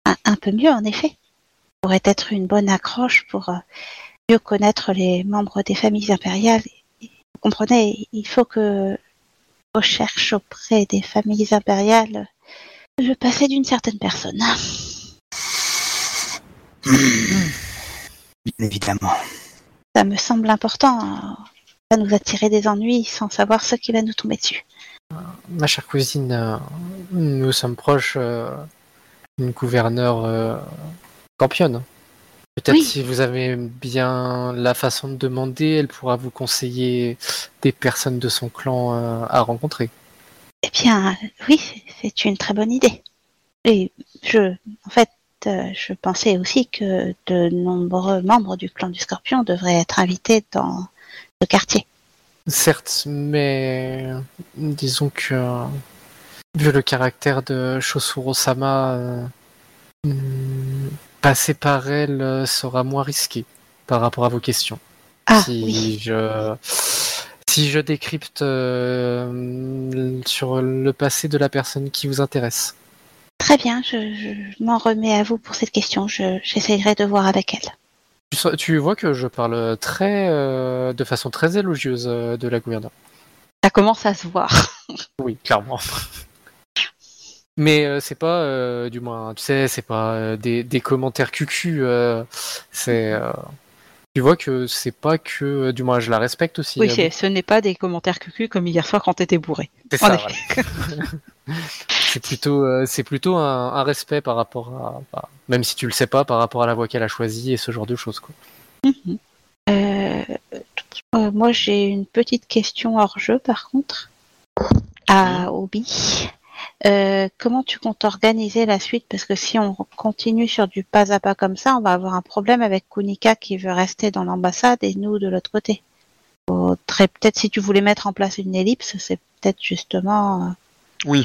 Speaker 4: un, un peu mieux, en effet. Ça pourrait être une bonne accroche pour euh, mieux connaître les membres des familles impériales. Vous comprenez, il faut que je recherche auprès des familles impériales le passé d'une certaine personne.
Speaker 2: Bien Évidemment.
Speaker 4: Ça me semble important. hein. Ça nous attirer des ennuis sans savoir ce qui va nous tomber dessus.
Speaker 3: Ma chère cousine, euh, nous sommes proches euh, d'une gouverneure euh, campionne. Peut-être
Speaker 4: Oui.
Speaker 3: si vous avez bien la façon de demander, elle pourra vous conseiller des personnes de son clan euh, à rencontrer.
Speaker 4: Eh bien, oui, c'est- c'est une très bonne idée. Et je, en fait, euh, je pensais aussi que de nombreux membres du clan du Scorpion devraient être invités dans le quartier.
Speaker 3: Certes, mais disons que euh, vu le caractère de Shosuro-sama, euh, hmm, passer par elle euh, sera moins risqué par rapport à vos questions.
Speaker 4: Ah
Speaker 3: si
Speaker 4: oui,
Speaker 3: je si je décrypte euh, sur le passé de la personne qui vous intéresse.
Speaker 4: très bien. Je, je m'en remets à vous pour cette question. Je- J'essayerai de voir avec elle.
Speaker 3: Tu, so- tu vois que je parle très euh, de façon très élogieuse euh, de la gouverneure.
Speaker 6: Ça commence à se voir.
Speaker 3: Oui, clairement. Mais euh, c'est pas, euh, du moins, tu sais, c'est pas euh, des, des commentaires cucu. euh, c'est, euh, tu vois que c'est pas que, euh, du moins, je la respecte aussi.
Speaker 6: Oui,
Speaker 3: euh,
Speaker 6: c'est- ce n'est pas des commentaires cucu comme hier soir quand t'étais bourré.
Speaker 3: C'est
Speaker 6: En
Speaker 3: ça,
Speaker 6: effet.
Speaker 3: voilà. c'est plutôt, euh, c'est plutôt un, un respect par rapport à, bah, même si tu le sais pas, par rapport à la voix qu'elle a choisie et ce genre de choses. Quoi.
Speaker 6: Mhm.
Speaker 4: Euh, euh, moi, j'ai une petite question hors jeu, par contre, à Obi. Euh, comment tu comptes organiser la suite Parce que si on continue sur du pas à pas comme ça, on va avoir un problème avec Kunika qui veut rester dans l'ambassade et nous de l'autre côté. Faudrait peut-être si tu voulais mettre en place une ellipse, c'est peut-être justement. euh,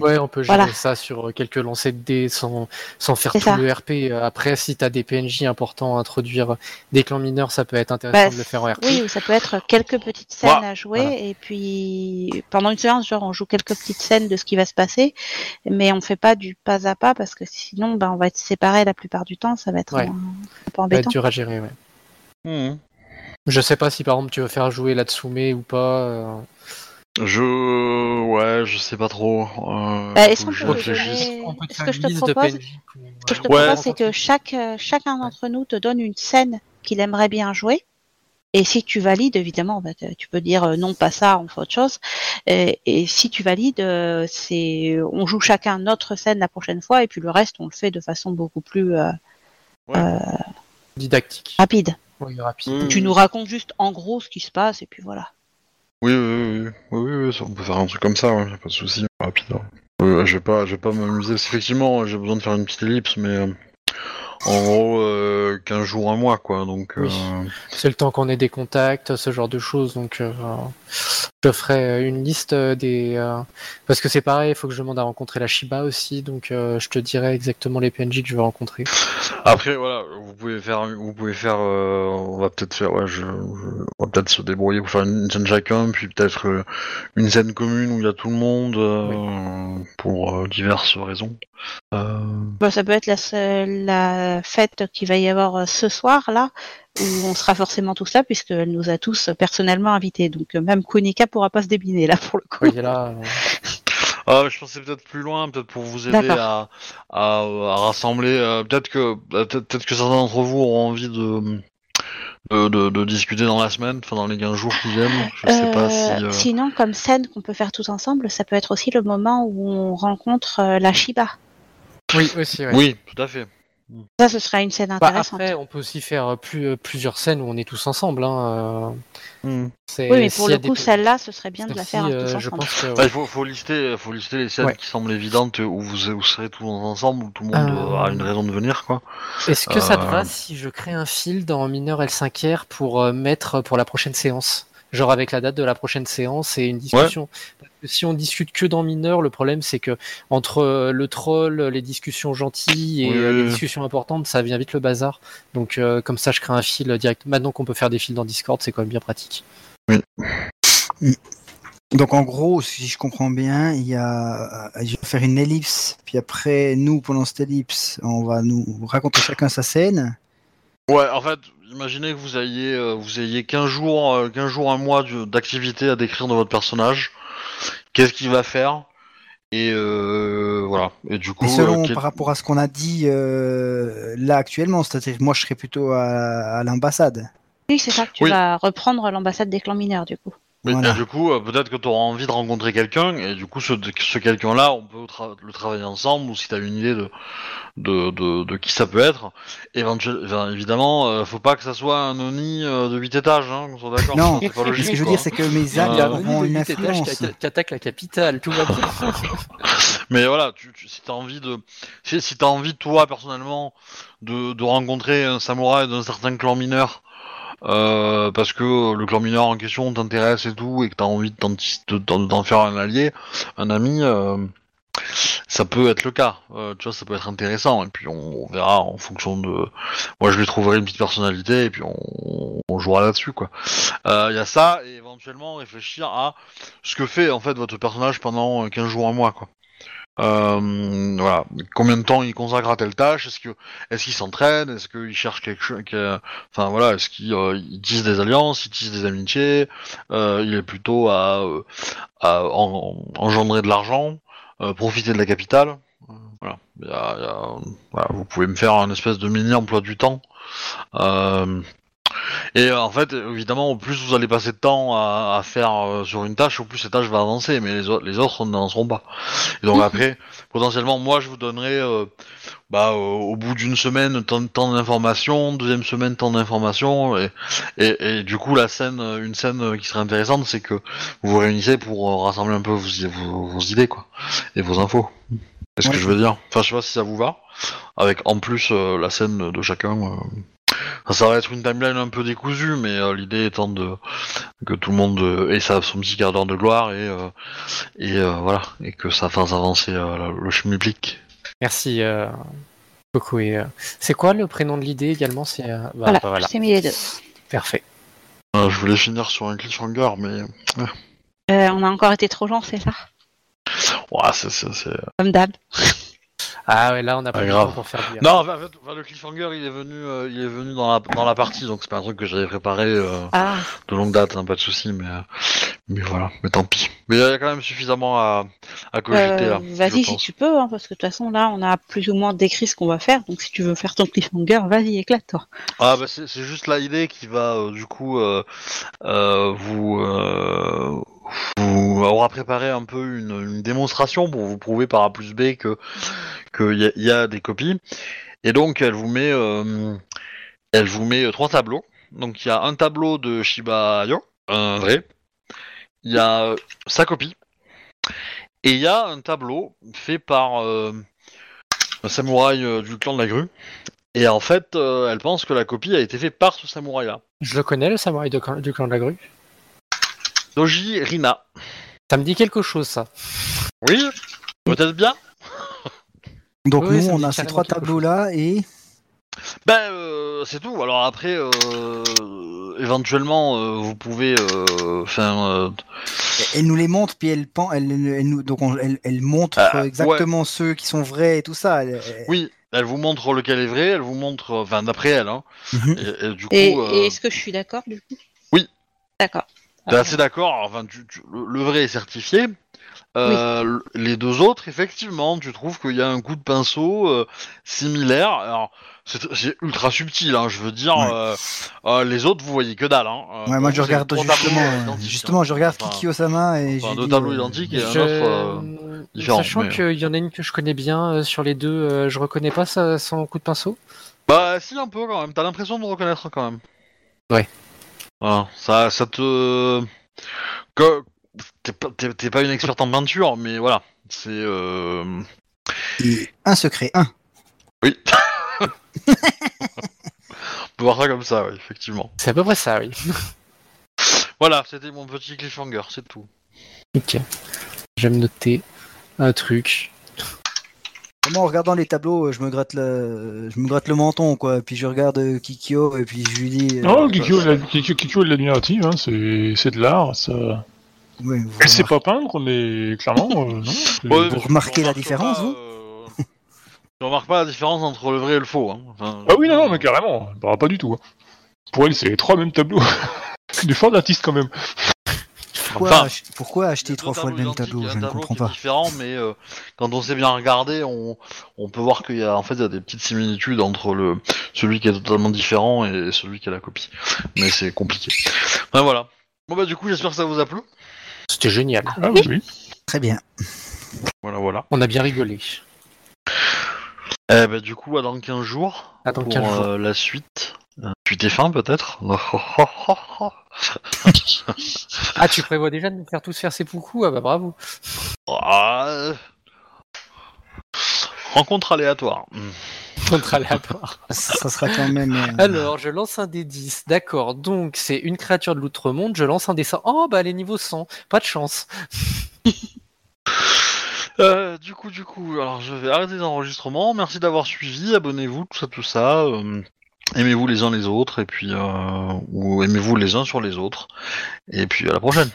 Speaker 3: Ouais, on peut gérer
Speaker 4: Voilà.
Speaker 3: ça sur euh, quelques lancers de dés sans, sans faire
Speaker 4: C'est
Speaker 3: tout
Speaker 4: ça.
Speaker 3: le RP. Après, si t'as des PNJ importants à introduire, euh, des clans mineurs, ça peut être intéressant
Speaker 4: Bah,
Speaker 3: de le faire en RP.
Speaker 4: Oui, ou ça peut être quelques petites scènes
Speaker 1: Voilà.
Speaker 4: à jouer
Speaker 3: Voilà.
Speaker 4: et puis pendant une séance, genre on joue quelques petites scènes de ce qui va se passer, mais on fait pas du pas à pas parce que sinon ben, on va être séparés la plupart du temps, ça va être
Speaker 3: Ouais.
Speaker 4: un, un peu
Speaker 3: Ça va être
Speaker 4: embêtant.
Speaker 3: dur à gérer. Ouais.
Speaker 1: euh,
Speaker 4: Mmh.
Speaker 3: Je sais pas si par exemple tu veux faire jouer Latsume ou pas. euh,
Speaker 1: Je. Ouais, je sais pas trop. Euh,
Speaker 4: Bah, est-ce
Speaker 1: faut
Speaker 4: qu'on
Speaker 1: que je
Speaker 4: peut
Speaker 1: réfléchisse.
Speaker 4: donner-
Speaker 3: On peut te
Speaker 4: ce
Speaker 3: faire
Speaker 4: que
Speaker 3: une
Speaker 4: je te
Speaker 3: liste de
Speaker 4: propose-
Speaker 3: PNJ pour-
Speaker 4: Ce que je te
Speaker 1: Ouais.
Speaker 4: propose, c'est que chaque euh, chacun d'entre nous te donne une scène qu'il aimerait bien jouer. Et si tu valides, évidemment, bah, t- tu peux dire euh, non, pas ça, on fait autre chose. Et, et si tu valides, euh, c'est on joue chacun notre scène la prochaine fois, et puis le reste, on le fait de façon beaucoup plus euh,
Speaker 7: Ouais.
Speaker 4: euh,
Speaker 3: Didactique.
Speaker 4: rapide.
Speaker 3: Oui, rapide.
Speaker 1: Hmm.
Speaker 7: Mm.
Speaker 4: Tu nous racontes juste en gros ce qui se passe, et puis voilà.
Speaker 1: Oui, oui, oui, oui, oui, oui, ça, on peut faire un truc comme ça, ouais, y a pas de souci, rapide. hein. Euh, je vais pas, je vais pas m'amuser. parce qu'effectivement, j'ai besoin de faire une petite ellipse, mais euh, en gros, euh, 15 jours, un mois, quoi. Donc,
Speaker 3: Oui.
Speaker 1: euh,
Speaker 3: C'est le temps qu'on ait des contacts, ce genre de choses. Donc, euh, je ferai une liste euh, des. euh, parce que c'est pareil, il faut que je demande à rencontrer la Shiba aussi. Donc, euh, je te dirai exactement les PNJ que je veux rencontrer.
Speaker 1: après, voilà, vous pouvez faire, vous pouvez faire, euh, on va peut-être faire, ouais, je, je- on va peut-être se débrouiller pour faire une, une scène chacun, puis peut-être euh, une scène commune où il y a tout le monde euh, pour euh, diverses raisons. Euh,
Speaker 4: Bon, Bah, ça peut être la, seule- la fête qu'il va y avoir euh, ce soir, là, où on sera forcément tous là, puisqu'elle nous a tous euh, personnellement invités. Donc, euh, même Konika pourra pas se débiner, là, pour le coup.
Speaker 3: Oui, et là, euh,
Speaker 1: Ah, je pensais peut-être plus loin, peut-être pour vous aider à, à, à rassembler. euh, peut-être que peut-être peut-être que certains d'entre vous auront envie de, de, de- de discuter dans la semaine, enfin dans les 15 jours qui viennent. Je sais
Speaker 4: Euh,
Speaker 1: pas si. euh,
Speaker 4: Sinon, comme scène qu'on peut faire tous ensemble, ça peut être aussi le moment où on rencontre euh, la Shiba.
Speaker 3: oui, aussi. ouais.
Speaker 1: Oui, tout à fait.
Speaker 4: Ça, ce sera une scène
Speaker 3: Bah,
Speaker 4: intéressante.
Speaker 3: après, on peut aussi faire euh, plus, euh, plusieurs scènes où on est tous ensemble. Hein. euh,
Speaker 1: Hmm.
Speaker 3: c'est-
Speaker 4: oui, mais
Speaker 3: s'il
Speaker 4: pour
Speaker 3: y a
Speaker 4: le
Speaker 3: des
Speaker 4: coup,
Speaker 3: P-
Speaker 4: celle-là, ce serait bien de la
Speaker 3: celle-ci,
Speaker 4: faire
Speaker 3: euh,
Speaker 4: tous
Speaker 3: je
Speaker 4: ensemble.
Speaker 3: pense que.
Speaker 1: Bah, il faut, faut lister, faut lister les scènes
Speaker 3: Ouais.
Speaker 1: qui semblent évidentes où vous, vous serez tous ensemble, où tout le monde
Speaker 3: Euh.
Speaker 1: euh, a une raison de venir, quoi.
Speaker 3: Est-ce que ça te
Speaker 1: Euh,
Speaker 3: va si je crée un fil dans Mineur L5R pour euh, mettre pour la prochaine séance Genre avec la date de la prochaine séance et une discussion. Parce que si on discute que dans Mineur, le problème c'est que entre euh, le troll, les discussions gentilles et
Speaker 1: Oui,
Speaker 3: euh,
Speaker 1: oui,
Speaker 3: les
Speaker 1: oui.
Speaker 3: discussions importantes, ça vient vite le bazar. Donc euh, comme ça, je crée un fil direct. Maintenant qu'on peut faire des fils dans Discord, c'est quand même bien pratique.
Speaker 2: Donc en gros, si je comprends bien, il y a, je vais faire une ellipse, puis après nous pendant cette ellipse, on va nous raconter chacun sa scène.
Speaker 1: Ouais, en fait, imaginez que vous ayez, euh, vous ayez 15 jours, euh, 15 jours, un mois de- d'activité à décrire de votre personnage. Qu'est-ce qu'il va faire Et euh, voilà. Et du coup,
Speaker 2: Et selon
Speaker 1: euh, quel-
Speaker 2: par rapport à ce qu'on a dit euh, là actuellement, c'est-à-dire moi je serais plutôt à, à l'ambassade.
Speaker 4: Oui, c'est ça. Tu
Speaker 1: Oui.
Speaker 4: vas reprendre l'ambassade des clans mineurs, du coup.
Speaker 1: Mais,
Speaker 2: Voilà.
Speaker 1: et du coup, euh, peut-être que tu auras envie de rencontrer quelqu'un, et du coup, ce, ce quelqu'un-là, on peut tra- le travailler ensemble, ou si tu as une idée de, de, de, de qui ça peut être. Éventu- enfin, évidemment, euh, faut pas que ça soit un Oni euh, de 8 étages, hein, qu'on soit d'accord. sinon
Speaker 2: Non,
Speaker 1: c'est pas
Speaker 2: Ce
Speaker 1: logique.
Speaker 2: que je veux
Speaker 1: quoi.
Speaker 2: dire, c'est que mes
Speaker 3: Bah,
Speaker 2: actes
Speaker 1: Il y a un
Speaker 2: auront une influence.
Speaker 3: qui attaque la capitale, tout va
Speaker 1: Mais voilà, tu, tu- si t'as envie de, si, si t'as envie toi personnellement de, de rencontrer un samouraï d'un certain clan mineur, euh, parce que le clan mineur en question t'intéresse et tout, et que t'as envie de t'en- de t'en d'en faire un allié, un ami, euh, ça peut être le cas. Euh, tu vois, ça peut être intéressant. Et puis on, on verra en fonction de. Moi, je lui trouverai une petite personnalité, et puis on, on jouera là-dessus, quoi. Euh, Il y a ça, et éventuellement réfléchir à ce que fait en fait votre personnage pendant euh, 15 jours, un mois, quoi. Euh, voilà, combien de temps il consacre à telle tâche Est-ce que est-ce qu'il s'entraîne Est-ce qu'il cherche quelque chose que- Enfin voilà, est-ce qu'il euh, il tisse des alliances, il tisse des amitiés Euh, Il est plutôt à, euh, à en- engendrer de l'argent, euh, profiter de la capitale. Euh, Voilà. Il y a- il y a- voilà, vous pouvez me faire un espèce de mini emploi du temps. Euh, et euh, en fait, évidemment, au plus vous allez passer de temps à, à faire euh, sur une tâche, au plus cette tâche va avancer, mais les, au- les autres n'avanceront pas. Et donc après, potentiellement, moi, je vous donnerai, euh, bah, euh, au bout d'une semaine, tant, tant d'informations, deuxième semaine, tant d'informations, et, et, et du coup, la scène, euh, une scène euh, qui serait intéressante, c'est que vous vous réunissez pour euh, rassembler un peu vos, i- vos, vos idées, quoi, et vos infos. Est-ce
Speaker 2: Ouais.
Speaker 1: que je veux dire Enfin, je sais pas si ça vous va, avec en plus euh, la scène de chacun. euh, Enfin, ça va être une timeline un peu décousue, mais euh, l'idée étant de que tout le monde euh, ait sa, son petit quart d'heure de gloire et, euh, et euh, voilà et que ça fasse avancer euh, la- le schmublic.
Speaker 3: Merci euh, beaucoup. Et euh, c'est quoi le prénom de l'idée également C'est euh, bah,
Speaker 4: voilà,
Speaker 3: bah, voilà.
Speaker 4: c'est mis les deux.
Speaker 3: parfait.
Speaker 1: Euh, je voulais finir sur un cliffhanger, mais
Speaker 4: Euh, on a encore été trop long, c'est ça
Speaker 1: ouah, c'est- c'est- c'est-
Speaker 4: Comme d'hab.
Speaker 3: Ah ouais, là on a pas
Speaker 1: Pas
Speaker 3: le
Speaker 1: grave.
Speaker 3: temps pour faire du
Speaker 1: Non, enfin, en fait, enfin, le cliffhanger, il est venu, euh, il est venu dans la dans la partie, donc c'est pas un truc que j'avais préparé euh,
Speaker 4: Ah,
Speaker 1: de longue date, hein, pas de souci, mais euh, mais voilà, mais tant pis. Mais il y a quand même suffisamment à à cogiter
Speaker 4: euh,
Speaker 1: là. je
Speaker 4: vas-y si
Speaker 1: pense.
Speaker 4: tu peux, hein, parce que de toute façon là on a plus ou moins décrit ce qu'on va faire, donc si tu veux faire ton cliffhanger, vas-y éclate-toi.
Speaker 1: Ah bah c'est c'est juste la idée qui va euh, du coup euh, euh, vous euh, vous aura préparé un peu une, une démonstration pour vous prouver par A plus B que qu'il y, a- y a des copies et donc elle vous met euh, elle vous met euh, trois tableaux donc il y a un tableau de Shiba Inu, un vrai il y a euh, sa copie et il y a un tableau fait par euh, un samouraï euh, du clan de la grue et en fait, euh, elle pense que la copie a été faite par ce samouraï-là.
Speaker 3: Je le connais, le samouraï de- du clan de la grue.
Speaker 1: Doji Rina.
Speaker 3: Ça me dit quelque chose, ça.
Speaker 1: Oui Peut-être bien
Speaker 2: Donc
Speaker 3: Oui,
Speaker 2: nous,
Speaker 3: ça me
Speaker 2: on
Speaker 3: dit
Speaker 2: a ces
Speaker 3: carrément
Speaker 2: trois
Speaker 3: quelque chose.
Speaker 2: tableaux-là et...
Speaker 1: Ben, euh, c'est tout. Alors après, euh, éventuellement, euh, vous pouvez... euh, Enfin... euh,
Speaker 2: Elle nous les montre, puis elle, pen- elle, elle nous- donc on- elle, elle montre
Speaker 1: Ah,
Speaker 2: euh, exactement ceux qui sont vrais et tout ça. Elle- elle-
Speaker 1: oui, elle vous montre lequel est vrai, elle vous montre... euh, Enfin, d'après elle, hein.
Speaker 2: Mhm.
Speaker 1: Et, et du coup...
Speaker 4: Et,
Speaker 1: euh,
Speaker 4: et est-ce que je suis d'accord du coup
Speaker 1: Oui.
Speaker 4: D'accord.
Speaker 1: T'es assez d'accord, enfin, tu- tu- le, le vrai est certifié. Euh, le- Les deux autres, effectivement, tu trouves qu'il y a un coup de pinceau euh, similaire. Alors, c'est tr- c'est ultra subtil, hein, je veux dire.
Speaker 2: Ouais.
Speaker 1: euh, euh, les autres, vous voyez que dalle. Hein. Euh,
Speaker 2: Ouais, moi je
Speaker 1: c'est
Speaker 2: regarde
Speaker 1: trois
Speaker 2: justement,
Speaker 1: tableaux
Speaker 2: euh,
Speaker 1: identiques,
Speaker 2: justement,
Speaker 1: hein.
Speaker 2: je regarde
Speaker 1: Enfin,
Speaker 2: Kikiyosama et
Speaker 1: enfin,
Speaker 2: j'ai
Speaker 1: deux
Speaker 2: dit,
Speaker 1: tableaux
Speaker 2: euh,
Speaker 1: identiques et un
Speaker 3: Je-
Speaker 1: autre. euh, différent,
Speaker 3: Sachant
Speaker 1: mais-
Speaker 3: qu'il y en a une que je connais bien euh, sur les deux, euh, je reconnais pas ça, son coup de pinceau.
Speaker 1: Bah, si, un peu quand même. T'as l'impression de reconnaître quand même.
Speaker 3: Ouais.
Speaker 1: Voilà, ça, ça te. que- T'es pas, t'es- t'es pas une experte en peinture, mais voilà. C'est. euh,
Speaker 2: et un secret, un.
Speaker 1: Oui. On peut voir ça comme ça, oui, effectivement.
Speaker 3: C'est à peu près ça, oui.
Speaker 1: Voilà, c'était mon petit cliffhanger, c'est tout.
Speaker 3: Ok. Je vais me noter un truc.
Speaker 2: Moi, en regardant les tableaux, euh, je me gratte le, je me gratte le menton, quoi. Puis je regarde euh, Kikyo et puis je lui dis. euh,
Speaker 5: Non, Oh, Kikyo, la- Kikyo, Kikyo est de l'admiratif, hein, c'est c'est de l'art. Ça...
Speaker 2: ouais, vous
Speaker 5: Elle sait
Speaker 2: remarquez-
Speaker 5: pas peindre, mais clairement, euh, non. c'est-
Speaker 1: Ouais, mais tu-
Speaker 2: remarquez
Speaker 1: tu
Speaker 2: la
Speaker 1: remarques
Speaker 2: différence,
Speaker 1: pas,
Speaker 2: vous
Speaker 1: euh, Tu remarques pas la différence entre le vrai et le faux. Hein. Enfin,
Speaker 5: Ah oui, non, non, mais carrément, bah, pas du tout. hein. Pour elle, c'est les trois mêmes tableaux. c'est du fort d'artiste quand même.
Speaker 2: Pourquoi,
Speaker 1: Enfin,
Speaker 2: ach- pourquoi acheter
Speaker 1: Deux
Speaker 2: trois fois
Speaker 1: tableaux
Speaker 2: le même
Speaker 1: identiques,
Speaker 2: tableau
Speaker 1: un
Speaker 2: Je ne
Speaker 1: tableau
Speaker 2: comprends
Speaker 1: qui est
Speaker 2: pas.
Speaker 1: différent, mais euh, quand on s'est bien regardé, on, on peut voir qu'il y a en fait il y a des petites similitudes entre le celui qui est totalement différent et celui qui a la copie. Mais c'est compliqué. Enfin, voilà. Bon bah du coup, j'espère que ça vous a plu.
Speaker 3: C'était génial.
Speaker 5: Ah oui, oui.
Speaker 2: Très bien.
Speaker 1: Voilà, voilà.
Speaker 3: On a bien rigolé.
Speaker 1: Eh bah, du coup, à dans 15 jours
Speaker 3: À Ah, dans
Speaker 1: pour
Speaker 3: 15 jours.
Speaker 1: euh, la suite. Euh, Tu t'es fin peut-être
Speaker 3: Ah, tu prévois déjà de nous faire tous faire ces poucous Ah bah bravo.
Speaker 1: Ah, euh. Rencontre aléatoire. Hmm.
Speaker 3: Contre aléatoire.
Speaker 2: Ça sera quand même. euh,
Speaker 3: Alors, je lance un des 10. D'accord. Donc, c'est une créature de l'outre-monde. Je lance un des 100. Oh, bah, elle est niveau 100. Pas de chance.
Speaker 1: Euh, du coup, du coup, alors je vais arrêter l'enregistrement. Merci d'avoir suivi. Abonnez-vous, tout ça, tout ça. Euh, aimez-vous les uns les autres, et puis euh, ou aimez-vous les uns sur les autres. Et puis à la prochaine.